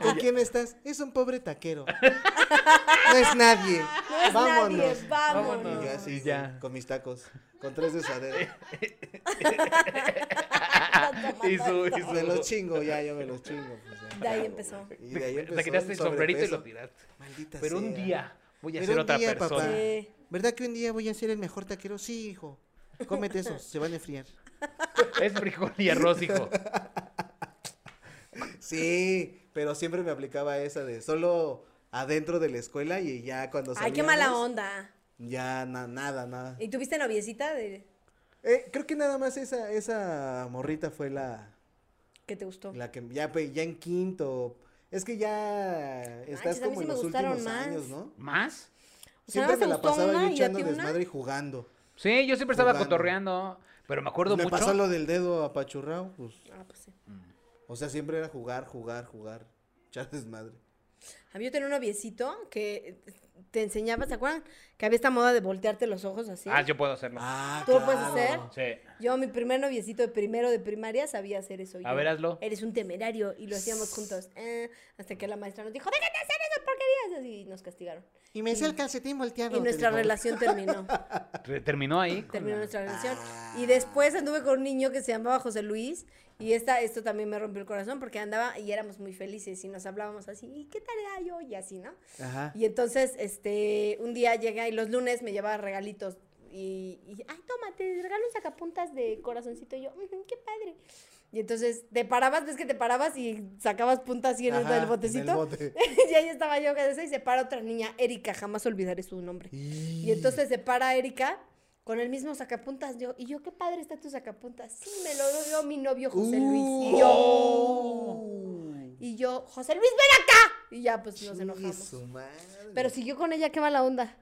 Speaker 1: ¿Con quién estás? Es un pobre taquero. No es nadie.
Speaker 3: No es
Speaker 1: Vámonos.
Speaker 3: nadie, vámonos.
Speaker 1: Y yo así,
Speaker 2: Y
Speaker 1: güey,
Speaker 2: ya.
Speaker 1: con mis tacos. Con tres de sadera. [laughs]
Speaker 2: y su, y su-
Speaker 1: Me los chingo, ya, yo me los chingo. pues, ya.
Speaker 3: De ahí empezó.
Speaker 1: Y de ahí empezó
Speaker 2: Te quitaste el sombrerito y lo
Speaker 1: sobrepeso.
Speaker 2: tiraste.
Speaker 1: Maldita
Speaker 2: Pero un
Speaker 1: sea.
Speaker 2: día voy a
Speaker 1: Pero
Speaker 2: ser
Speaker 1: un
Speaker 2: otra
Speaker 1: día, papá.
Speaker 2: persona.
Speaker 3: Sí.
Speaker 1: ¿Verdad que un día voy a ser el mejor taquero? Sí, hijo. Cómete esos, se van a enfriar.
Speaker 2: Es frijol y
Speaker 1: [laughs]
Speaker 2: arroz, hijo.
Speaker 1: Sí, pero siempre me aplicaba esa de solo adentro de la escuela y ya cuando
Speaker 3: Ay, qué
Speaker 1: salíamos,
Speaker 3: mala onda.
Speaker 1: Ya na- nada, nada.
Speaker 3: ¿Y tuviste noviecita de...
Speaker 1: Eh, creo que nada más esa, esa morrita fue la,
Speaker 3: que te gustó?
Speaker 1: la que ya, pe- ya en quinto. Es que ya estás
Speaker 3: Manches, a mí
Speaker 1: como
Speaker 3: sí
Speaker 1: en
Speaker 3: me
Speaker 1: los
Speaker 3: gustaron
Speaker 1: últimos
Speaker 3: más.
Speaker 1: años, ¿no?
Speaker 2: ¿Más?
Speaker 3: O sea,
Speaker 1: Siempre
Speaker 3: nada más te
Speaker 1: me la
Speaker 3: gustó
Speaker 1: pasaba yo
Speaker 3: una y a
Speaker 1: echando
Speaker 3: ti una.
Speaker 1: desmadre y jugando.
Speaker 2: Sí, yo siempre estaba
Speaker 1: Jugando.
Speaker 2: cotorreando. Pero me acuerdo
Speaker 1: me
Speaker 2: mucho.
Speaker 1: pasó lo del dedo apachurrado, pues.
Speaker 3: Ah, pues sí.
Speaker 1: O sea, siempre era jugar, jugar, jugar. [laughs] Echar desmadre.
Speaker 3: A mí yo tenía un noviecito que te enseñaba, ¿se acuerdan? Que había esta moda de voltearte los ojos así.
Speaker 2: Ah, yo puedo hacerlo.
Speaker 1: Ah,
Speaker 3: ¿Tú lo puedes hacer?
Speaker 2: Sí.
Speaker 3: Yo, mi primer noviecito de primero de primaria, sabía hacer eso.
Speaker 2: A
Speaker 3: Yo,
Speaker 2: ver, hazlo.
Speaker 3: Eres un temerario y lo hacíamos juntos. Eh, hasta que la maestra nos dijo, déjate hacer esas porquerías. Y nos castigaron.
Speaker 1: Y me hice el calcetín volteado.
Speaker 3: Y nuestra
Speaker 2: [laughs]
Speaker 3: relación terminó.
Speaker 2: Re- Terminó ahí. Ah, con la-
Speaker 3: terminó
Speaker 2: Ah.
Speaker 3: nuestra relación. Y después anduve con un niño que se llamaba José Luis. Y esta, esto también me rompió el corazón porque andaba y éramos muy felices y nos hablábamos así, ¿y qué tarea yo? Y así, ¿no?
Speaker 1: Ajá.
Speaker 3: Y entonces, este, un día llega y los lunes me llevaba regalitos. Y, y, ay, toma, te regalo un sacapuntas de corazoncito. Y yo, "Ujú, qué padre. Y entonces te parabas, ves que te parabas y sacabas puntas y en el-
Speaker 1: Ajá,
Speaker 3: el botecito.
Speaker 1: en el bote.
Speaker 3: [laughs] y ahí estaba yo que de eso, y se para otra niña, Erika, jamás olvidaré su nombre. Y entonces se para Erika con el mismo sacapuntas. Yo, y yo, qué padre está tu sacapuntas. Sí, me lo dio mi novio José Luis. Y yo,
Speaker 1: ¡Oh!
Speaker 3: y yo, José Luis, ven acá. Y ya, pues nos enojamos. Pero siguió con ella, qué mala onda.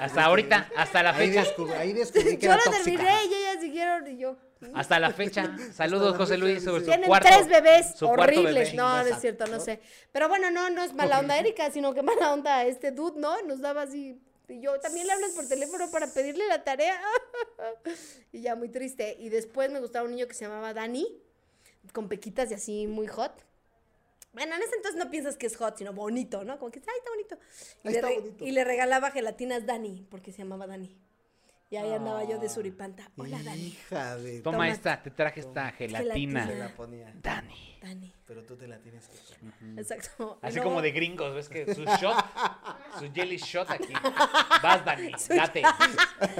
Speaker 2: Hasta ahorita, hasta la
Speaker 1: Ahí
Speaker 2: fecha.
Speaker 1: descubrí, ahí descubrí que
Speaker 3: [laughs] yo
Speaker 1: era
Speaker 3: lo
Speaker 1: tóxica.
Speaker 3: terminé y ellas siguieron y yo.
Speaker 2: Hasta la fecha. Saludos,
Speaker 1: la
Speaker 2: José
Speaker 1: fecha,
Speaker 2: Luis,
Speaker 1: sí,
Speaker 2: sobre
Speaker 1: sí.
Speaker 2: su
Speaker 3: Tienen
Speaker 2: cuarto.
Speaker 3: tres bebés
Speaker 2: su cuarto
Speaker 3: horribles.
Speaker 2: bebé.
Speaker 3: No, no es
Speaker 1: Exacto,
Speaker 3: cierto, no
Speaker 1: ¿no?
Speaker 3: sé. Pero bueno, no, no es mala onda Erika, sino que mala onda este dude, ¿no? Nos daba así. Y yo también le hablas por teléfono para pedirle la tarea. [laughs] y ya, muy triste. Y después me gustaba un niño que se llamaba Dani, con pequitas y así muy hot. Bueno, en ese entonces no piensas que es hot, sino bonito, ¿no? Como que, ay, está bonito. Y,
Speaker 1: Ay,
Speaker 3: le,
Speaker 1: está
Speaker 3: re-
Speaker 1: bonito.
Speaker 3: y le regalaba gelatinas Dani, porque se llamaba Dani. Y ahí andaba
Speaker 2: Ah,
Speaker 3: yo de suripanta. Hola, Dani.
Speaker 1: Hija de...
Speaker 2: Toma
Speaker 3: Toma.
Speaker 2: esta, te traje esta gelatina.
Speaker 1: Se
Speaker 3: Gelatina.
Speaker 1: la ponía.
Speaker 2: Dani.
Speaker 3: Dani.
Speaker 1: Pero tú te la tienes que comer.
Speaker 3: Exacto. Y
Speaker 2: Mm. Así
Speaker 3: luego-
Speaker 2: como de gringos, ves que
Speaker 3: [laughs]
Speaker 2: su shot, su jelly shot aquí. Vas, Dani, date.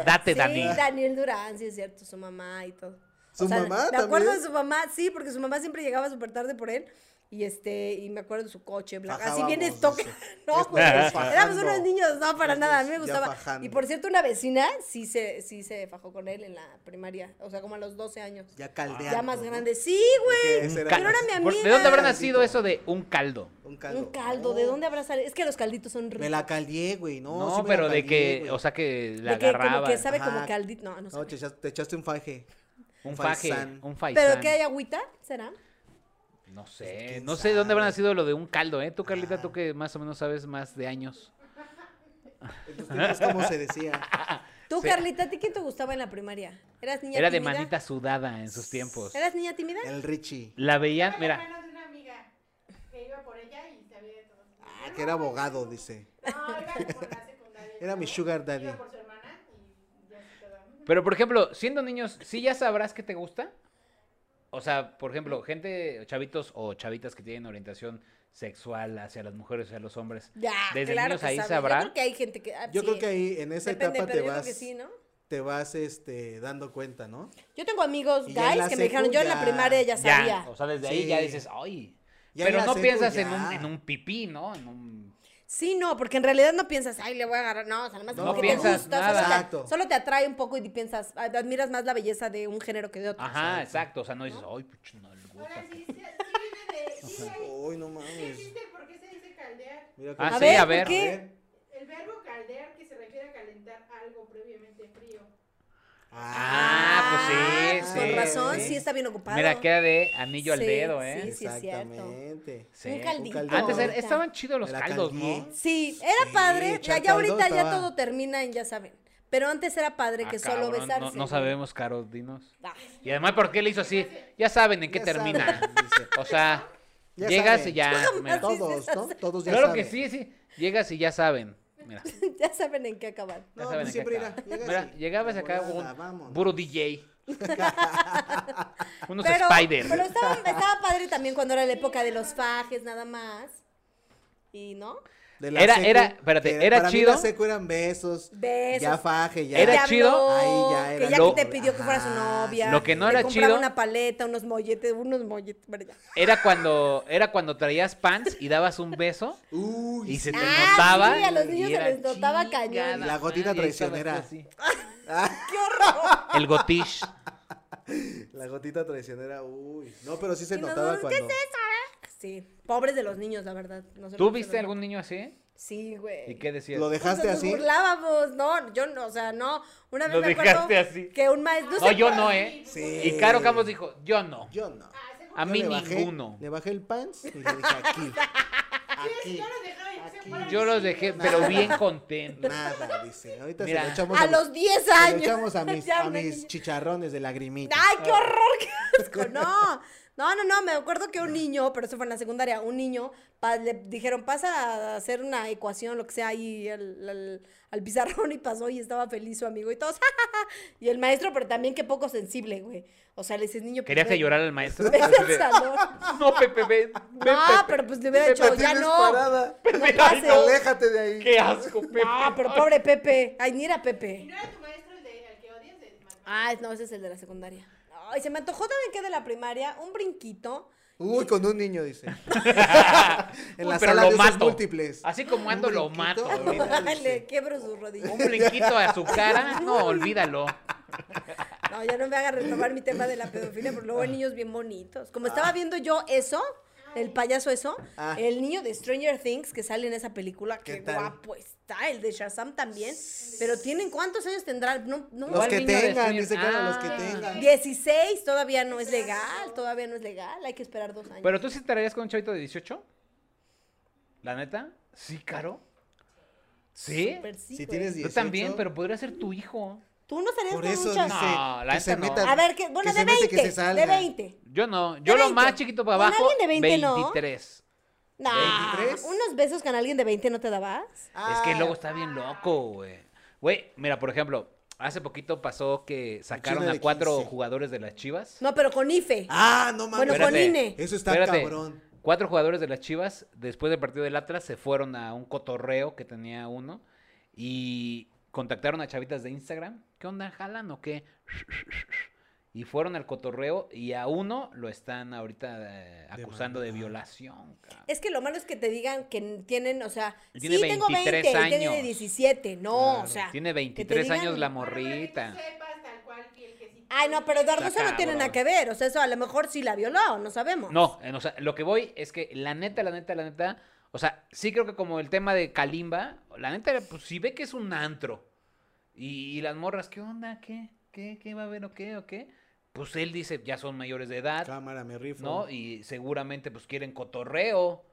Speaker 2: Date,
Speaker 3: Sí,
Speaker 2: Dani.
Speaker 3: Daniel Durán, sí es cierto, su mamá y todo.
Speaker 1: ¿Su mamá
Speaker 3: Me acuerdo
Speaker 1: también?
Speaker 3: de su mamá, sí, porque su mamá siempre llegaba súper tarde por él. Y este, y me acuerdo de su coche, bla, bla. Así
Speaker 1: Fajábamos,
Speaker 3: viene toca.
Speaker 1: dice.
Speaker 3: [laughs] No, güey,
Speaker 1: Fajando.
Speaker 3: éramos unos niños, no, para
Speaker 1: Ya
Speaker 3: nada, a mí me
Speaker 1: ya
Speaker 3: gustaba.
Speaker 1: fajando.
Speaker 3: Y por cierto, una vecina sí se, sí se fajó con él en la primaria, o sea, como a los 12 años.
Speaker 1: Ya caldeado.
Speaker 3: Ya más
Speaker 1: ¿no?
Speaker 3: grande. Sí, güey.
Speaker 1: ese era
Speaker 3: Pero
Speaker 1: más-
Speaker 3: era mi
Speaker 2: Por-
Speaker 3: amiga.
Speaker 2: ¿De dónde habrá nacido eso de un caldo?
Speaker 1: Un caldo. Oh.
Speaker 3: Un caldo, ¿de dónde habrá salido? Es que los calditos son
Speaker 1: Me
Speaker 3: ricos.
Speaker 1: la caldeé, güey. No,
Speaker 2: No,
Speaker 1: sí me la
Speaker 2: pero de
Speaker 1: caldeé,
Speaker 2: que,
Speaker 1: güey.
Speaker 2: o sea, que la
Speaker 3: De que como
Speaker 2: agarraban.
Speaker 3: que sabe como
Speaker 1: Ajá.
Speaker 3: caldito. No, no
Speaker 1: No, te
Speaker 3: sé.
Speaker 1: echaste, te echaste un faje.
Speaker 2: Un faje,
Speaker 1: faisán.
Speaker 2: un faisán.
Speaker 3: Pero que hay agüita, ¿será?
Speaker 2: No sé,
Speaker 1: ¿Quién
Speaker 2: no sé de dónde habrá
Speaker 1: sabe?
Speaker 2: nacido lo de un caldo, ¿eh? Tú, Carlita, tú
Speaker 1: Ah.
Speaker 2: que más o menos sabes más de años.
Speaker 1: En tus tiempos, como se decía.
Speaker 3: Tú,
Speaker 2: Sí.
Speaker 3: Carlita, ¿a ti quién te gustaba en la primaria? ¿Eras niña
Speaker 2: Era de
Speaker 3: tímida?
Speaker 2: manita sudada en sus tiempos.
Speaker 3: ¿Eras niña tímida?
Speaker 1: El Richie.
Speaker 2: La
Speaker 5: Era
Speaker 2: veían,
Speaker 5: el
Speaker 2: mira,
Speaker 5: hermano de una amiga que iba por ella y sabía de todo.
Speaker 1: Ah, que era abogado, dice.
Speaker 5: No, iba por la secundaria.
Speaker 1: Era mi sugar daddy.
Speaker 5: Iba por su hermana y ya se quedó.
Speaker 2: Pero, por ejemplo, siendo niños, ¿sí ya sabrás que te gusta? O sea, por ejemplo, gente, chavitos o chavitas que tienen orientación sexual hacia las mujeres, hacia los hombres.
Speaker 3: Ya,
Speaker 2: Desde
Speaker 3: claro
Speaker 2: niños
Speaker 3: que
Speaker 2: ahí
Speaker 3: sabe.
Speaker 2: sabrá.
Speaker 3: Yo creo que hay gente que... ah,
Speaker 1: Yo
Speaker 3: sí.
Speaker 1: creo que ahí, en esa
Speaker 3: Depende,
Speaker 1: etapa, te
Speaker 3: pero yo
Speaker 1: vas,
Speaker 3: creo que sí, ¿no?
Speaker 1: te vas este, dando cuenta, ¿no?
Speaker 3: Yo tengo amigos
Speaker 1: Y ya en
Speaker 3: guys
Speaker 1: la
Speaker 3: que me dijeron,
Speaker 1: secu
Speaker 3: yo en la
Speaker 1: ya-
Speaker 3: primaria ya sabía.
Speaker 2: Ya, o sea, desde ahí
Speaker 1: Sí.
Speaker 2: ya dices, ¡ay!
Speaker 1: Ya en
Speaker 2: Pero
Speaker 1: la
Speaker 2: no
Speaker 1: secu
Speaker 2: piensas en
Speaker 1: ya.
Speaker 2: un, en un pipí, ¿no? En un...
Speaker 3: Sí, no, porque en realidad no piensas, ay, le voy a agarrar. No, o sea, además
Speaker 1: No
Speaker 3: porque te
Speaker 2: piensas
Speaker 3: gusta.
Speaker 2: nada.
Speaker 3: Solo, te- solo
Speaker 1: Exacto.
Speaker 3: te, atrae un poco y piensas, ah, admiras más la belleza de un género que de otro.
Speaker 2: Ajá, exacto. O sea, no dices, ¡ay, pucho, no le gusta!
Speaker 5: Ahora sí, sí, sí viene de. sí, ahí-
Speaker 1: Uy, no
Speaker 5: sí
Speaker 1: mames.
Speaker 5: existe, ¿Por qué se dice caldear?
Speaker 1: Mira
Speaker 2: Ah,
Speaker 1: cómo-
Speaker 2: sí, a
Speaker 3: ¿por
Speaker 2: ver.
Speaker 3: qué?
Speaker 5: El verbo caldear que se refiere a calentar algo
Speaker 2: Ah, pues sí,
Speaker 3: Con
Speaker 2: sí,
Speaker 3: razón,
Speaker 2: sí.
Speaker 3: sí
Speaker 1: Ah,
Speaker 3: está bien ocupado.
Speaker 2: Mira, queda de anillo al
Speaker 3: Sí,
Speaker 2: dedo, ¿eh?
Speaker 3: sí, sí, es cierto.
Speaker 1: Exactamente.
Speaker 2: Sí.
Speaker 3: Un caldito.
Speaker 1: Un caldito.
Speaker 2: Antes era-
Speaker 3: Ahorita.
Speaker 2: estaban chidos los
Speaker 1: Era
Speaker 2: caldos, ¿no?
Speaker 1: caldito.
Speaker 3: Sí, era
Speaker 1: Sí,
Speaker 3: padre. Ya,
Speaker 1: echar
Speaker 3: ya
Speaker 1: caldo
Speaker 3: ahorita ya
Speaker 1: estaba-
Speaker 3: todo termina en ya saben. Pero antes era padre
Speaker 2: Ah,
Speaker 3: que solo
Speaker 2: cabrón, no-
Speaker 3: besarse.
Speaker 2: No, sabemos, Caro, dinos.
Speaker 3: Ah, [laughs]
Speaker 2: Y además, ¿por qué le hizo así? Ya saben en qué
Speaker 1: Ya
Speaker 2: termina.
Speaker 1: saben, dice.
Speaker 2: O sea,
Speaker 1: [laughs] Ya
Speaker 2: llegas
Speaker 1: saben.
Speaker 2: y ya. mira.
Speaker 3: Así
Speaker 1: Todos,
Speaker 3: se
Speaker 1: ¿no?
Speaker 3: hace.
Speaker 1: Todos ya
Speaker 2: Claro
Speaker 1: saben.
Speaker 2: que sí, sí. Llegas y ya saben. Mira, ya
Speaker 3: ya saben en qué acabar.
Speaker 1: No,
Speaker 2: saben
Speaker 1: pues
Speaker 2: en
Speaker 1: siempre
Speaker 2: qué
Speaker 1: era,
Speaker 2: acaba.
Speaker 1: llegas
Speaker 2: Mira,
Speaker 1: y-
Speaker 2: llegabas
Speaker 1: de
Speaker 2: acá
Speaker 1: volada,
Speaker 2: un
Speaker 1: vámonos.
Speaker 2: puro DJ. Unos
Speaker 3: Pero,
Speaker 2: Spider.
Speaker 3: pero estaba, estaba padre también cuando era la época de los fajes, nada más. Y no.
Speaker 1: De la
Speaker 2: Era-
Speaker 1: secu,
Speaker 2: era- espérate,
Speaker 1: que
Speaker 2: era
Speaker 1: para mí
Speaker 2: chido.
Speaker 1: la secu eran besos.
Speaker 3: Besos.
Speaker 1: Ya faje, ya.
Speaker 3: que
Speaker 2: Era
Speaker 3: te
Speaker 2: chido.
Speaker 3: habló,
Speaker 1: Ahí ya era
Speaker 3: Que ya
Speaker 2: lo-
Speaker 3: que te pidió que fuera su
Speaker 1: Ajá,
Speaker 3: novia.
Speaker 2: lo que no
Speaker 3: te
Speaker 2: era
Speaker 3: compraba
Speaker 2: chido-
Speaker 3: una paleta, unos molletes, unos molletes. bueno, ya.
Speaker 2: Era cuando, era cuando traías pants y dabas un beso
Speaker 1: Uy,
Speaker 2: y se te
Speaker 3: Ah,
Speaker 2: notaba.
Speaker 3: sí, a los niños
Speaker 2: y
Speaker 3: se
Speaker 2: era
Speaker 3: les notaba
Speaker 2: chingada
Speaker 3: cañón.
Speaker 1: La gotita
Speaker 2: madre, y estabas
Speaker 1: traicionera.
Speaker 2: así.
Speaker 3: ¡Qué horror!
Speaker 2: El gotish.
Speaker 1: la gotita traicionera, uy. No, pero sí se
Speaker 3: Y los
Speaker 1: notaba
Speaker 3: dos,
Speaker 1: cuando.
Speaker 3: Sí, pobres de los niños, la verdad. no sé
Speaker 2: ¿Tú
Speaker 3: por qué
Speaker 2: viste
Speaker 3: se
Speaker 2: algún niño así?
Speaker 3: Sí, güey.
Speaker 2: ¿Y qué decías?
Speaker 1: ¿Lo dejaste
Speaker 3: Pues nos
Speaker 1: así?
Speaker 3: burlábamos, no, yo no, o sea, no. Una vez
Speaker 2: Lo
Speaker 3: me acuerdo
Speaker 2: dejaste así.
Speaker 3: que un maestro.
Speaker 2: No,
Speaker 3: sé
Speaker 2: yo
Speaker 3: por-
Speaker 2: no, ¿eh?
Speaker 1: Sí.
Speaker 2: Y Caro Campos dijo, yo no.
Speaker 1: Yo no.
Speaker 2: A
Speaker 1: Yo
Speaker 2: mí
Speaker 1: le bajé-
Speaker 2: ninguno.
Speaker 1: Le bajé el pants y le dije
Speaker 3: [laughs]
Speaker 1: aquí. aquí.
Speaker 2: Yo los dejé,
Speaker 3: [laughs]
Speaker 2: pero bien contento.
Speaker 1: Nada, dice. Ahorita
Speaker 2: Mira.
Speaker 1: se lo echamos
Speaker 3: A los 10
Speaker 1: se lo
Speaker 3: años.
Speaker 1: echamos
Speaker 3: [laughs]
Speaker 1: a mis,
Speaker 3: Ya
Speaker 1: a
Speaker 3: una
Speaker 1: mis
Speaker 3: niña.
Speaker 1: chicharrones de lagrimita.
Speaker 3: ¡Ay, qué horror! [laughs] ¡Qué asco! No, no, no, no. Me acuerdo que un niño, pero eso fue en la secundaria, un niño, pa- le dijeron, pasa a hacer una ecuación, lo que sea, ahí al, al- al pizarrón y pasó y estaba feliz su amigo y todos. [laughs] ¡ja, ja, ja! y el maestro, pero también qué poco sensible, güey. O sea, le dices, niño. pues,
Speaker 2: ¿Querías que
Speaker 3: ven,
Speaker 2: llorara al
Speaker 3: [laughs]
Speaker 2: maestro? [laughs]
Speaker 3: ven
Speaker 2: Así
Speaker 3: al
Speaker 2: de,
Speaker 3: salón.
Speaker 2: No, Pepe, ven. ven,
Speaker 3: No,
Speaker 2: Pepe".
Speaker 3: pero pues le hubiera dicho, ya no. [laughs] No pases.
Speaker 1: Aléjate de ahí.
Speaker 2: Qué asco, Pepe.
Speaker 3: Ah,
Speaker 2: [laughs]
Speaker 3: pero pobre Pepe. Ay, ni era Pepe.
Speaker 5: ¿Y no era tu maestro el de al que odias? de matemáticas?
Speaker 3: Ah, no, ese es el de la secundaria. Ay, se me antojó también que de la primaria, un brinquito.
Speaker 1: Uy, con un niño,
Speaker 2: [laughs]
Speaker 1: dice.
Speaker 3: [laughs]
Speaker 1: en la
Speaker 2: Uy, pero
Speaker 1: sala
Speaker 2: lo
Speaker 1: de usos
Speaker 2: mato.
Speaker 1: múltiples.
Speaker 2: Así como ando,
Speaker 1: Un
Speaker 2: lo
Speaker 1: brinquito.
Speaker 2: mato. [laughs]
Speaker 3: [laughs]
Speaker 2: ahorita.
Speaker 3: Le quiebro sus rodillas.
Speaker 2: Un brinquito a su cara, no, olvídalo.
Speaker 3: No, ya no me hagan retomar mi tema de la pedofilia, porque luego hay niños bien bonitos. Como estaba viendo yo eso, el payaso eso,
Speaker 1: Ah.
Speaker 3: el niño de Stranger Things que sale en esa película,
Speaker 1: ¿Qué
Speaker 3: qué,
Speaker 1: tal?
Speaker 3: guapo está, el de Shazam también. Pero tienen, ¿cuántos años tendrán? No, no,
Speaker 1: Los
Speaker 2: ¿Cuál
Speaker 1: que
Speaker 2: niño de
Speaker 1: tengan,
Speaker 2: Stranger-
Speaker 1: dice Caro, los que
Speaker 2: Ah.
Speaker 1: tengan.
Speaker 3: 16, todavía no es legal, todavía no es legal, hay que esperar dos años.
Speaker 2: ¿Pero tú sí estarías con un chavito de 18? ¿La neta? ¿Sí, Caro? ¿Sí?
Speaker 3: Súper
Speaker 1: Si
Speaker 3: sí, güey.
Speaker 1: tienes
Speaker 2: Yo
Speaker 1: 18.
Speaker 2: también, pero podría ser tu hijo.
Speaker 3: Tú no estarías
Speaker 1: Por
Speaker 3: con
Speaker 1: eso
Speaker 3: muchas...
Speaker 1: dice
Speaker 2: No, la
Speaker 1: que se
Speaker 2: neta no.
Speaker 1: meta.
Speaker 3: A ver, que, bueno,
Speaker 1: que
Speaker 3: de
Speaker 1: se mete,
Speaker 3: 20,
Speaker 1: que se
Speaker 3: de
Speaker 1: salga.
Speaker 3: 20.
Speaker 2: Yo no,
Speaker 3: De
Speaker 2: yo lo
Speaker 3: 20.
Speaker 2: más chiquito para
Speaker 3: Con
Speaker 2: abajo,
Speaker 3: alguien de 20 no.
Speaker 2: 23.
Speaker 3: No,
Speaker 1: 23.
Speaker 3: unos besos con alguien de 20 no te dabas.
Speaker 2: Es que
Speaker 1: Ah,
Speaker 2: luego está bien loco, güey. Güey, mira, por ejemplo, hace poquito pasó que sacaron
Speaker 1: Chino
Speaker 2: a
Speaker 1: de
Speaker 2: cuatro
Speaker 1: 15.
Speaker 2: jugadores de las Chivas.
Speaker 3: No, pero con IFE.
Speaker 1: Ah, no mames.
Speaker 3: bueno, con
Speaker 2: espérate.
Speaker 3: INE.
Speaker 1: Eso está
Speaker 2: Espérate,
Speaker 1: cabrón.
Speaker 2: Cuatro jugadores de las Chivas, después del partido del Atlas, se fueron a un cotorreo que tenía uno y contactaron a chavitas de Instagram. ¿Qué onda, jalan o qué? Y fueron al cotorreo y a uno lo están ahorita eh, acusando de
Speaker 1: Demandado.
Speaker 2: violación. cabrón.
Speaker 3: Es que lo malo es que te digan que n- tienen, o sea,
Speaker 2: Y tiene
Speaker 3: sí tengo
Speaker 2: 23
Speaker 3: 20 y tiene
Speaker 2: años.
Speaker 3: 17, no, o
Speaker 1: Claro,
Speaker 3: sea.
Speaker 2: Tiene
Speaker 3: que te
Speaker 2: 23
Speaker 3: digan-
Speaker 2: años la
Speaker 5: Bueno, pero que tú
Speaker 2: morrita.
Speaker 5: sepas tal cual que el que sí
Speaker 3: Ay, no, pero Eduardo
Speaker 2: Está
Speaker 3: eso no tiene
Speaker 2: cabrón.
Speaker 3: nada que ver, o sea, eso a lo mejor sí la violó, no sabemos.
Speaker 2: No, eh, o sea, lo que voy es que la neta, la neta, la neta, o sea, sí creo que como el tema de Kalimba, la neta, pues si ve que es un antro y, y las morras, ¿qué onda? ¿Qué? ¿Qué? ¿Qué va a haber o qué? ¿O qué? Pues él dice, ya son mayores de edad,
Speaker 1: Cámara, me rifo.
Speaker 2: ¿no? Y seguramente pues quieren cotorreo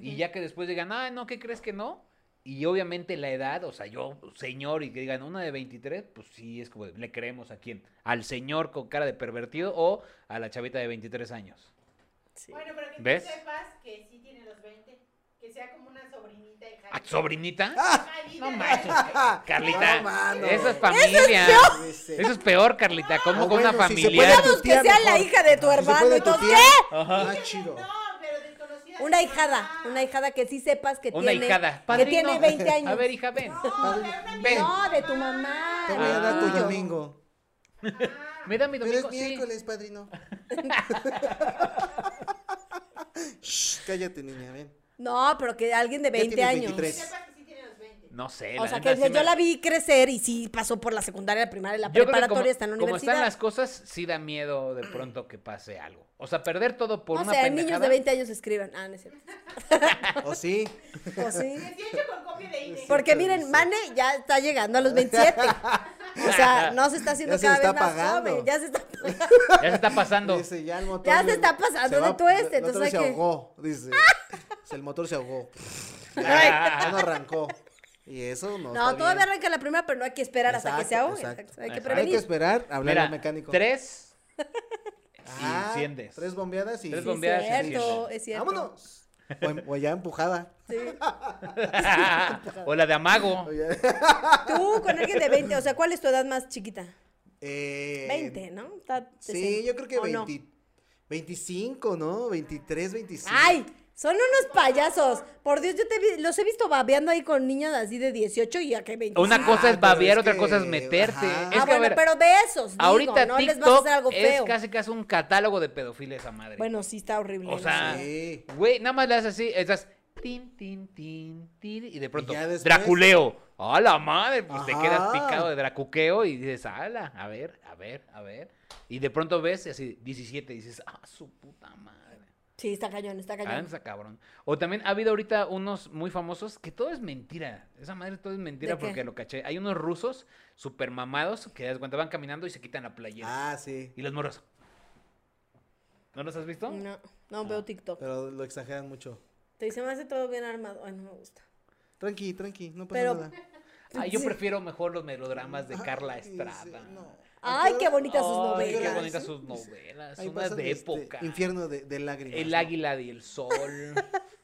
Speaker 2: y ya que después digan, ah, no, ¿qué crees que no? Y obviamente la edad, o sea, yo, señor, y que digan una de 23, pues sí, es como, de, ¿le creemos a quién? ¿Al señor con cara de pervertido o a la chavita de 23 años?
Speaker 3: Sí.
Speaker 5: Bueno, pero que tú
Speaker 2: ¿Ves?
Speaker 5: sepas que sí tiene los 20. Que sea como una sobrinita de
Speaker 2: ¿A
Speaker 5: Jaime.
Speaker 2: tu sobrinita?
Speaker 3: Ah,
Speaker 5: Jaime,
Speaker 2: Ah, No
Speaker 5: de
Speaker 2: manches,
Speaker 5: Jaime.
Speaker 2: [laughs] Carlita.
Speaker 1: Ah, No, mano.
Speaker 2: eso es familia.
Speaker 1: Dice.
Speaker 2: Eso es peor,
Speaker 3: Ah,
Speaker 2: Carlita. ¿Cómo
Speaker 1: O
Speaker 2: con una
Speaker 1: bueno, si se
Speaker 2: familia?
Speaker 1: puede-
Speaker 3: Digamos que sea
Speaker 1: tía mejor.
Speaker 3: la hija de tu
Speaker 1: Si se
Speaker 3: hermano,
Speaker 1: puede
Speaker 3: entonces,
Speaker 1: tu tía,
Speaker 3: ¿qué?
Speaker 2: Ajá.
Speaker 1: Más chido.
Speaker 5: No, pero desconocida.
Speaker 3: Una
Speaker 5: de
Speaker 3: hijada,
Speaker 5: mamá.
Speaker 3: una hijada que sí sepas que
Speaker 2: Una
Speaker 3: tiene
Speaker 2: hijada.
Speaker 3: que
Speaker 2: Padrino.
Speaker 3: tiene 20
Speaker 2: [laughs]
Speaker 3: años.
Speaker 2: A ver, hija, ven.
Speaker 5: No, de una
Speaker 2: Ven.
Speaker 3: No, de tu mamá.
Speaker 1: Te voy a dar tu
Speaker 2: Ah.
Speaker 1: domingo.
Speaker 2: Me da mi
Speaker 1: Pero es
Speaker 2: domingo. sí.
Speaker 1: miércoles,
Speaker 3: [laughs]
Speaker 1: padrino. Shh, cállate, niña, ven.
Speaker 3: No, pero que alguien de
Speaker 1: Ya
Speaker 3: 20
Speaker 1: tienes
Speaker 3: años.
Speaker 1: 23.
Speaker 5: Sepas que sí tiene los 20.
Speaker 2: No sé.
Speaker 3: O
Speaker 2: la
Speaker 3: sea,
Speaker 2: neta,
Speaker 3: que
Speaker 2: sí
Speaker 3: yo
Speaker 2: me-
Speaker 3: la vi crecer y sí pasó por la secundaria, la primaria, la
Speaker 2: Yo creo que
Speaker 3: preparatoria,
Speaker 2: como-
Speaker 3: está en la
Speaker 2: Como
Speaker 3: universidad.
Speaker 2: están las cosas, sí da miedo de pronto que pase algo. O sea, perder todo por
Speaker 3: o
Speaker 2: una
Speaker 3: sea, niños
Speaker 2: pendejada.
Speaker 3: de 20 años escriban. Ah, no
Speaker 2: [laughs]
Speaker 3: es cierto.
Speaker 1: ¿O sí?
Speaker 3: Pues sí.
Speaker 5: 18 con copia de E. INE.
Speaker 3: Porque miren, Mane ya está llegando a los 27.
Speaker 1: [laughs]
Speaker 3: O sea, no se está haciendo
Speaker 1: Ya se
Speaker 3: cada
Speaker 1: está
Speaker 3: vez más
Speaker 1: pagando.
Speaker 3: joven. Ya se está pagando.
Speaker 2: Ya se está
Speaker 3: [laughs]
Speaker 2: pasando.
Speaker 1: Dice, ya el motor.
Speaker 3: Ya se
Speaker 1: le-
Speaker 3: está pasando
Speaker 1: se
Speaker 3: de todo este,
Speaker 1: El motor
Speaker 3: entonces
Speaker 1: se
Speaker 3: hay que-
Speaker 1: ahogó,
Speaker 3: [laughs]
Speaker 1: dice. Dice, el motor se ahogó. Ya, ya no arrancó. Y eso no.
Speaker 3: No,
Speaker 1: está
Speaker 3: todavía
Speaker 1: bien.
Speaker 3: arranca la primera, pero no hay que esperar hasta que se
Speaker 1: Exacto,
Speaker 3: ahogue.
Speaker 1: exacto.
Speaker 3: Exacto. Hay
Speaker 2: Exacto.
Speaker 3: que
Speaker 1: Hay que
Speaker 3: prevenir.
Speaker 1: esperar, hablar
Speaker 2: Mira,
Speaker 1: al mecánico.
Speaker 3: [laughs]
Speaker 2: Tres.
Speaker 1: Ah,
Speaker 2: Y enciendes. [laughs]
Speaker 1: Tres bombeadas y.
Speaker 2: Tres
Speaker 3: Sí, es
Speaker 2: bombeadas, sí, sí,
Speaker 3: cierto,
Speaker 2: sí.
Speaker 3: es cierto.
Speaker 1: Vámonos. O, o ya empujada.
Speaker 3: Sí. [laughs]
Speaker 2: o la de Amago.
Speaker 1: O ya-
Speaker 3: Tú con alguien de 20, o sea, ¿cuál es tu edad más chiquita?
Speaker 1: Eh,
Speaker 3: 20, ¿no? Está
Speaker 1: Sí,
Speaker 3: decente.
Speaker 1: yo creo que
Speaker 3: ¿O no?
Speaker 1: 20 25, ¿no? 23, 25.
Speaker 3: ¡Ay! Son unos payasos. Por Dios, yo te vi- los he visto babeando ahí con niñas así de 18 y acá 20.
Speaker 2: Una
Speaker 3: Ah,
Speaker 2: cosa es
Speaker 1: pero
Speaker 2: babear,
Speaker 1: es
Speaker 2: otra
Speaker 1: que-
Speaker 2: cosa es meterte.
Speaker 1: ajá.
Speaker 2: Es que,
Speaker 3: ah,
Speaker 2: a
Speaker 3: bueno,
Speaker 2: ver,
Speaker 3: pero besos. Digo,
Speaker 2: ahorita
Speaker 3: no les vas a
Speaker 2: TikTok
Speaker 3: hacer algo
Speaker 2: es
Speaker 3: feo.
Speaker 2: casi casi un catálogo de pedofilia esa madre.
Speaker 3: Bueno, sí está horrible.
Speaker 2: O
Speaker 3: ¿no?
Speaker 2: sea,
Speaker 1: Sí.
Speaker 2: Güey, nada más le haces así, estás tin, tin, tin, tin, y de pronto,
Speaker 1: ya después-
Speaker 2: Draculeo. ¡A la madre! Pues te
Speaker 1: Ajá.
Speaker 2: quedas picado de dracuqueo y dices, ¡ala! A ver, a ver, a ver. Y de pronto ves y así 17 y dices, ¡ah, su puta madre!
Speaker 3: Sí, está cañón, está
Speaker 2: Ah,
Speaker 3: cañón.
Speaker 2: está cabrón. O también ha habido ahorita unos muy famosos que todo es mentira. Esa madre todo es mentira
Speaker 3: ¿De qué?
Speaker 2: porque lo caché. Hay unos rusos super mamados que de cuenta van caminando y se quitan la playera.
Speaker 1: Ah, sí.
Speaker 2: Y los morros. ¿No los has visto?
Speaker 3: No, no
Speaker 1: Ah.
Speaker 3: veo TikTok.
Speaker 1: Pero lo exageran mucho.
Speaker 3: Te dice, me hace todo bien armado. Ay, no me gusta.
Speaker 1: Tranqui, tranqui, no pasa
Speaker 3: Pero-
Speaker 1: nada.
Speaker 2: Ah, yo
Speaker 3: Sí.
Speaker 2: prefiero mejor los melodramas de Carla
Speaker 1: Sí,
Speaker 2: Estrada.
Speaker 1: sí, no.
Speaker 3: Ay, qué bonitas sus
Speaker 2: Ay,
Speaker 3: novelas.
Speaker 2: Qué bonitas sus novelas.
Speaker 1: Ahí
Speaker 2: Unas
Speaker 1: pasan,
Speaker 2: de
Speaker 1: este,
Speaker 2: época.
Speaker 1: infierno de, de lágrimas.
Speaker 2: El
Speaker 1: ¿no?
Speaker 2: águila y
Speaker 1: [laughs]
Speaker 2: el sol.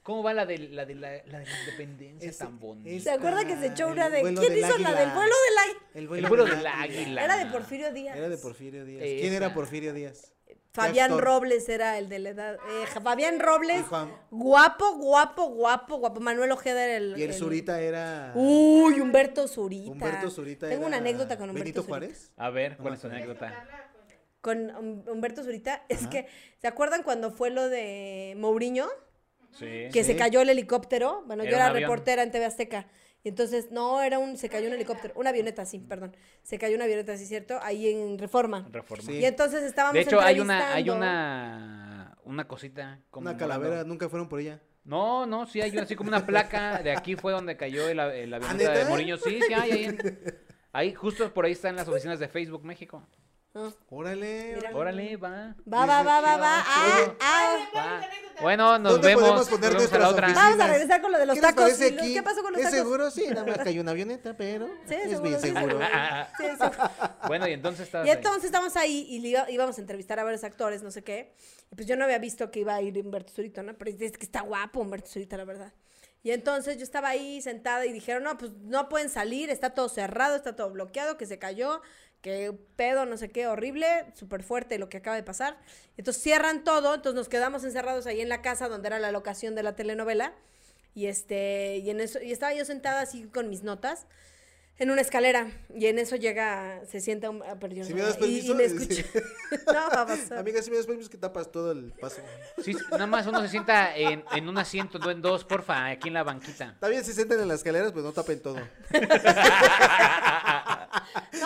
Speaker 2: ¿Cómo va la de la, de la, la de la independencia
Speaker 1: Ese-
Speaker 2: tan
Speaker 3: ¿Se
Speaker 2: bonita?
Speaker 1: ese-
Speaker 3: acuerda que se echó
Speaker 1: Ah,
Speaker 3: una
Speaker 1: el
Speaker 3: de.
Speaker 1: vuelo
Speaker 3: ¿Quién
Speaker 1: del
Speaker 3: hizo la
Speaker 1: águila.
Speaker 3: del vuelo del águila?
Speaker 1: El vuelo,
Speaker 2: El vuelo del águila.
Speaker 3: Era de Porfirio Díaz.
Speaker 1: Era de Porfirio Díaz.
Speaker 2: Esa.
Speaker 1: ¿Quién era Porfirio Díaz?
Speaker 3: Fabián
Speaker 1: Actor.
Speaker 3: Robles era el de la edad. eh, Fabián Robles.
Speaker 1: Y Juan-
Speaker 3: Guapo, guapo, guapo, guapo. Manuel Ojeda era el.
Speaker 1: Y el Zurita era.
Speaker 3: Uy, Humberto Zurita.
Speaker 1: Humberto Zurita
Speaker 3: Tengo una
Speaker 1: era
Speaker 3: anécdota con Humberto
Speaker 1: Benito
Speaker 3: Zurita.
Speaker 1: Juárez.
Speaker 2: A ver, ¿cuál
Speaker 1: me
Speaker 2: es tu
Speaker 1: acuerdo.
Speaker 2: anécdota?
Speaker 5: pues,
Speaker 3: Con Hum- Humberto Zurita. Es que, ¿se acuerdan cuando fue lo de Mourinho?
Speaker 2: Sí.
Speaker 3: que se
Speaker 1: Sí.
Speaker 3: cayó el helicóptero. Bueno,
Speaker 2: Era
Speaker 3: yo
Speaker 2: un
Speaker 3: era
Speaker 2: avión.
Speaker 3: reportera en TV Azteca. Y entonces, no, era un, se cayó un helicóptero, una avioneta, sí, perdón. Se cayó una avioneta, sí, cierto, ahí en Reforma.
Speaker 2: Reforma.
Speaker 1: Sí.
Speaker 3: Y entonces estábamos
Speaker 2: De hecho, hay una, hay
Speaker 3: entrevistando-
Speaker 2: una, una cosita. como
Speaker 1: Una calavera, nunca fueron por ella.
Speaker 2: No, no, sí hay una, así como una placa. De aquí fue donde cayó el, a- el avión de
Speaker 1: ¿Ah, neta?
Speaker 2: Moriño. Sí, sí, hay
Speaker 1: [laughs]
Speaker 2: ahí. en- Ahí, justo por ahí están las oficinas de Facebook México.
Speaker 3: Ah,
Speaker 1: Órale.
Speaker 3: Mira.
Speaker 1: órale.
Speaker 2: Órale, va.
Speaker 3: Va, va, va, va, va.
Speaker 2: Chido.
Speaker 3: Ah, ah.
Speaker 2: Va. Bueno, nos
Speaker 1: ¿Dónde
Speaker 2: vemos.
Speaker 1: podemos
Speaker 2: Nos
Speaker 1: poner
Speaker 2: vemos a la
Speaker 1: nuestras
Speaker 2: otra.
Speaker 1: oficinas?
Speaker 3: Vamos a regresar con lo de los
Speaker 1: ¿Qué les
Speaker 3: tacos.
Speaker 1: parece
Speaker 3: y los-
Speaker 1: aquí?
Speaker 3: ¿Qué pasó con los
Speaker 1: ¿Es
Speaker 3: tacos?
Speaker 1: seguro? Sí, nada más cayó una avioneta, pero
Speaker 3: Sí,
Speaker 1: es
Speaker 3: seguro,
Speaker 1: bien
Speaker 3: sí,
Speaker 1: seguro.
Speaker 2: Ah, ah,
Speaker 3: [laughs] Sí, sí.
Speaker 2: ah. Bueno, y entonces estabas
Speaker 3: Y
Speaker 2: ahí.
Speaker 3: entonces estamos ahí y le iba- íbamos a entrevistar a varios actores, no sé qué. Y pues yo no había visto que iba a ir Humberto Zurita, ¿no? Pero es que está guapo Humberto Zurita, la verdad. Y entonces yo estaba ahí sentada y dijeron, no, pues no pueden salir, está todo cerrado, está todo bloqueado, que se cayó, que pedo, no sé qué, horrible, súper fuerte lo que acaba de pasar. Entonces cierran todo, entonces nos quedamos encerrados ahí en la casa donde era la locación de la telenovela. Y este, y en eso, y estaba yo sentada así con mis notas en una escalera. Y en eso llega, se sienta un ah, perdón,
Speaker 1: Si me das
Speaker 3: y- y,
Speaker 1: permiso,
Speaker 3: me
Speaker 1: sí.
Speaker 3: escucha.
Speaker 1: [laughs]
Speaker 3: [laughs] no, va a pasar.
Speaker 1: Amiga, si me
Speaker 2: pues,
Speaker 1: das permiso que tapas todo el paso.
Speaker 2: Sí, sí, nada más uno se sienta en, en un asiento, no en dos, porfa, aquí en la banquita.
Speaker 1: Está bien si sentan en las escaleras, pues no tapen todo.
Speaker 3: No,
Speaker 1: [laughs]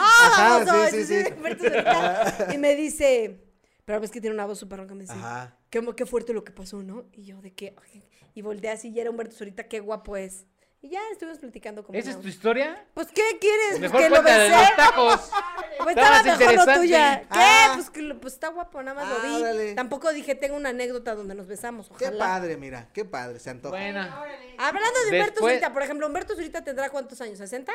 Speaker 1: Ajá,
Speaker 3: vamos,
Speaker 1: sí, sí,
Speaker 3: sí,
Speaker 1: sí. [laughs]
Speaker 3: Humberto Zurita. Y me dice, pero ves que tiene una voz súper ronca, me dice,
Speaker 1: Ajá.
Speaker 3: qué, mo- qué fuerte lo que pasó, ¿no? Y yo, ¿de qué? Ay, Y volteé así y era Humberto Zurita, qué guapo es. Y ya estuvimos platicando como
Speaker 2: ¿Esa
Speaker 3: una
Speaker 2: es tu
Speaker 3: hora.
Speaker 2: historia?
Speaker 3: Pues, ¿qué quieres? Pues,
Speaker 2: Mejor
Speaker 3: que lo
Speaker 2: cuenta de
Speaker 3: besé.
Speaker 2: los
Speaker 3: [laughs]
Speaker 2: tacos.
Speaker 3: Pues
Speaker 2: Estaba
Speaker 3: estaba
Speaker 2: más
Speaker 3: mejor lo
Speaker 2: interesante.
Speaker 3: tuya. ¿Qué?
Speaker 1: Ah.
Speaker 3: Pues, que lo- pues está guapo, nada más
Speaker 1: Ah,
Speaker 3: lo vi.
Speaker 1: órale.
Speaker 3: Tampoco dije, tengo una anécdota donde nos besamos,
Speaker 1: Qué
Speaker 3: ojalá.
Speaker 1: padre, mira, qué padre, se antoja.
Speaker 2: Bueno,
Speaker 3: Hablando de Humberto
Speaker 2: Después-
Speaker 3: Zurita, por ejemplo, Humberto Zurita tendrá cuántos años, ¿60?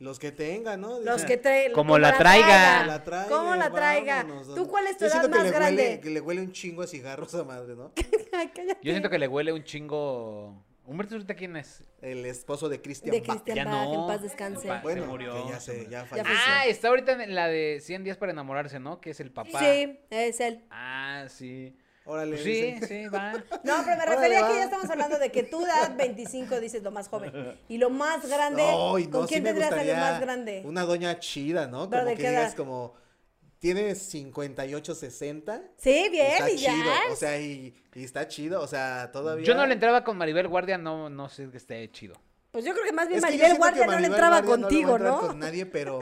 Speaker 1: Los que tengan, ¿no?
Speaker 3: Los
Speaker 1: Dicen,
Speaker 3: que traen.
Speaker 2: Como la traiga.
Speaker 1: "Ah, la traiga,
Speaker 3: ¿Cómo la traiga?
Speaker 1: vámonos,
Speaker 3: ¿Tú
Speaker 1: ¿dónde?".
Speaker 3: cuál es tu
Speaker 1: Yo
Speaker 3: edad
Speaker 1: siento que
Speaker 3: más
Speaker 1: le
Speaker 3: grande?
Speaker 1: Huele, que le huele un chingo a cigarros a madre, ¿no?
Speaker 3: [laughs] Ay, cállate.
Speaker 2: yo siento que le huele un chingo. Humberto, ¿ahorita quién es?
Speaker 1: El esposo de Cristian
Speaker 3: De
Speaker 1: Bach.
Speaker 3: Cristian
Speaker 2: Ya
Speaker 3: Bach,
Speaker 2: no.
Speaker 3: en paz descanse.
Speaker 2: Pa-
Speaker 1: Bueno,
Speaker 2: se murió,
Speaker 1: que ya
Speaker 2: se
Speaker 1: se,
Speaker 2: murió.
Speaker 1: ya
Speaker 3: Ya
Speaker 1: falleció.
Speaker 2: Ah, está ahorita en la de 100 días para enamorarse, ¿no? Que es el papá.
Speaker 3: Sí, es él.
Speaker 2: Ah, sí.
Speaker 1: Órale.
Speaker 2: Pues sí,
Speaker 1: dice.
Speaker 2: sí, va.
Speaker 3: No, pero me
Speaker 1: Órale,
Speaker 3: refería
Speaker 1: va.
Speaker 3: que ya estamos hablando de que tú
Speaker 1: [laughs]
Speaker 3: das 25, dices lo más joven. Y lo más grande,
Speaker 1: Ay,
Speaker 3: ¿con
Speaker 1: no,
Speaker 3: quién
Speaker 1: sí me
Speaker 3: tendrías a lo
Speaker 1: gustaría
Speaker 3: más grande?
Speaker 1: Una doña chida, ¿no?
Speaker 3: Pero
Speaker 1: Como
Speaker 3: ¿de
Speaker 1: que
Speaker 3: qué
Speaker 1: digas
Speaker 3: edad?
Speaker 1: como tiene 58, 60.
Speaker 3: Sí, bien,
Speaker 1: está
Speaker 3: y ya.
Speaker 1: chido, o sea, y, y está chido, o sea, [laughs] todavía
Speaker 2: Yo no le entraba con Maribel Guardia, no, no sé que esté chido.
Speaker 3: Pues yo creo que más bien
Speaker 1: Es que yo
Speaker 3: Maribel
Speaker 1: siento que
Speaker 3: Guardia no le
Speaker 1: Maribel
Speaker 3: entraba
Speaker 1: Guardia le va
Speaker 3: contigo,
Speaker 1: a entrar
Speaker 3: ¿no?
Speaker 1: con nadie,
Speaker 3: [laughs]
Speaker 1: pero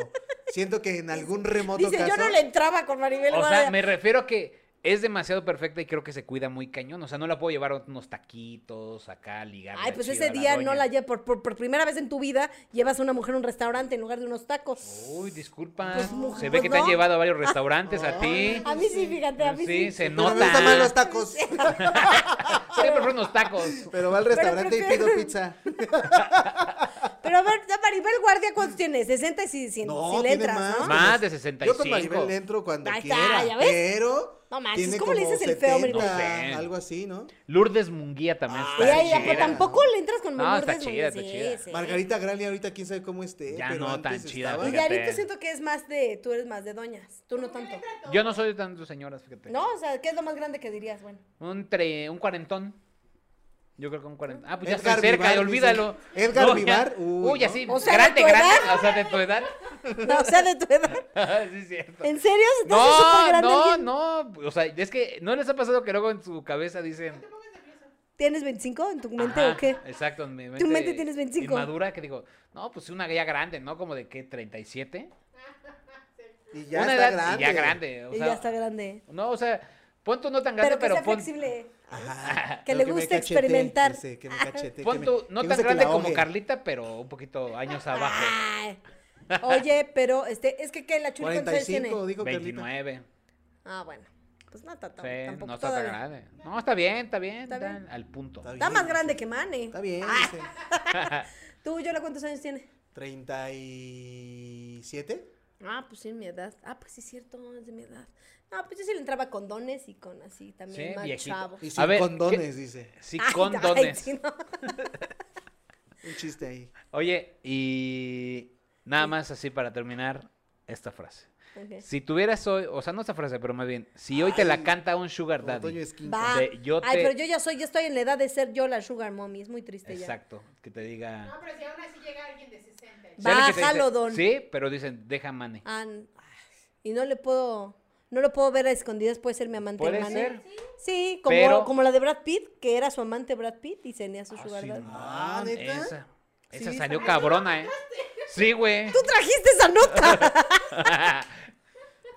Speaker 1: siento que en algún remoto
Speaker 3: Dice,
Speaker 1: caso [laughs]
Speaker 3: yo no le entraba con Maribel
Speaker 2: O
Speaker 3: Guardia.
Speaker 2: sea, me refiero a que es demasiado perfecta y creo que se cuida muy cañón. O sea, no la puedo llevar a unos taquitos acá, ligar.
Speaker 3: Ay, pues ese día no la llevas, por, por- por primera vez en tu vida llevas a una mujer a un restaurante en lugar de unos tacos.
Speaker 2: Uy, disculpa.
Speaker 3: Pues, mu-
Speaker 2: se ve
Speaker 3: pues
Speaker 2: que te han
Speaker 3: no.
Speaker 2: llevado a varios restaurantes a ti.
Speaker 3: A mí sí, fíjate, a mí sí.
Speaker 2: Oh, Sí, se
Speaker 1: Pero me gustan más los
Speaker 2: nota.
Speaker 3: [laughs]
Speaker 1: tacos.
Speaker 2: Sí, prefiero unos tacos.
Speaker 1: Pero va al
Speaker 3: Pero
Speaker 1: restaurante y pido
Speaker 3: prefiero-
Speaker 2: [laughs]
Speaker 1: pizza.
Speaker 3: Pero a ver, ya Maribel Guardia, ¿cuántos tienes? 60 y si, si,
Speaker 1: No,
Speaker 3: si le
Speaker 1: tiene
Speaker 3: entras, ¿no?
Speaker 1: más.
Speaker 2: Más de
Speaker 1: Yo con Maribel
Speaker 2: 65.
Speaker 1: le entro cuando
Speaker 3: Ahí está,
Speaker 1: quiera.
Speaker 3: ¿ya ves?
Speaker 1: Pero.
Speaker 3: No manches,
Speaker 1: tiene
Speaker 3: ¿cómo le
Speaker 1: como
Speaker 3: dices el feo, Maribel?
Speaker 1: 70,
Speaker 2: No sé.
Speaker 1: Algo así, ¿no?
Speaker 2: Lourdes Munguía también
Speaker 3: Y
Speaker 2: está
Speaker 3: ahí,
Speaker 2: chida.
Speaker 3: pues, tampoco le entras con
Speaker 2: No,
Speaker 3: mamor
Speaker 2: está
Speaker 3: de su-
Speaker 2: chida, está
Speaker 3: sí,
Speaker 2: chida.
Speaker 3: sí.
Speaker 1: Margarita Gralia, ahorita quién sabe cómo esté.
Speaker 2: Ya
Speaker 1: pero
Speaker 2: no
Speaker 1: antes
Speaker 2: tan chida,
Speaker 1: estaba-
Speaker 3: Y
Speaker 2: fíjate.
Speaker 3: ahorita siento que es más de, tú eres más de doñas, tú no tanto.
Speaker 2: Yo no soy tan de señoras, fíjate.
Speaker 3: No, o sea, ¿qué es lo más grande que
Speaker 2: [laughs]
Speaker 3: dirías? Bueno,
Speaker 2: Un, tre- un cuarentón. Yo creo que un cuarentón. Ah, pues ya
Speaker 1: Edgar
Speaker 2: estoy cerca,
Speaker 1: Vivar,
Speaker 2: ya olvídalo.
Speaker 1: dice. Edgar
Speaker 2: ya-
Speaker 1: Vivar, uh, uy,
Speaker 2: Uy,
Speaker 1: ¿no?
Speaker 2: así,
Speaker 3: O sea,
Speaker 2: grande,
Speaker 3: ¿de tu
Speaker 2: grande.
Speaker 3: edad?
Speaker 2: O sea, de tu edad. [laughs] Ah,
Speaker 3: no, o sea, de tu edad.
Speaker 2: sí, es cierto.
Speaker 3: ¿En serio? ¿Se te hace súper
Speaker 2: No,
Speaker 3: grande
Speaker 2: no,
Speaker 3: alguien?
Speaker 2: no. O sea, es que no les ha pasado que luego en su cabeza dicen.
Speaker 3: ¿Tienes 25 en tu mente
Speaker 2: Ajá,
Speaker 3: o qué?
Speaker 2: Exacto, en mi mente.
Speaker 3: mente tienes 25.
Speaker 2: Inmadura, que digo, no, pues una ya grande, ¿no? Como de qué, 37.
Speaker 1: Y ya
Speaker 2: una
Speaker 1: está
Speaker 2: edad
Speaker 1: grande.
Speaker 2: y ya grande. O
Speaker 3: Y
Speaker 2: sea,
Speaker 3: ya está grande. ¿eh?
Speaker 2: No, o sea, pon tu no tan grande,
Speaker 3: pero que
Speaker 2: pero,
Speaker 3: sea
Speaker 2: pon.
Speaker 3: flexible.
Speaker 1: Ajá.
Speaker 3: Que
Speaker 1: Pero
Speaker 3: le
Speaker 1: me
Speaker 3: guste
Speaker 1: cachete,
Speaker 3: experimentar.
Speaker 1: dice, que me cachete,
Speaker 2: Pon
Speaker 1: que
Speaker 2: tu
Speaker 1: me-
Speaker 2: no
Speaker 1: que
Speaker 2: tan
Speaker 1: guste que
Speaker 2: grande
Speaker 1: la
Speaker 2: como
Speaker 1: ahogue.
Speaker 2: Carlita, pero un poquito años
Speaker 3: Ah,
Speaker 2: abajo.
Speaker 3: Ay. Ah. Oye, pero este, es que ¿qué? la chuli cuántos años tiene.
Speaker 1: 45, dijo Carlita.
Speaker 2: 29.
Speaker 3: Ah, bueno. Pues no está tan,
Speaker 2: Sí,
Speaker 3: tampoco
Speaker 2: no está tan
Speaker 3: todavía.
Speaker 2: grande. No, está bien, está bien.
Speaker 3: Está
Speaker 2: Está
Speaker 3: bien.
Speaker 2: Al punto.
Speaker 1: Está
Speaker 3: Está
Speaker 1: bien,
Speaker 3: más grande que Mane.
Speaker 1: Está bien,
Speaker 3: Ah.
Speaker 1: dice.
Speaker 3: ¿Tú, Yola, cuántos años tiene?
Speaker 1: ¿37?
Speaker 3: Ah, pues sí, mi edad. Ah, pues sí, es cierto, es de mi edad. Ah, pues yo sí le entraba con dones y con así también
Speaker 2: Sí,
Speaker 3: más
Speaker 2: viejito.
Speaker 3: chavo.
Speaker 1: Y
Speaker 2: A
Speaker 1: sin
Speaker 2: ver,
Speaker 1: condones, dice.
Speaker 2: Sí,
Speaker 3: [laughs] Ay,
Speaker 2: con
Speaker 3: ay,
Speaker 2: dones.
Speaker 3: sí, no.
Speaker 1: Un chiste ahí.
Speaker 2: Oye, y nada más así para terminar esta frase.
Speaker 3: Ok.
Speaker 2: Si tuvieras hoy, o sea, no esta frase, pero más bien, si hoy te la canta un sugar
Speaker 1: Como Toño
Speaker 2: daddy.
Speaker 1: Esquinca.
Speaker 3: Va.
Speaker 2: De- yo
Speaker 3: Ay,
Speaker 2: te-
Speaker 3: pero yo ya soy, yo estoy en la edad de ser yo la sugar mommy. Es muy triste
Speaker 2: Exacto, que te
Speaker 5: No,
Speaker 2: diga.
Speaker 5: pero si aún así llega alguien de 60.
Speaker 3: ya.
Speaker 2: Sí, alguien que te dice,
Speaker 3: Bájalo, don.
Speaker 2: Sí, pero dicen, deja money.
Speaker 3: Ah, n- ay, y no le puedo, no lo puedo ver a escondidas, puede ser mi amante.
Speaker 2: Puede
Speaker 3: hermana.
Speaker 2: ser.
Speaker 3: Sí, como,
Speaker 2: Pero-
Speaker 3: como la de Brad Pitt, que era su amante Brad Pitt y tenía su sugar
Speaker 2: sí,
Speaker 3: daddy.
Speaker 2: no,
Speaker 1: Ah, ¿neta?
Speaker 2: Esa, esa
Speaker 1: Sí.
Speaker 2: salió
Speaker 3: [laughs]
Speaker 2: cabrona, ¿eh? Sí, güey.
Speaker 3: Tú trajiste
Speaker 2: [laughs]
Speaker 3: esa nota.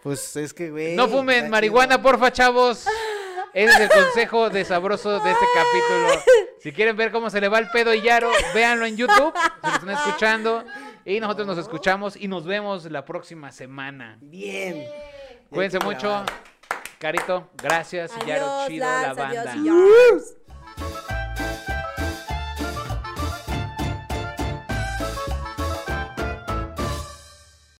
Speaker 1: Pues es que, güey.
Speaker 2: No fumen
Speaker 1: está
Speaker 2: marihuana,
Speaker 1: chido.
Speaker 2: porfa, chavos. Ese es el consejo de sabroso de este capítulo. Si quieren ver cómo se le va el pedo a Yaro, véanlo en YouTube. Si lo están escuchando. Y nosotros nos escuchamos y nos vemos la próxima semana.
Speaker 1: Bien. Y hay
Speaker 2: Cuídense
Speaker 1: que
Speaker 2: mucho.
Speaker 1: grabar.
Speaker 2: Carito, gracias. Yaro,
Speaker 3: adiós,
Speaker 2: chido, la
Speaker 3: Lance,
Speaker 2: banda.
Speaker 3: adiós, Yars.